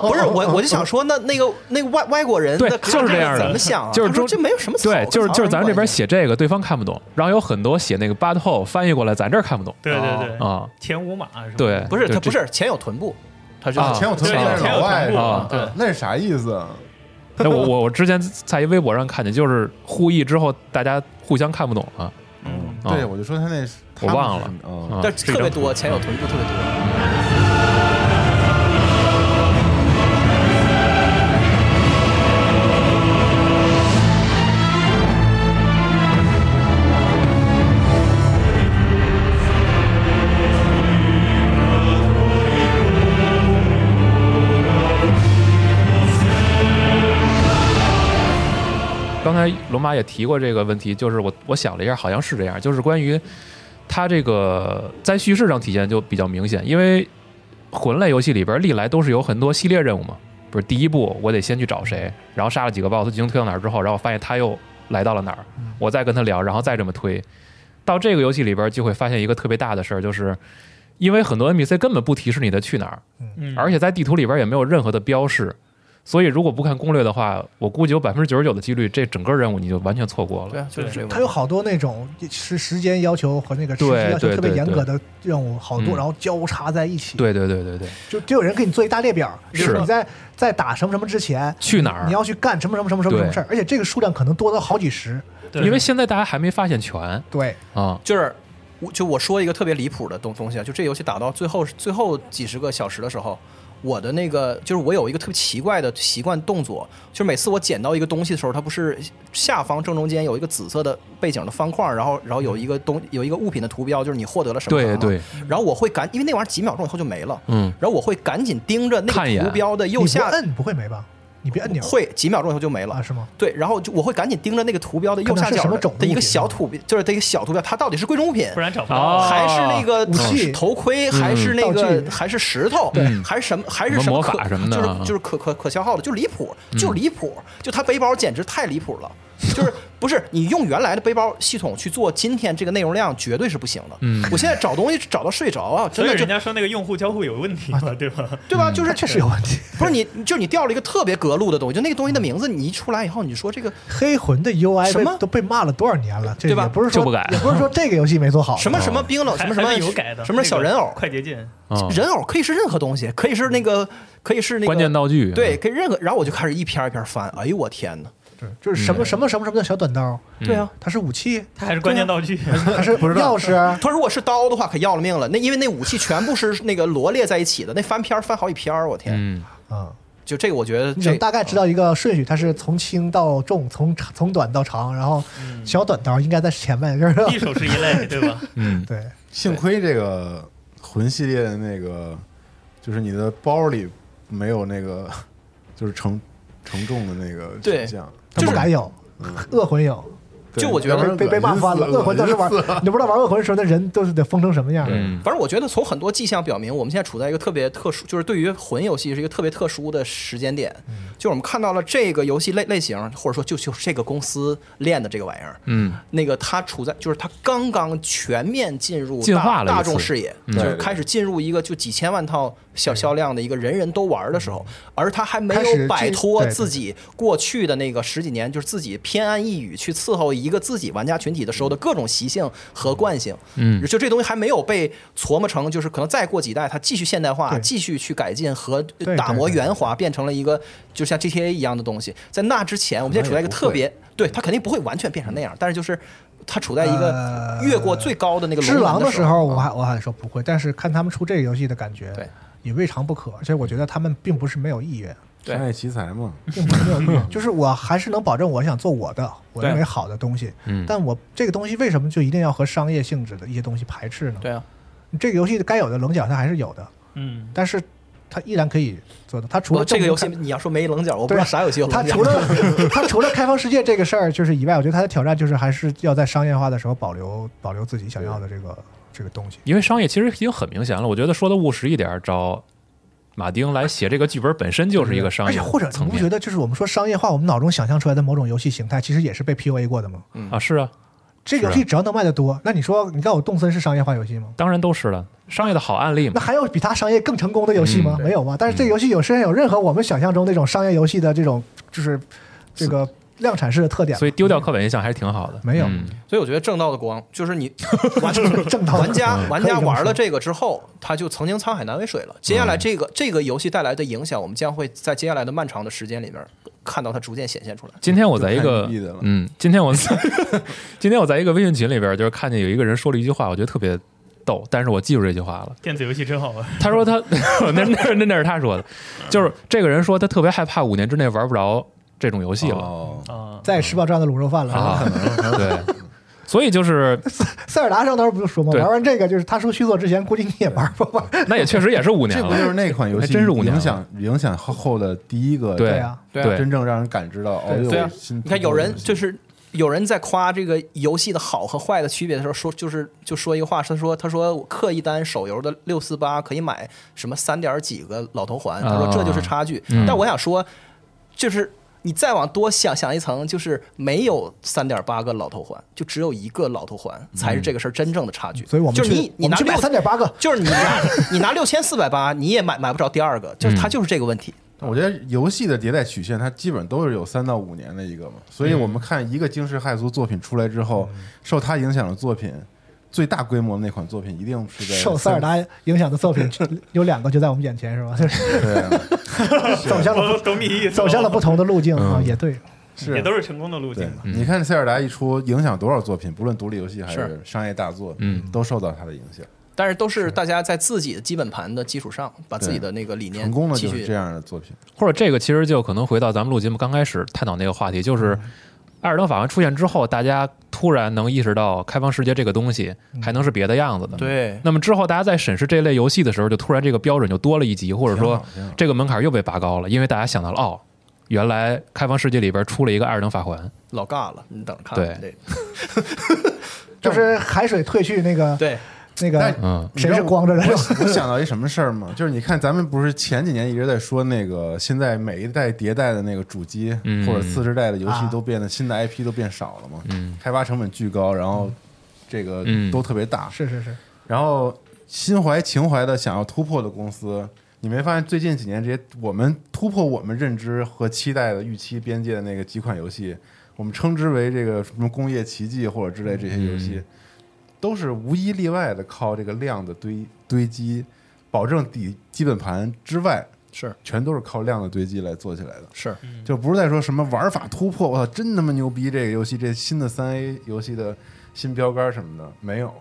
不是我我就想说那那个那个外外国人
对
的
就是
看法
这样的
怎么想啊？
就是
他说
中
这没有什么草
对，
跟
就是
草
就是咱
有
们这
什么
边
关系
写这个，对方看不懂，然后有很多写那个 but 后翻译过来，咱这儿看不懂
对对对，
啊，
前五马是吧？
对，
哎不是
就
他
这
不是前有臀部，他是
啊
前我臀部那是老外是吧
啊？
对
那是啥意思啊？
哎，我我我之前在一微博上看见，就是互译之后大家互相看不懂了。
嗯，
啊
对，我就说他那是
我忘了，
他们是什么嗯
啊
但是特别多，前有臀部特别多。
刚才龙马也提过这个问题，就是我我想了一下，好像是这样，就是关于它这个在叙事上体现就比较明显，因为魂类游戏里边历来都是有很多系列任务嘛，不是第一步我得先去找谁，然后杀了几个 BOSS，剧情推到哪儿之后，然后我发现他又来到了哪儿，我再跟他聊，然后再这么推。到这个游戏里边就会发现一个特别大的事儿，就是因为很多 NPC 根本不提示你的去哪儿，
嗯
而且在地图里边也没有任何的标示，所以如果不看攻略的话，我估计有百分之九十九的几率，这整个任务你就完全错过
对
了。
啊，就是这个问题。
它有好多那种时时间要求和那个时
对
间要求
对
特别
对
严格
对
的任务，好
嗯
多然后交叉在一起，
对对对对对，
就就有人给你做一大列表，就是你在在打什么什么之前，
去哪儿
你要去干什么什么什么什么什么
对
事儿，而且这个数量可能多到好几十。
对
因为现在大家还没发现全
对，
啊，
就是我就我说一个特别离谱的东东西啊，就这游戏打到最后最后几十个小时的时候，我的那个就是我有一个特别奇怪的习惯动作，就是每次我捡到一个东西的时候，它不是下方正中间有一个紫色的背景的方框，然后然后有一个东有一个物品的图标，就是你获得了什么
对
什么
对，
然后我会赶，因为那玩意儿几秒钟以后就没了，
嗯，
然后我会赶紧盯着那
看一眼
个图标的右
你不
下。
摁不会没吧？你别摁钮
会几秒钟以后就没了
啊？是吗？
对，然后就我会赶紧盯着那个图标的右下
看它是
角
什么
的
种
的一
物
个
品啊
小
吗
图，就是这个小图标，它到底是贵重物品，
不然找不
哦
到。
还是那个
武器
头盔，还是那
道
个
具
还是石头，
嗯
还是什么还是
什么
什么
魔
可
法什么的
就是就是可可可消耗的，就离谱，就离谱，就他背包简直太离谱了。就是不是你用原来的背包系统去做今天这个内容量，绝对是不行的。
嗯
我现在找东西找到睡着啊，
所
真
以
的就啊
人家说那个用户交互有问题嘛，对吧？
对吧？就是
确实有问题。
不是你，就是你掉了一个特别隔路的东西，就那个东西的名字，你一出来以后，你就说这个
黑魂的 UI
什
被
么
都被骂了多少年了，这
对吧
也不是说
就不改
也不是说这个游戏没做好，
什么什么冰哦冷，什
还
么什么
还能有改的，
什么小人
那
偶
个，快捷键，
啊，
人偶可以是任何东西，可以是那个，可以是那个
关键道具啊
对，可以任何。然后我就开始一篇一篇翻，哎呦我天哪！
就是什么什么什么什么叫小短刀，
嗯
对啊，
它是武器，
它还是关键道具。
它是钥匙，
他如果是刀的话，可要了命了。那因为那武器全部是那个罗列在一起的，那翻篇儿翻好几篇儿，我天！
嗯，
嗯，
就这个，我觉得
你想
这
大概知道一个顺序，它是从轻到重，从长从短到长，然后
嗯
小短刀应该在前面，就是
一手是一类，对吧？
嗯
对，
幸亏这个魂系列的那个，就是你的包里没有那个，就是承承重的那个
对
选项。
它不
就是
敢有，恶魂有，
对
就我觉得
要不然
被被骂翻了，恶魂
都
当时玩，你不知道玩恶魂的时候，那人都是得疯成什么样，
嗯
反正我觉得从很多迹象表明，我们现在处在一个特别特殊，就是对于魂游戏是一个特别特殊的时间点。
嗯
就我们看到了这个游戏类类型，或者说就就是这个公司练的这个玩意儿，
嗯，
那个它处在就是它刚刚全面进入
进化
大
了一次
大众视野，
嗯
就是开始进入一个就几千万套小销量的一个人人都玩的时候，而它还
嗯
没
开始
有
进
摆脱
对对
自己过去的那个十几年，就是自己偏安一隅去伺候一个自己玩家群体的时候的各种习性和惯性。
嗯
就这东西还没有被琢磨成，就是可能再过几代它继续现代化，
对
继续去改进和
对
打磨
对对
圆滑，变成了一个就像 GTA 一样的东西。在那之前，我们现在处在一个特别，对它肯定不会完全变成那样，但是就是它处在一个
呃
越过最高的那个
智
龙门
狼
的
的
时啊
时候，我还我还说不会，但是看他们出这个游戏的感觉，
对
也未尝不可。而且我觉得他们并不是没有意愿，
对
商业奇才嘛，
并不是没有意 愿，就是我还是能保证我想做我的，我
对
认为好的东西。
嗯
但我这个东西为什么就一定要和商业性质的一些东西排斥呢？
对啊，
这个游戏该有的棱角它还是有的，
嗯，
但是它依然可以做的。它除
我
了
这个游戏
证明
你要说没棱角，我不
对
知道啥游戏有
它
棱角
除。了 它除了开放世界这个事儿就是以外，我觉得它的挑战就是还是要在商业化的时候保留保留自己想要的这个这个东西。
因为商业其实已经很明显了，我觉得说的务实一点儿，找马丁来写这个剧本本身就是一个商
而
业
且或者
层
你不觉
面
得就是我们说商业化，我们脑中想象出来的某种游戏形态，其实也是被 PUA 过的吗？
啊，是啊，
这个游戏只要能卖得多，那你说你告诉我动森是商业化游戏吗？
当然都是了，商业的好案例
那
嘛，
还有比它商业更成功的游戏吗？
嗯
没有吗？但是这个游戏有身上有任何我们想象中那种商业游戏的这种就是这个量产式的特点吗？
所以丢掉刻板印象还是挺好的。
没有
嗯
所以我觉得正道的光就是你 玩
正道的光
玩家
嗯
玩
可以这
家
么
玩了
说嗯
这个之后，他就曾经沧海难为水了。接下来这个这个游戏带来的影响，我们将会在接下来的漫长的时间里面看到它逐渐显现出来。
今天我在一个
就看你毙的了
嗯，今天我 今天我在一个微信群里边儿，就是看见有一个人说了一句话，我觉得特别逗，但是我记住这句话了。
电子游戏真好玩。
他说他 那那那那是他说的，就是这个人说他特别害怕五年之内玩不着这种游戏了、
哦，
啊，
再也吃不到这样的卤肉饭了。
啊，对，所以就是
塞尔达上当时不就说吗？
对
玩完这个就是他说续作之前，估计你也玩不玩？
那也确实也是五年
这
了，
不就是那款游
还
戏
真是五年
影
了
响影响后的第一个
对
啊，
对啊
对
真正让人感知到哦，
对啊
有新
你看，有
嗯
人就是有人在夸这个游戏的好和坏的区别的时候，说就是就说一个话，他说他说我氪一单手游的六四八可以买什么三点几个老头环，他说
啊
这就是差距。
嗯
但我想说，就是你再往多想想一层，就是没有三点八个老头环，就只有一个老头环才是这个事儿真正的差距。
嗯所以我们
就是
去
你你
我们
拿
去买
六
三点八个，
就是你拿你拿六千四百八，你也买买不着第二个，
嗯
就是它就是这个问题。
我觉得游戏的迭代曲线，它基本都是有三到五年的一个嘛，所
嗯
以我们看一个惊世骇俗作品出来之后，受它影响的作品，最大规模的那款作品一定是在
受塞尔达影响的作品有两个就在我们眼前，是吧？就是
对啊，
走向了
我懂你意思，
走向了不同的路径啊，
嗯
也对。
是
也都是成功的路
对
径，
嗯
嘛。
你看塞尔达一出，影响多少作品，不论独立游戏还
是
是商业大作，
嗯
都受到它的影响。
但是都是大家在自己的基本盘的基础上，把自己的那个理
嗯
念
成功的
继
就是
续
这样的作品，
或者这个其实就可能回到咱们录节目刚开始探讨那个话题，就是《艾尔登法环》出现之后，大家突然能意识到开放世界这个东西还能是别的样子的。。
对，
那么之后，大家在审视这类游戏的时候，就突然这个标准就多了一级，或者
挺
说
好挺好
这个门槛又被拔高了，因为大家想到了哦，原来开放世界里边出了一个《艾尔登法环》，
老尬了，你等着看。
对
对
就是海水退去那个
对
那个
但
嗯，
谁是光着的？
我想到一什么事儿吗？就是你看，咱们不是前几年一直在说那个，现在每一代迭代的那个主机、
嗯
或者次世代的游戏
啊
都变得、新的 IP 都变少了嘛，
嗯
开发成本巨高，然后这个
嗯
都特别大，
是是是，
然后心怀情怀的想要突破的公司，你没发现最近几年这些我们突破我们认知和期待的预期边界的那个几款游戏，我们称之为这个什么工业奇迹或者之类这些游戏，都是无一例外的靠这个量的堆堆积，保证底基本盘之外，
是
全都是靠量的堆积来做起来的。
是，
就不是在说什么玩法突破，我操，真他妈牛逼！这个游戏这新的三 A 游戏的新标杆什么的没有，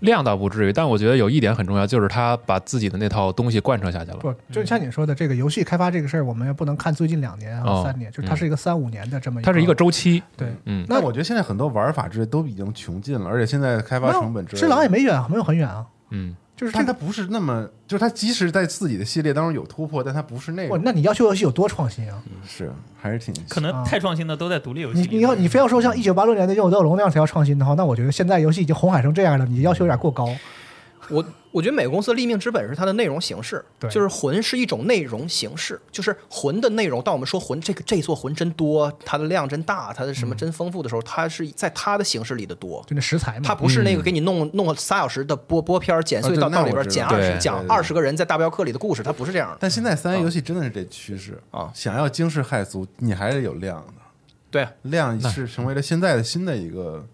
量倒不至于，但我觉得有一点很重要，就是他把自己的那套东西贯彻下去了。
不就像你说的这个游戏开发这个事儿，我们也不能看最近两年啊
哦
三年，就是它是一个三五年的这么，
它是一个周期，
对。
嗯，
那我觉得现在很多玩法之类都已经穷尽了，而且现在开发成本之类的
只狼也没远，没有很远啊，
嗯，
就是
但
这
它
个。
不是那么，就是它即使在自己的系列当中有突破，但它不是那
哇，
个，
哦那你要求游戏有多创新啊？
是还是挺
可能太创新的都在独立游戏
你
里。
你要你非要说像一九八六年的《勇者斗恶龙》那样才叫创新的话，那 我觉得现在游戏已经红海成这样了，你要求有点过高。
我我觉得每个公司的立命之本是它的内容形式，
对
就是魂是一种内容形式，就是魂的内容。当我们说魂这个这座魂真多，它的量真大，它的什么真丰富的时候，它是在它的形式里的多。
就那食材嘛，
它不是那个给你弄弄了仨小时的播播片儿剪
嗯
碎
啊对
到
那
到
我
里边
知道
剪
对
二
对
十
对
讲二十个人在大镖客里的故事，它不是这样的。
但现在
哦
三 A 游戏真的是这趋势哦
啊
想要惊世骇俗，你还是有量的，
对，
啊
量是成为了现在的新的一个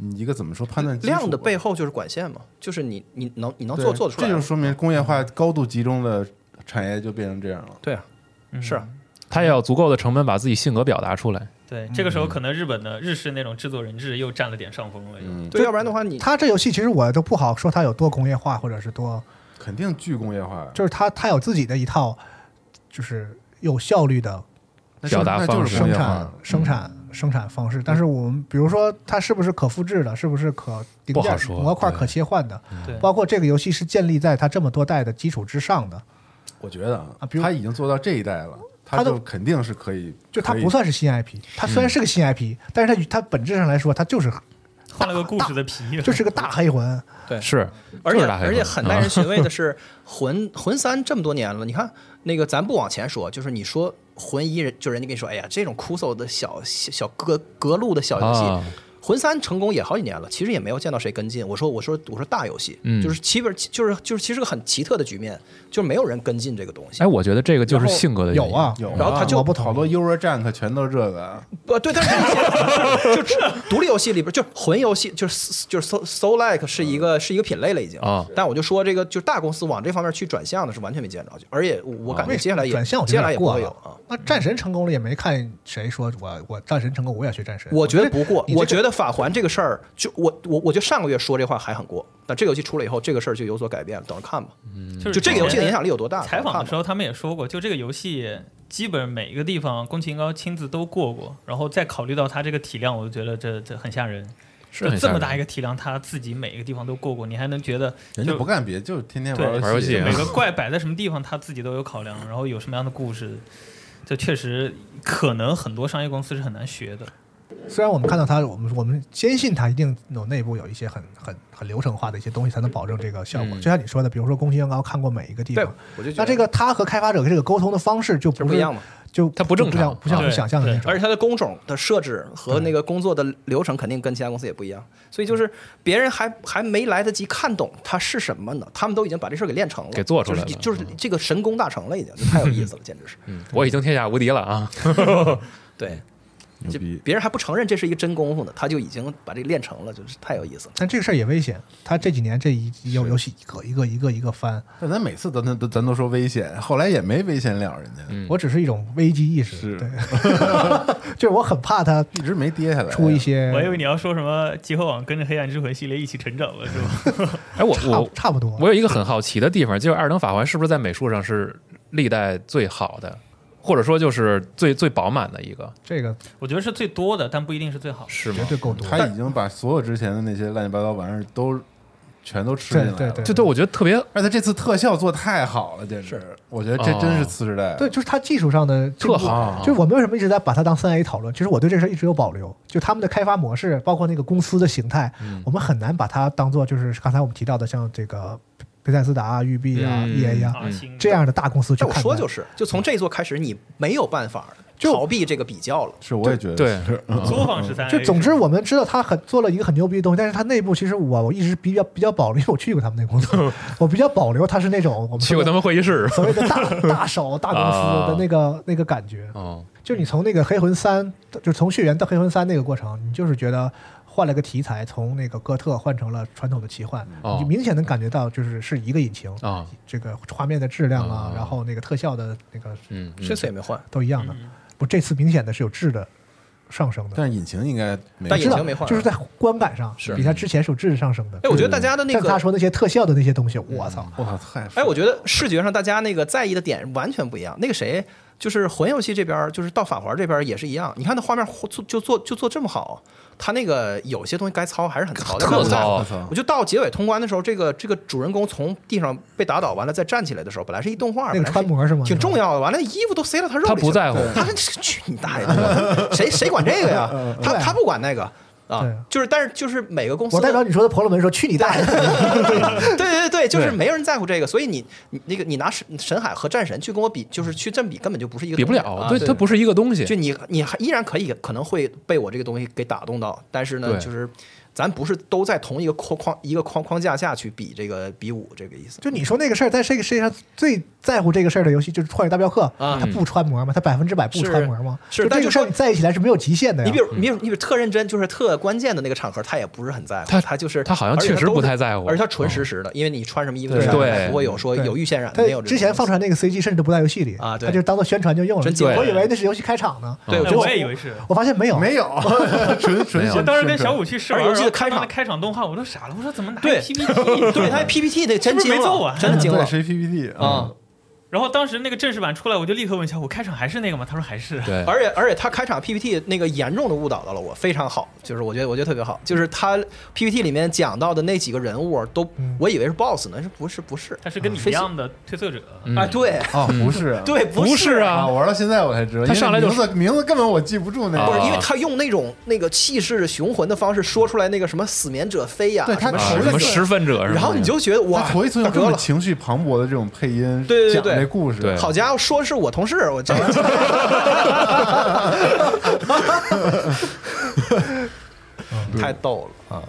嗯一个怎么说判断基础吧
量的背后就是管线嘛，就是你你能你能
对
做做得出来
这
吗。
就是说
嗯
明工业化高度集中的产业就变成这样了。
对啊，是啊，
他也要足够的成本把自己性格表达出来。
对，这个时候可能日本的日式那种制作人制又占了点上风了。又
嗯，
对，要不然的话你
它这游戏其实我都不好说它有多工业化，或者是多，
肯定巨工业化，
就是它它有自己的一套，就是有效率的
那就
表
是
达
那就
方
是
式
工
生
业
产
化
生产生产方式。但是我们比如说它是不是可复制的，是不是可零
不好
件
说
模块
对
可切换的，
对，
包括这个游戏是建立在它这么多代的基础之上的，
我觉得啊
啊比如
他已经做到这一代了，他
他都
就肯定是可以，
就它
可以
不算是新 IP，它虽然是个新 IP，但是它与它本质上来说，它就是
换了个故事的皮，
就是个大黑魂，
对
是，
而
就
且
是大黑
而且
魂
很耐人寻 味的是，魂魂三这么多年了，你看那个咱不往前说，就是你说魂一人，就人家跟你说，哎呀，这种枯燥的小小小隔隔路的小游戏。
啊
魂三成功也好几年了，其实也没有见到谁跟进。我说，我说，我说大游戏，
嗯
就是其本就是就是其实个很奇特的局面，就是没有人跟进这个东西
哎，。我觉得这个就是性格的原
有
因，
啊，
有啊，
然后他就
我不同意
好多 Euro Junk 全都是这个，
不对，但是就是独立游戏里边，就是魂游戏，就是就是 so so like 是一个是一个品类了已经
啊
但我就说这个，就是大公司往这方面去转向的是完全没见着，而且我
啊
我感觉接下来也
转向我觉
接
得
下来也不
过
会
了
有啊。
那战神成功了也没看谁说我我战神成功我也去战神，
我觉得不过，
你这个
我觉得法环这个事儿，就我我我就上个月说这话还很过，但这个游戏出了以后，这个事儿就有所改变了，等着看吧。
就是
就这个游戏的影响力有多大？
采
等着
访
看
的时
吧。
候，他们也说过，就这个游戏基本每一个地方，宫崎英高亲自都过过，然后再考虑到它这个体量，我就觉得这这很吓人。
是
就
很
这
吓
么
人
大一个体量，他自己每一个地方都过过，你还能觉得
人家不干别的，就天天
对
玩游戏
戏，
啊
每个怪摆在什么地方，他自己都有考量，然后有什么样的故事，这确实可能很多商业公司是很难学的。
虽然我们看到它，我们我们坚信它一定有内部有一些很很很流程化的一些东西，才能保证这个效果。
嗯
就像你说的，比如说宫崎英高看过每一个地
对
方，，
我就觉
那
得
这个他和开发者这个沟通的方式就
这
不
不
是
一样嘛。
就
它不正常
像不像
对
想象的那种
而。且它的工种的设置和那个工作的流程肯定跟其他公司也不一样，所以就是别人还还没来得及看懂它是什么呢，他们都已经把这事儿给练成了，
给做出来了
就是就是这个神功大成了，已经就太有意思 了，简直是。
嗯我已经天下无敌了啊！
对，
牛
就
逼。
别人还不承认这是一个真功夫呢，他就已经把这个练成了，就是太有意思了。
但这个事儿也危险，他这几年这一有游戏一个一个一个一个翻，
但咱每次都咱都咱都说危险，后来也没危险了，人家
嗯
我只是一种危机意识，
是
对， 就是我很怕他
一直没跌下来。啊
出一些
我还以为你要说什么集合网跟着黑暗之魂系列一起成长了，是吧？
哎，我
差
我
不差不多
我有一个很好奇的地方，就是《二等法环》是不是在美术上是历代最好的，或者说就是最最饱满的一个，
这个
我觉得是最多的，但不一定是最好的。
是
绝
吗？
对够多。
他已经把所有之前的那些乱七八糟玩意儿都全都吃进来了。
对对对
这对我觉得特别
而且这次特效做太好了，简直！我觉得这真是次时代。
哦对，就是它技术上的进步
特好
就是我们为什么一直在把它当三 A 讨论？就是我对这事儿一直有保留，就他们的开发模式，包括那个公司的形态，
嗯
我们很难把它当做就是刚才我们提到的像这个贝塞斯达啊、育碧啊、
嗯
EA 啊
啊，行
这样的大公司去
但
看
我
待。
说就是，就从这一座开始，你没有办法
就
逃避这个比较了。
是，我也觉得
对
是
作坊
哦
十三 A，
就总之，我们知道他很做了一个很牛逼的东西，但是他内部其实我我一直比较比较保留，因为我去过他们那公司，我比较保留他是那种我们
嗯去
说
过
的
他们啊会议室。
所谓的大大手大公司的那个那个感觉。
哦，
就你从那个黑魂三，就是从血缘到黑魂三那个过程，你就是觉得换了个题材，从那个哥特换成了传统的奇幻，
哦
你明显能感觉到就是是一个引
哦
擎，
啊，
这个画面的质量啊，
哦
然后那个特效的那个
嗯，嗯
这次也没换，
都一样的。不，这次明显的是有质的上升的，
但是引擎应该没
但
知
引
道
擎没换
就是在观感上
是
比它之前是有质上升的。
哎，我觉得大家的那
像他
个，
说那些特效的那些东西，我操！
我操，太
哎，我觉得视觉上大家那个在意的点完全不一样。那个谁，就是魂游戏这边，就是到法环这边也是一样。你看那画面做就做就做这么好，他那个有些东西该糙还是很糙的，
特
我在乎
糙
我操
我就到结尾通关的时候，这个这个主人公从地上被打倒完了再站起来的时候，本来是一动画，
那
本
个
来
穿模是吗
挺重要的。完了，衣服都塞到他肉里去
他
了，
不在乎
他去你大爷的！谁谁管这 个呀？
嗯
他他不管那个啊
对，
就是但是就是每个公司
我
的，
代表你说的婆罗门说：“去你大爷！”
对对对，就是
对
没有人在乎这个，所以你你那个你拿神神海和战神去跟我比，就是去这么比，根本就不是一个
比不
东西
了，
啊
对，它不是一个东西
就。你你还依然可以可能会被我这个东西给打动到，但是呢，
对
就是咱不是都在同一个框框一个框框架下去比这个比武这个意思。
就你说那个事儿，在这个世界上最在乎这个事儿的游戏就是《创业大镖客》
啊
它不穿模吗？它百分之百不穿模吗？
是是
就
但
这
就
个事
说
儿你在意起来是没有极
嗯
限的呀。
你比如，
啊
你比如，你比如特认真，就是特关键的那个场合，他也不是很在乎，
他
他就是
他好像
而且
确实
都
不
是
太在乎嗯
而且他纯实时的，因为你穿什么衣服
对
上
对
不会有说
对
有预渲染的，
他
没有这种
之前放出来那个 CG 甚至都不在游戏里
啊对
他就当做宣传就用了。
真对
我以为那是游戏开场呢，
对，
哎
就
我也以为是。
我发现没有，
没有 纯纯
没有
我
宣
当时跟小
宣
五去试
而
玩，
且游
然
戏的
后看到
开场
那开场动画我都傻了，我说怎么拿
对
PPT？
对他 PPT 那真
是不是
惊
没揍
了
啊，
真的
传
惊
对
了
谁 PPT
嗯
啊！！
然后当时那个正式版出来，我就立刻问小虎，开场还是那个吗？他说还是。
对，
而且而且他开场 PPT 那个严重的误导到了我，非常好，就是我觉得我觉得特别好，就是他 PPT 里面讲到的那几个人物都，
嗯
我以为是 BOSS 呢，是不是不是？
他是跟你
非
一
常
样的推测者，
嗯
啊，对
哦，不是啊，
对，
不是啊
啊，玩到现在我才知道，
他上来就
因为名字名字根本我记不住那
啊不是，
个，
因为他用那种那个气势雄浑的方式说出来那个什么死眠者飞呀，
对他
什么
啊
头
十
什
个
么
字
十分者是吧，
然后你就觉得哇
他，头一次用
大
这
哥
么
了，
情绪磅礴的这种配音
对对
讲
对
这故事，
对
好家伙，说是我同事，我这
嗯
太逗了啊！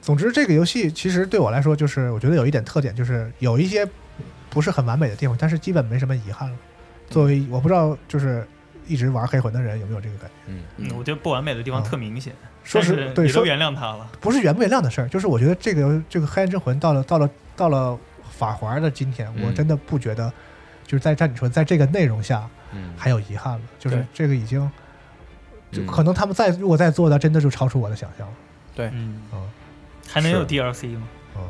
总之，这个游戏其实对我来说，就是我觉得有一点特点，就是有一些不是很完美的地方，但是基本没什么遗憾了。作为我不知道，就是一直玩黑魂的人有没有这个感觉？
嗯，我觉得不完美的地
哦
方特明显，
说
但
实
是
对
也都
说
原谅他了。
不是原不原谅的事儿，就是我觉得这个这个黑暗之魂到了到了到了法环的今天，
嗯
我真的不觉得，就是在像你说，在这个内容下
嗯
还有遗憾了，就是
对
这个已经，就
嗯
可能他们再如果再做到，真的就超出我的想象了。
嗯
嗯，
还能有
是
DLC 吗？
嗯，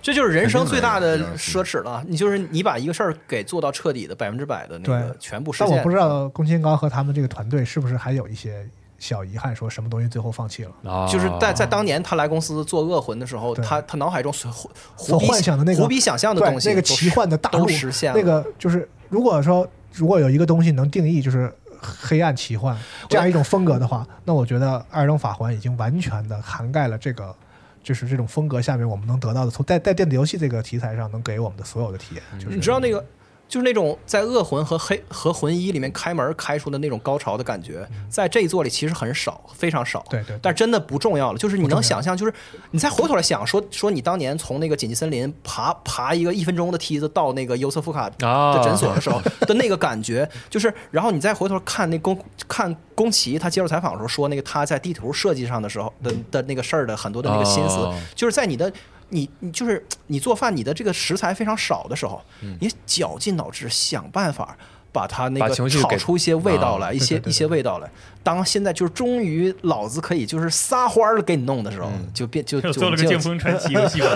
这就是人生最大的
肯定的
奢侈了。你就是你把一个事儿给做到彻底的百分之百的那个
对
全部实
但我
现
不，知道宫崎英高和他们这个团队是不是还有一些小遗憾，说什么东西最后放弃了。
啊
就是在在当年他来公司做恶魂的时候，
哦对
他他脑海中所胡
所
胡逼
幻想的那个
胡逼想象的东西，
对那个奇幻的大陆
都实现了。
那个就是，如果说如果有一个东西能定义就是黑暗奇幻这样一种风格的
嗯
话，那我觉得《二等法环》已经完全的涵盖了这个，就是这种风格下面我们能得到的，从在在电子游戏这个题材上能给我们的所有的体验，就是
你知道那个，就是那种在《恶魂》和《黑》和《魂一》里面开门开出的那种高潮的感觉，在这一座里其实很少，非常少。
对对对
但真的不重要了，就是你
重要
能想象，就是你再回头来想，说说你当年从那个紧急森林爬爬一个一分钟的梯子到那个尤瑟夫卡
啊
的诊所的时候的那个感觉，就是，然后你再回头看那宫看宫崎他接受采访的时候说那个他在地图设计上的时候的的那个事儿的很多的那个心思
哦，
就是在你的你你就是你做饭，你的这个食材非常少的时候，你绞尽脑汁想办法把它那
把
个
情绪
炒
给
出一些味道来，一些
对对对
一些味道来。当现在就是终于老子可以就是撒欢儿了给你弄的时候，就变就就
做了个
就
剑锋传奇游戏吧。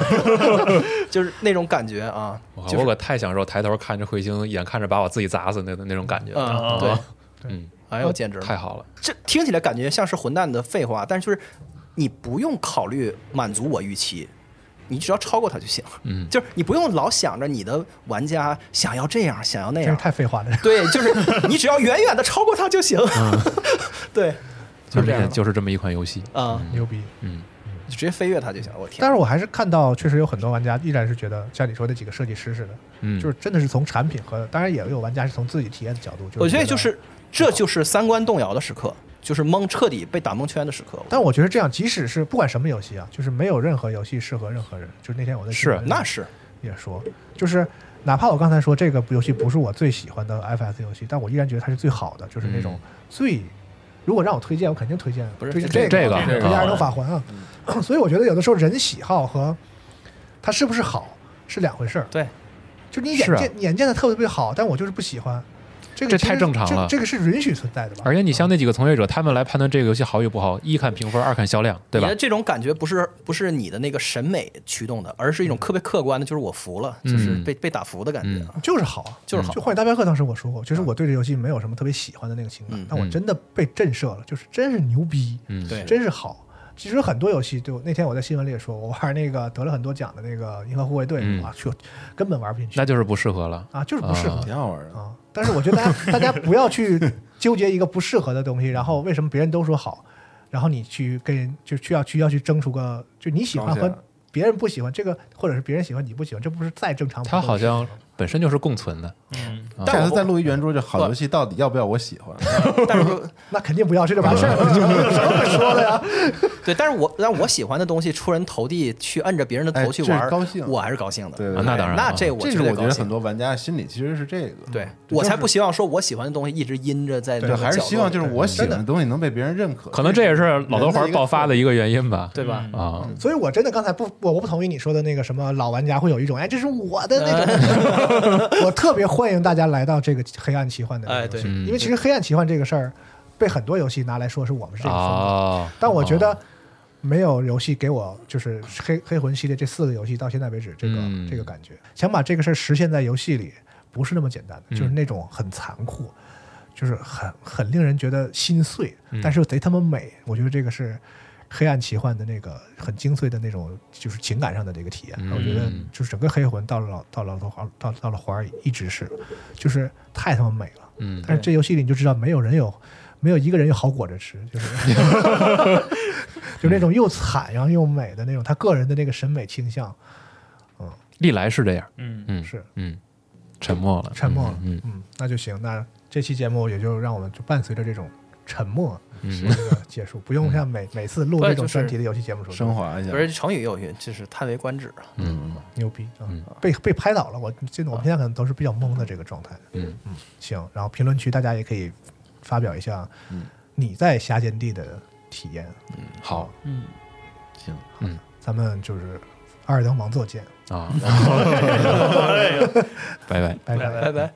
就是那种感觉啊，
哇
就
我
是
可太享受抬头看着彗星，眼看着把我自己砸死那那种感觉了，
嗯
哦
对，
嗯，
哎呦简直了
太好了，
这听起来感觉像是混蛋的废话，但是就是你不用考虑满足我预期，你只要超过它就行。
嗯，
就是你不用老想着你的玩家想要这样，想要那
真是
样，
太废话了。
对，啊就是你只要远远的超过它就行。
嗯
对，
就
就是这
这
样
样，。嗯就是这么一款游戏。
啊，
牛逼！
嗯，
就直接飞跃它就行。我天
但，是我还是看到，确实有很多玩家依然是觉得像你说那几个设计师似的，
嗯，
就是真的是从产品和，当然也有玩家是从自己体验的角度，
我觉得就是这就是三观动摇的时刻，就是蒙彻底被打蒙圈的时刻。
但我觉得这样，即使是不管什么游戏啊，就是没有任何游戏适合任何人。就是那天我在
是
那是
也说，就是哪怕我刚才说这个游戏不是我最喜欢的 FS 游戏，但我依然觉得它是最好的，就是那
嗯
种最。如果让我推荐，我肯定推荐，
不是
推荐
这
这
个
个，
这个嗯
推荐《二等法环》啊。 所以我觉得有的时候人喜好和它是不是好是两回事儿。
对，
就你
是
眼
啊
见眼见的特别特别好，但我就是不喜欢，这个
这
其实
太正常了
这这个是允许存在的吧？嗯
而且你像那几个从业者，他们来判断这个游戏好与不好，一看评分，二看销量，对
你
吧
的？这种感觉不是不是你的那个审美驱动的，而是一种特别客观的，就是我服了，就是
嗯
被被打服的感觉啊。
就是好啊，
就是好
就《荒野大镖客》当时我说过，其实我对这游戏没有什么特别喜欢的那个情感，
嗯
但我真的被震慑了，就是真是牛逼，
嗯，
对
真是好。其实很多游戏，对我那天我在新闻里也说，我玩那个得了很多奖的那个《银河护卫队》
嗯
啊，去根本玩不进去
那就是不适合了。
啊，就是不适合
啊
挺好玩的。
啊。但是我觉得大家大家不要去纠结一个不适合的东西，然后为什么别人都说好，然后你去跟人就去要去要去争出个就你喜欢
高
和
下
别人不喜欢这个，或者是别人喜欢你不喜欢，这不是再正常不过
它
的事情
好
吗？
像本身就是共存的，
嗯，
啊
下
但
次
我
再录一圆桌，就好游戏到底要不要我喜欢？
嗯
但是
那肯定不要，这就完事儿了，有 什么可说的呀？
对，但是我但我喜欢的东西出人头地，去摁着别人的头去玩
哎这是
儿，
高兴
我还是高兴的。
对对
啊那当然
那
了
这我
这
绝
是
对
我觉
高
得
兴
很。多玩家心里其实是这个，
对
这
我才
就是
不希望说我喜欢的东西一直阴着在那
对，
个
还是
角落
希望
里
就是我喜欢的东西能被别人认可。
可能这也是老头环爆发
的
的一个原因吧。
对
嗯
吧？
啊，
所以我真的刚才不，我我不同意你说的那个什么老玩家会有一种，哎，这是我的那 种。 我特别欢迎大家来到这个黑暗奇幻的
哎
这个
对
游戏，
嗯
因为其实黑暗奇幻这个事儿被很多游戏拿来说是我们是这个风格，
哦，
但我觉得。没有游戏给我就是黑黑魂系列这四个游戏到现在为止这个、
嗯
这个感觉，想把这个事儿实现在游戏里不是那么简单
嗯
的，就是那种很残酷，就是很很令人觉得心碎，但是又贼他妈美。我觉得这个是黑暗奇幻的那个很精粹的那种，就是情感上的这个体验。我觉得就是整个黑魂到了老到了华到到了华尔一直是，就是太他妈美了。
嗯
但是这游戏里你就知道，没有人有没有一个人有好果子吃，就是 就那种又惨然后又美的那种，他个人的那个审美倾向
历来是这样。
嗯，
嗯，
是
嗯，沉默了，
沉默了。
嗯，
嗯，那就行。那这期节目也就让我们就伴随着这种沉默
嗯
做一个结束，不用像每每次录
不
这
是
种
就是
专题的游戏节目说
升华一下，
不是成语也有云，就是叹为观止啊。
牛逼啊，
嗯
被被拍倒了。我现在我们现在可能都是比较懵的这个状态。
啊嗯
嗯，行。然后评论区大家也可以发表一下
嗯
你在侠间地的体验。
好
行，
咱们就是 二等王座见，
啊，拜拜。
拜拜
拜拜。